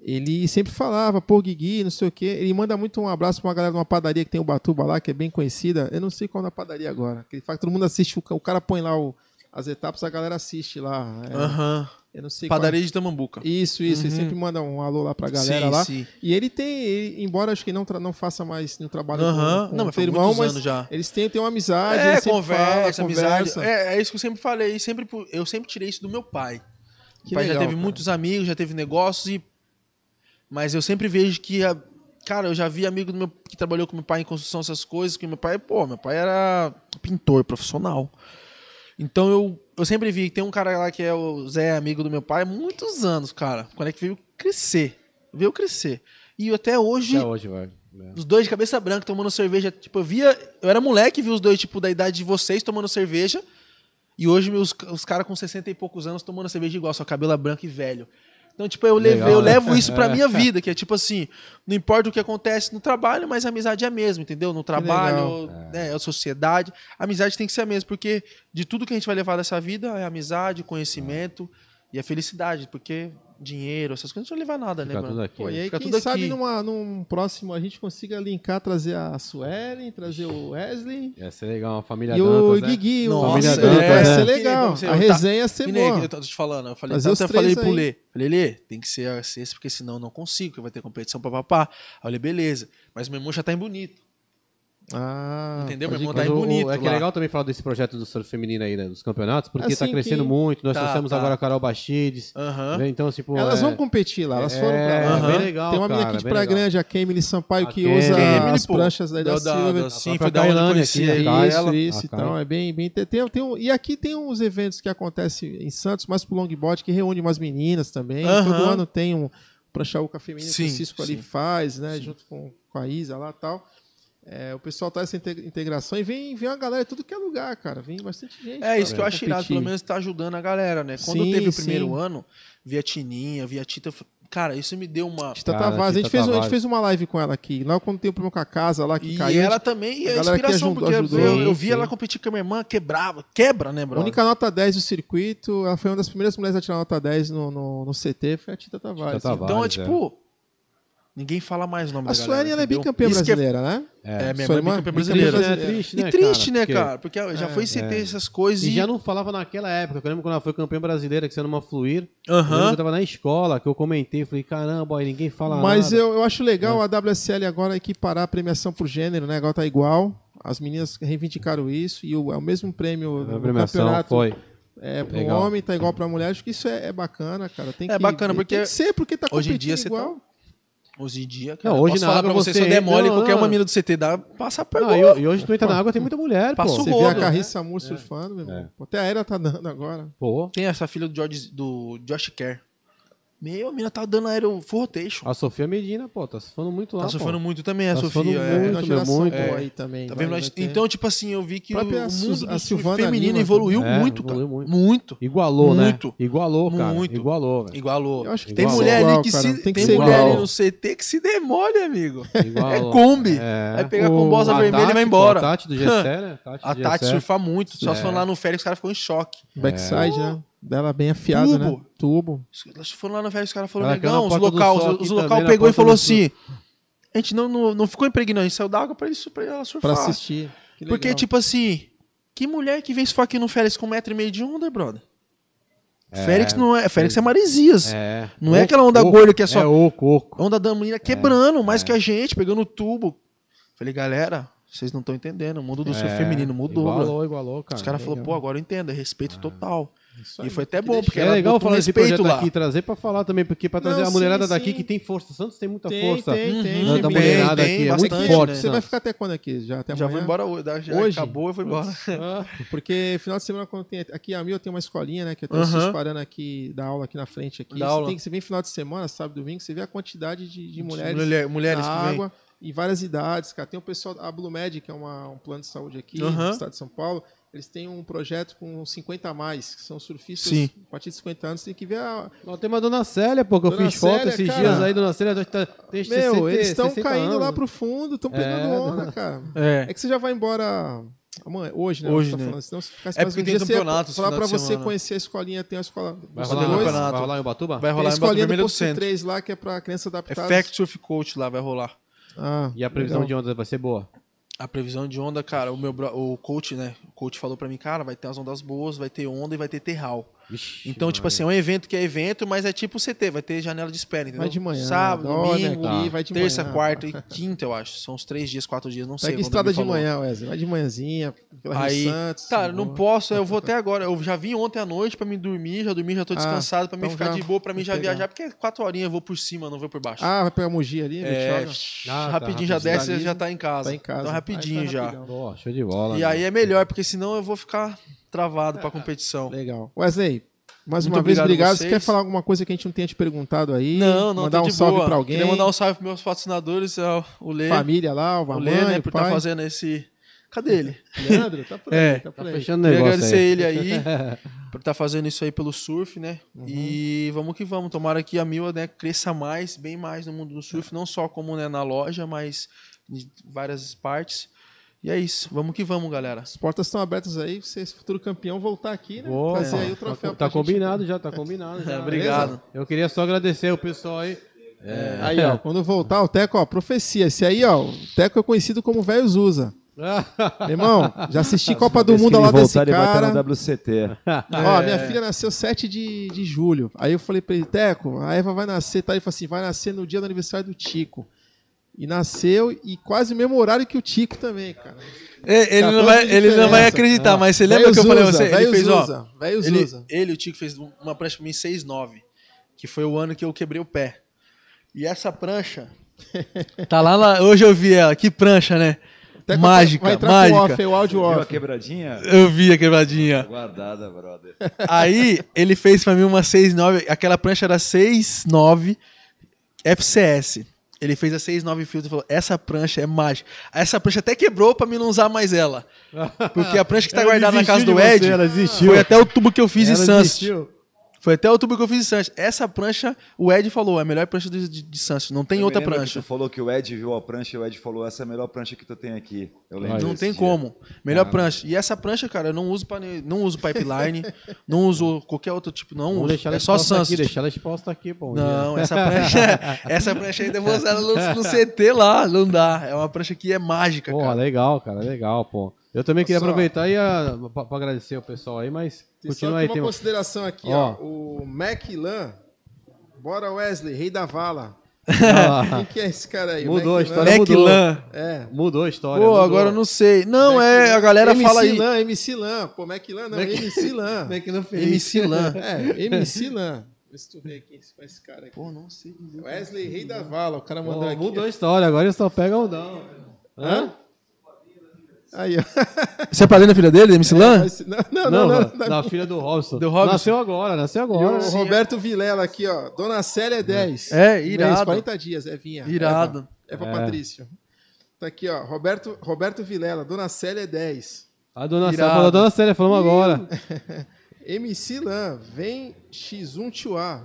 ele sempre falava, pô, Guigui, não sei o quê. Ele manda muito um abraço pra uma galera de uma padaria que tem o Batuba lá, que é bem conhecida. Eu não sei qual é a padaria agora. Ele fala que todo mundo assiste, o, ca- o cara põe lá o- as etapas, a galera assiste lá. É, Aham. Eu não sei qual- é. Padaria de Tamambuca. Isso, isso. Ele sempre manda um alô lá pra galera lá. sim. E ele tem, ele- embora acho que não, tra- não faça mais no trabalho Aham. com, com Não, o teu mas foi irmão, muitos mas anos já. eles têm, têm uma amizade, é, eles sempre conversa, falam, amizade. conversa. É, é isso que eu sempre falei. Sempre, pu- eu sempre tirei isso do meu pai. Que o pai já legal, teve cara. muitos amigos, já teve negócios e. Mas eu sempre vejo que. a- Cara, eu já vi amigo do meu que trabalhou com meu pai em construção, essas coisas, que meu pai, pô, meu pai era pintor profissional. Então eu, eu sempre vi que tem um cara lá que é o Zé, amigo do meu pai, há muitos anos, cara. Quando é que veio crescer? Veio crescer. E eu até hoje, Até hoje, velho. É. os dois de cabeça branca tomando cerveja. Tipo, eu via. Eu era moleque, vi os dois, tipo, da idade de vocês tomando cerveja. E hoje meus, os caras com 60 e poucos anos tomando cerveja igual, só cabelo branco e velho. Então, tipo, eu, Legal, levei, eu né? levo isso pra minha vida, que é tipo assim, não importa o que acontece no trabalho, mas a amizade é a mesma, entendeu? No trabalho, né, a sociedade, a amizade tem que ser a mesma, porque de tudo que a gente vai levar dessa vida é amizade, conhecimento e a felicidade, porque dinheiro, essas coisas não vai levar nada, né, Fica tudo mano? aqui. Pô, e aí, Fica quem tudo sabe aqui. numa, num próximo a gente consiga linkar, trazer a Suelen, trazer o Wesley Ia ser É, legal, uma família e o Dantas, né? Guigui. o Nossa, Guigui. é. vai ser É. legal. Que nem A você, tá resenha ia Que ser nem boa. eu tô te falando, eu falei, Fazer os até falei três pro aí. Lê, falei, Lê, tem que ser a sexta, porque senão eu não consigo, que vai ter competição, papapá. Aí eu falei, beleza, mas meu irmão já tá em bonito, Ah, entendeu? Meu pode irmão crer. Mas tá em o- o- bonito é que é lá. Ah, legal também falar desse projeto do surf feminino aí, né? Dos campeonatos, porque tá Assim crescendo que- muito. Nós Tá, trouxemos tá. agora a Carol Bastides. Aham. né? Então, tipo. Elas é- vão competir lá, elas foram É, pra lá. aham. bem legal, Tem uma menina cara, aqui de bem Praia legal. Grande, a Kemily Sampaio, A que Kemily, usa Kemily, as pô. pranchas da, da, Da- da- Silver. da- A Sim, foi própria da onde eu Kailane aqui, conheci né? ela. é tá. Isso, ela- isso. Ah, cara. então, é bem, bem tem, tem, tem um- E aqui tem uns eventos que acontecem em Santos, mas pro longboard, que reúne umas meninas também. Aham. Todo ano tem um, pranchaúca feminina Sim, que o Cisco sim. ali faz, né? Sim. Junto com, com a Isa lá e tal. É, o pessoal tá essa inte- integração e vem, vem uma galera de tudo que é lugar, cara. Vem bastante gente. É cara, isso que eu pra acho irado, competir. pelo menos tá ajudando a galera, né? Quando Sim, teve o sim. primeiro ano, via Tininha, via Tita, eu fa- cara, isso me deu uma. Tita Cara, Tavares, a gente Tita fez, um- a gente Tavares. fez uma live com ela aqui. Lá quando tem o problema com a casa lá que E caiu. a ela gente- também, e a a, galera que inspiração, ajudou- porque ajudou. eu, eu Sim, vi sim. ela competir com a minha irmã, quebrava, quebra, né, a brother? única nota 10 do circuito, ela foi uma das primeiras mulheres a tirar nota 10 no, no, no CT, foi a Tita Tavares. Tavares. Então é Vários, tipo. Ninguém fala mais o nome A da galera, Sueli, ela é entendeu? bicampeã Isso que é- brasileira, né? É, minha Sua irmã é irmã? bicampeã Bicampeã brasileira. brasileira. é triste, E triste, né, Porque- cara? Porque já foi CT essas coisas E e. já não falava naquela época, que eu lembro quando ela foi campeã brasileira, que sendo uma fluir. Eu lembro que Aham. eu tava na escola, que eu comentei, falei, caramba, aí ninguém fala Mas nada. eu, eu acho legal É. a WSL agora equiparar a premiação por gênero, né? Agora tá igual. As meninas reivindicaram isso e o, é o mesmo prêmio A no premiação campeonato foi. é pro Legal. homem, tá igual pra mulher. Acho que isso é, é bacana, cara. Tem É que, bacana, tem- porque tem que ser, porque tá hoje competindo em dia você igual. Hoje em dia, cara. Não, hoje hoje posso na falar água pra você, se eu você- der mole, não, qualquer não. uma mina do CT dá, passa por Não, e, e hoje tu entra na água, tem muita mulher, Passa pô. o Você gol. vê a né? É. Carissa Moore surfando, meu irmão. Até a Era tá dando agora. Pô, Tem essa filha do, George, do Josh Kerr. Meu, a mina tá dando aero full rotation. a Sofia Medina, pô, tá surfando muito lá, tá pô. sofrendo muito também, a Tá Sofia. surfando é. Tem muito, uma meu, geração muito. boa É. aí também. Tá vai- vendo? vai ter. Então, tipo assim, eu vi que o A própria mundo Sus- a do surf Silvana feminino Lima evoluiu também. É, muito, cara. evoluiu Muito. muito. Igualou, Muito. né? Igualou, cara. Muito. Igualou, velho. Igualou. Eu acho que tem igual. mulher ali Igual, que cara. se. Tem, Tem que ser mulher igual. ali no CT que se demole, amigo. É Igualou. Kombi. É. Aí pega a combosa A vermelha Tati, e vai pô, embora. A Tati do Gessé, né? Tati A do Tati Gessé. surfa muito. Só se foram lá no férias, os caras ficam em choque. Backside, né? Dela bem afiada, né? É. Tubo. Tubo. Elas foram lá no férias, os caras falaram, Ela caiu na negão, os porta do sol local, os, aqui os também, local na pegou e porta falou do sul. assim, a gente não, não, não ficou impregnante, a gente saiu da água pra, isso, pra ela surfar. Pra assistir. Que Porque, legal. tipo assim, que mulher que vem surfar aqui no férias com um metro e meio de onda, brother? É. Félix não é. Félix é maresias. É. Não é Oco, aquela onda oco. gorda que é só- É oco, oco. A onda da menina quebrando É, mais que a gente, pegando tubo. Falei, galera, vocês não estão entendendo. O mundo do surf É, feminino mudou, brother. Igualou, igualou, cara. Os caras falaram, pô, agora eu entendo, é respeito total. Isso E aí. foi até bom, porque é ela legal botou um falar desse projeto respeito lá. aqui, trazer pra falar também, porque pra trazer Não, a mulherada sim, daqui sim. que tem força. Santos tem muita Tem, força. tem, tem. Não, tem, da tem. mulherada Uhum. tem, aqui é bastante, muito né? forte. Você vai Santos. ficar até quando aqui? Já até Já vou amanhã? embora hoje. já- Já Hoje? acabou, eu vou embora. Ah, Porque final de semana quando tem aqui a minha eu tenho uma escolinha, né, que eu tô Aham. se parando aqui da aula aqui na frente aqui. Dá você aula. tem que você vem final de semana, sábado, domingo, você vê a quantidade de, de mulheres, Mulher- mulheres na que vêm. água em várias idades, cara. Tem o pessoal a Blue Med, que é uma- um plano de saúde aqui Aham. no estado de São Paulo. Eles têm um projeto com 50 a mais, que são surfistas Sim. a partir de 50 anos, tem que ver a, Não, tem uma dona Célia, pô, que eu Dona fiz foto Célia, esses cara. dias aí, dona Célia. acho que Tá, tem Meu, 60, eles estão 60 caindo anos. lá pro fundo, estão pegando É, onda, cara. É. É que você já vai embora amanhã, hoje, né? Hoje, Você tá né? falando, senão se ficasse É mais porque um tem dia, você ia campeonato esse falar final pra de você semana. conhecer a escolinha, tem a escola Vai os rolar, dois, vai rolar em Ubatuba? Vai tem a rolar em Bato escolinha do Vermelho do Posto Centro. 3 lá, que é pra criança adaptada. Effect Surf Coach lá vai rolar. Ah, E a previsão legal. de onda vai ser boa. A previsão de onda, cara, o meu bro- o coach, né? O coach falou pra mim, cara, vai ter as ondas boas, vai ter onda e vai ter terral. Vixe, Então, tipo assim, é um evento que é evento, mas é tipo CT, vai ter janela de espera, entendeu? Vai de manhã, então, Sábado, dorme domingo, tá. aqui, vai de terça, manhã. quarta e quinta, eu acho. São os três dias, quatro dias, não sei. Pega quando estrada ele de falou. manhã, Wesley. Vai de manhãzinha, pela Rio Aí, Santos. cara, não boa. posso, eu vou até agora. Eu já vim ontem à noite pra me dormir, já dormi, já tô Ah, descansado, pra mim então ficar já- de boa, pra mim vou já pegar. viajar, porque é quatro horinhas eu vou por cima, não vou por baixo. Ah, vai pegar Mogi ali, Bertioga? É, Ah, tá, rapidinho já rapidinho. desce, Tá ali, já tá em casa. Tá em casa. Então rapidinho Aí tá já. rapidão. Pô, show de bola. E né? aí é melhor, porque senão eu vou ficar travado pra competição. Legal. Wesley, mais Muito uma vez, obrigado a obrigado. Você vocês. quer falar alguma coisa que a gente não tenha te perguntado aí? Não, não, Mandar tô um de salve boa. pra alguém. Queria mandar um salve pros meus patrocinadores, ao- o Lê, Família lá, o o mamãe, Lê, né, o por pai. estar fazendo esse... Cadê ele? Leandro, tá por aí, É, tá por Tá aí. fechando o Queria negócio agradecer aí. ele aí, por estar fazendo isso aí pelo surf, né? Uhum. E vamos que vamos, tomara que a Mila, né, cresça mais, bem mais no mundo do surf, não só como, né, na loja, mas em várias partes. E é isso, vamos que vamos, galera. As portas estão abertas aí, pra vocês futuro campeão voltar aqui, né? Opa, Trazer aí o troféu. Tá, tá pra gente. então? combinado já, tá combinado já. Obrigado. Eu queria só agradecer o pessoal aí. É. Aí, ó, quando voltar, o Teco, ó, profecia. Esse aí, ó, o Teco é conhecido como Velho Zusa. Meu Irmão, já assisti Copa do Vez que Mundo ao ele lado desse voltar, tá Ele cara. vai estar no WCT. Ó, minha filha nasceu 7 de, de julho. Aí eu falei pra ele, Teco, a Eva vai nascer, tá? Ele falou assim, vai nascer no dia do aniversário do Tico. E nasceu, e quase o mesmo horário que o Tico também, cara. É, Ele não vai- ele não vai acreditar, mas você Velho Zusa, velho Zusa, velho Ele, Zusa. ele, o Tico, fez um- uma prancha pra mim 6,9, que foi o ano que eu quebrei o pé. E essa prancha. tá lá na- Hoje eu vi ela, que prancha, né? Até que mágica, vai entrar com o off, mágica. aí, o áudio Viu a off. quebradinha? Eu vi a quebradinha. Guardada, brother. Aí ele fez pra mim uma 6,9. Aquela prancha era 6,9. FCS. Ele fez a 6-9 fios e falou: essa prancha é mágica. Essa prancha até quebrou pra mim não usar mais ela. Porque a prancha que tá Ela guardada na casa desistiu do de você, Ed Ela desistiu. foi até o tubo que eu fiz em Ela Santos. desistiu. Foi até o tubo que eu fiz em Santos. Essa prancha, o Ed falou, é a melhor prancha de, de, de Santos. Não tem Eu me outra lembro que prancha. Tu falou que o Ed viu a prancha e o Ed falou: essa é a melhor prancha que tu tem aqui. Eu lembro. Não desse tem dia. como. Ah. Melhor prancha. E essa prancha, cara, eu não uso, pra, ne- não uso pipeline, não uso qualquer outro tipo, não Vamos uso. deixar ela É só exposta Santos. aqui, deixar ela exposta aqui, bom. Não, essa prancha, essa prancha ainda eu vou usar ela no, no CT lá, não dá. É uma prancha que é mágica, Pô, cara. legal, cara, legal, pô. Eu também queria Só- aproveitar e ah, pra, pra agradecer o pessoal aí, mas Tem continua só aí. uma Tem... um- consideração aqui, ó. O Mac Lan. Bora, Wesley, rei da vala. Quem Ah, que é esse cara aí? O Mudou a Mac Lan? história. mudou. Lan. É. mudou a história. Pô, mudou. agora eu não sei. Não, é, a galera MC fala aí. Lan, MC Lan. Pô, Mac Lan não, MC Lan. MC Lan. É, MC Lan. Vê se tu vê aqui esse- esse cara aqui. Pô, não sei. Wesley, rei da vala. O cara Pô, mandou aqui. mudou ó. a história, agora eles só pegam o não. Hã? Aí, ó. Você é padrinho da filha dele, MC Lan? Esse- Não, não, Não, não. não, é da, da filha do Robson. Do Robson. Nasceu agora, nasceu E agora. o Roberto Vilela aqui, ó. Dona Célia 10. É, Um irado. mês, 40 dias, Evinha. Irado. Eva, É. Eva Patrício. Tá aqui, ó. Roberto, Roberto Vilela, Dona Célia é 10. A dona Irado. Célia falou, dona Célia, falamos agora. MC Lan, vem X1 Tioá.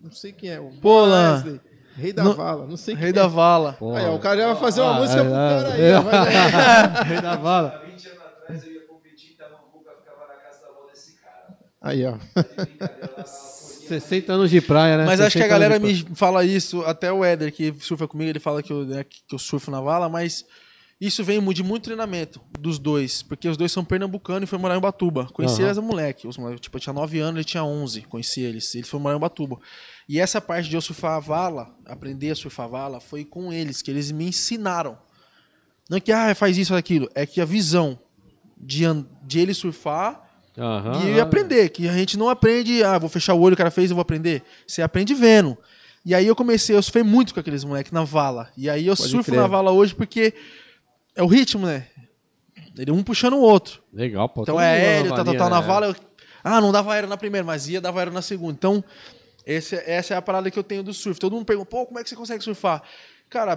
Não sei quem é. O Pô, Lan. Wesley, Rei da Não- Vala. Não sei quem Rei da Vala. é. Aí, ó, o cara já vai fazer uma música pro cara aí. ó, vai lá. aí. Rei da vala. Há 20 anos atrás eu ia competir em Tamambuca, ficava na casa da avó desse cara. Aí, ó. 60 anos de praia, né? Mas acho que a 60 anos galera de praia. me fala isso, até o Éder, que surfa comigo, ele fala que eu, né, que eu surfo na vala, mas isso vem mu- de muito treinamento dos dois, porque os dois são pernambucanos e foi morar em Ubatuba. Conheci Aham. eles, moleque, os moleque, tipo, eu tinha 9 anos, ele tinha 11, conheci eles, eles foram morar em Ubatuba. E essa parte de eu surfar a vala, aprender a surfar a vala, foi com eles, que eles me ensinaram. Não é que, ah, faz isso, faz aquilo, é que a visão de, an- de ele surfar Aham, e aham. aprender, que a gente não aprende, ah, vou fechar o olho, o cara fez, eu vou aprender. Você aprende vendo. E aí eu comecei, eu surfei muito com aqueles moleques na vala. E aí eu Pode surfo crer. na vala hoje porque é o ritmo, né? Ele um puxando o outro. Legal, pô. Então todo é mundo aéreo, tal, tal, varinha, tal, na né? vala. eu- Ah, não dava aéreo na primeira, mas ia, dava aéreo na segunda. Então, esse- essa é a parada que eu tenho do surf. Todo mundo pergunta, pô, como é que você consegue surfar? Cara,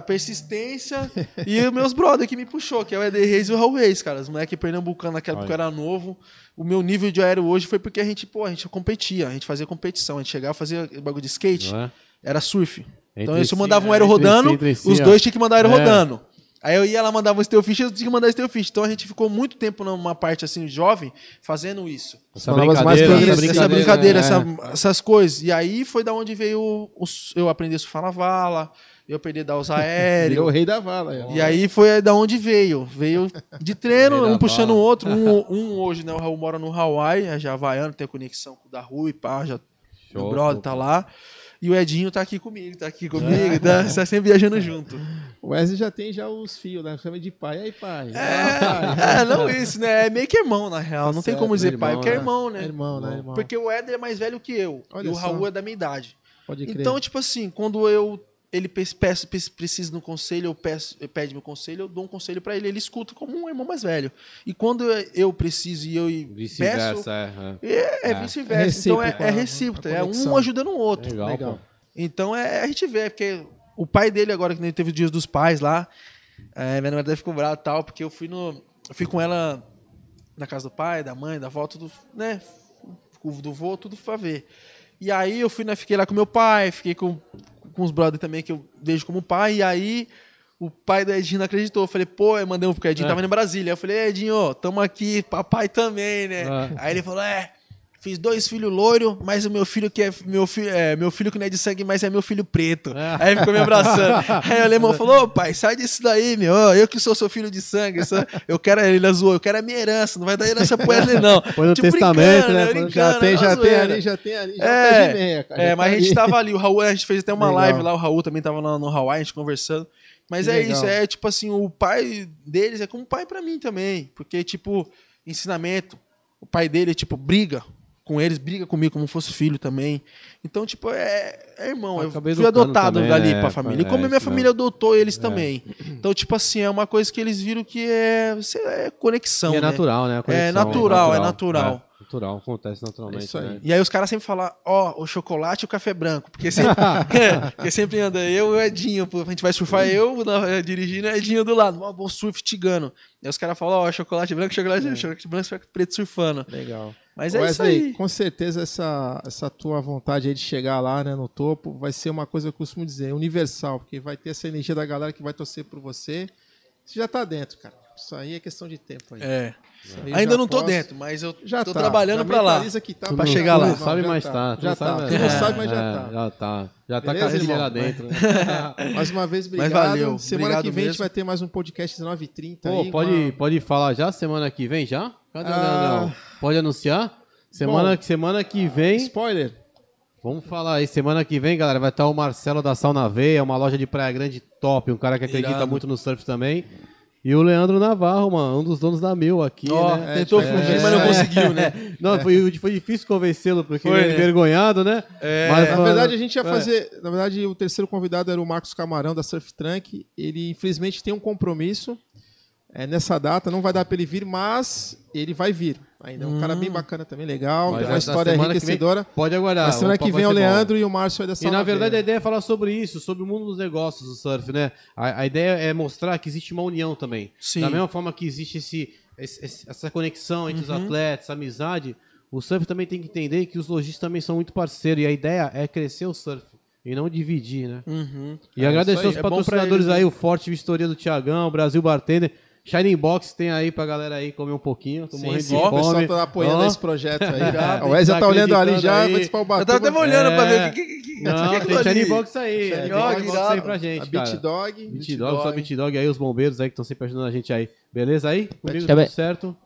persistência e os meus brother que me puxou, que é o Eder Reis e o Raul Reis, cara. Os moleques pernambucanos naquela época eu era novo. O meu nível de aéreo hoje foi porque a gente, pô, a gente competia, a gente fazia competição. A gente chegava, fazia bagulho de skate, Não é? era surf. então, Entre se si, eu mandava um né? aéreo Entre si, rodando, entre si, os ó. dois tinham que mandar aéreo É. rodando. Aí eu ia lá, mandava um steelfish, eu tinha que mandar steelfish. Então a gente ficou muito tempo numa parte assim, jovem, fazendo isso. Essa Palavras mais brincadeira, progressistas. é Isso, essa brincadeira, né? essa- essas coisas. E aí foi da onde veio o- os- eu aprender a surfar na vala, eu aprendi a dar os Ele é o aéreos. rei da vala. aí, ó. E aí foi da onde veio. Veio de treino, Veio da um puxando o vala. outro. Um, um hoje, né? O Raul mora no Hawaii, é já havaiano, tem conexão com o da Rui, pá, já Show, meu brother pô. É. tá lá. E o Edinho tá aqui comigo, tá aqui comigo, tá, tá sempre viajando junto. O Wesley já tem já os fios, né? Chama de pai. Aí, pai. É, não isso, né? É meio que irmão, na real. Não tem certo, como dizer meu pai, Tá irmão, porque é né? irmão, né? Irmão, né, irmão? Porque o Éder é mais velho que eu. Olha e o Raul só. é da minha idade. Pode crer. Então, tipo assim, quando eu ele pe- peço, pe- precisa de um conselho, eu peço, eu pede meu conselho, eu dou um conselho pra ele, ele escuta como um irmão mais velho. E quando eu- eu preciso e eu e peço, Vice-versa, é, é, é É. É vice-versa. recíproco então é, a- é recíproco, a é conexão. um ajudando o é. outro. Legal, Legal. pô. Então é, a gente vê, porque o pai dele agora, que nem teve o dia dos pais lá, é, minha namorada ficou brava e tal, porque eu fui no. Eu fui com ela na casa do pai, da mãe, da avó, tudo, né? com o Do vô, tudo pra ver. E aí eu fui, né, fiquei lá com meu pai, fiquei com, com os brothers também que eu vejo como pai, e aí. O pai do Edinho não acreditou. Eu falei, pô, eu mandei um porque o Edinho É. tava em Brasília. Eu falei, Edinho, ó, tamo aqui, papai também, né? É. Aí ele falou, é, fiz dois filhos loiro, mas o meu filho que é meu filho, é, meu filho que não é de sangue, mas é meu filho preto. É. Aí ficou me abraçando. Aí o alemão falou, ô pai, sai disso daí, meu. Ó, Eu que sou seu filho de sangue. só- Eu quero, ele zoou, eu quero a minha herança, não vai dar herança pro Wesley, não. Tipo, Põe no testamento, brincando, né? brincando, já tem, na já tem zoeira. ali, já tem ali. Já É, perde meia, cara. É, Já mas tá a gente ali. tava ali, o Raul, a gente fez até uma Legal. live lá, o Raul também tava lá no Hawaii, a gente conversando. Mas Que é legal. isso, é tipo assim, o pai deles é como pai pra mim também, porque tipo, ensinamento, o pai dele tipo briga com eles, briga comigo como fosse filho também. Então, tipo, é, é irmão, eu Acabei fui educando adotado também, dali né? pra família. É, E como isso minha mesmo. família adotou eles também. Então, tipo assim, é uma coisa que eles viram que é, sei lá, é conexão, E é né? natural, né? a É conexão, natural, é natural. É. cultural, acontece naturalmente. É isso aí. né? E aí os caras sempre falam, ó, o chocolate e o café branco. Porque sempre, é, porque sempre anda eu e o Edinho. pô, a gente vai surfar eu na- dirigindo e o Edinho do lado. Ó, bom surf tigano. E aí os caras falam, ó, chocolate branco, É. chocolate branco, chocolate branco, chocolate preto surfando. Legal. Mas é isso Wesley, aí. com certeza essa, essa tua vontade aí de chegar lá né, no topo vai ser uma coisa que eu costumo dizer, universal, porque vai ter essa energia da galera que vai torcer por você. Você já tá dentro, cara. Isso aí é questão de tempo aí. É. Isso aí eu Ainda já não tô posso- dentro, mas eu Já tô tá. trabalhando Já pra lá. mentaliza que tá pra chegar tu lá. Não Não, sabe já mais tá, tá. já tá. sabe, Tu não é, sabe, mas já é, tá. Já tá. Já tá Beleza, com a casilha irmão? lá dentro. né? Mais uma vez, obrigado. É. valeu, Semana obrigado que vem a gente mesmo. vai ter mais um podcast 19h30. Pô, Tá aí, pode, uma- pode falar já semana que vem já? Cadê o Ah. Leandrão? Pode anunciar? Semana, semana que vem. Spoiler. Vamos falar aí, semana que vem, galera, vai estar o Marcelo da Sal na Veia, uma loja de Praia Grande top, um cara que acredita Irado. muito no surf também. E o Leandro Navarro, mano, um dos donos da Mil aqui, Ó, né? tentou tipo, fugir, é. mas não conseguiu, né? Não, Foi, foi difícil convencê-lo, porque Foi, ele é né? envergonhado, né? É. Mas, Na mano, verdade, a gente ia é. fazer. Na verdade, o terceiro convidado era o Marcos Camarão, da Surf Trunk. Ele, infelizmente, tem um compromisso é, nessa data. Não vai dar pra ele vir, mas ele vai vir. Ainda é um cara bem bacana também, legal. Hum. Mas tem a- a uma história semana que enriquecedora. Pode aguardar. Na semana o que papo vai vem é o ser bom. Leandro e o Márcio é da E Sala na verdade a Verde. ideia é falar sobre isso, sobre o mundo dos negócios do surf, né? A, a ideia é mostrar que existe uma união também. Sim. Da mesma forma que existe esse, esse- esse- essa conexão entre os Uhum. atletas, essa amizade, o surf também tem que entender que os lojistas também são muito parceiros. E a ideia é crescer o surf e não dividir, né? Uhum. E agradecer isso aos aí, é bom pra patrocinadores eles, né? aí, o Forte Vistoria do Tiagão, Brasil Bartender. Shining Box tem aí pra galera aí comer um pouquinho. Tô morrendo de sim. Ó, O pessoal fome. tá apoiando Ó. esse projeto aí. Irado, O Wesley já tá tá olhando ali acreditando já, aí. vai dispar o Eu tava até olhando pra ver o que, que, que, que, Não, que é tem aquilo Shining ali. Box aí. Shining É, Tem Box, Shining Box aí irado. pra gente, A cara. Beat Dog. Beat Dog, só Beat Dog aí, os bombeiros aí que estão sempre ajudando a gente aí. Beleza aí? Comigo Tá tudo bem. certo.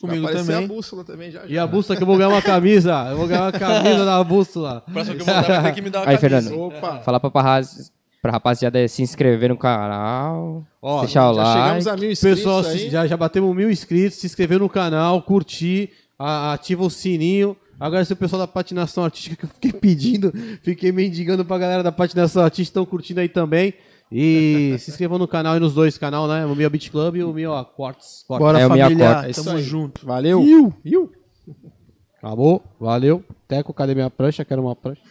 Comigo vai aparecer também. a bússola também já. já. E a bússola que eu vou ganhar uma camisa. Eu vou ganhar uma camisa da bússola. Próximo que eu voltar vai ter que me dar uma Aí, camisa. Fernando. Opa! Falar pra, parraz- pra rapaziada é se inscrever no canal, Ó, deixar o Já chegamos like. a mil inscritos Pessoal, se- aí. já, já batemos mil inscritos, se inscreveu no canal, curtir, a- ativa o sininho. Agora se o pessoal da patinação artística que eu fiquei pedindo, fiquei mendigando pra galera da patinação artística, estão curtindo aí também. E se inscrevam no canal e nos dois canal, né? O Mia Beach Club e o Mia Quartz. Quartz. Bora, É o minha família. cota, é isso Tamo aí. junto. Valeu! Acabou, valeu. Teco, cadê minha prancha? Quero uma prancha.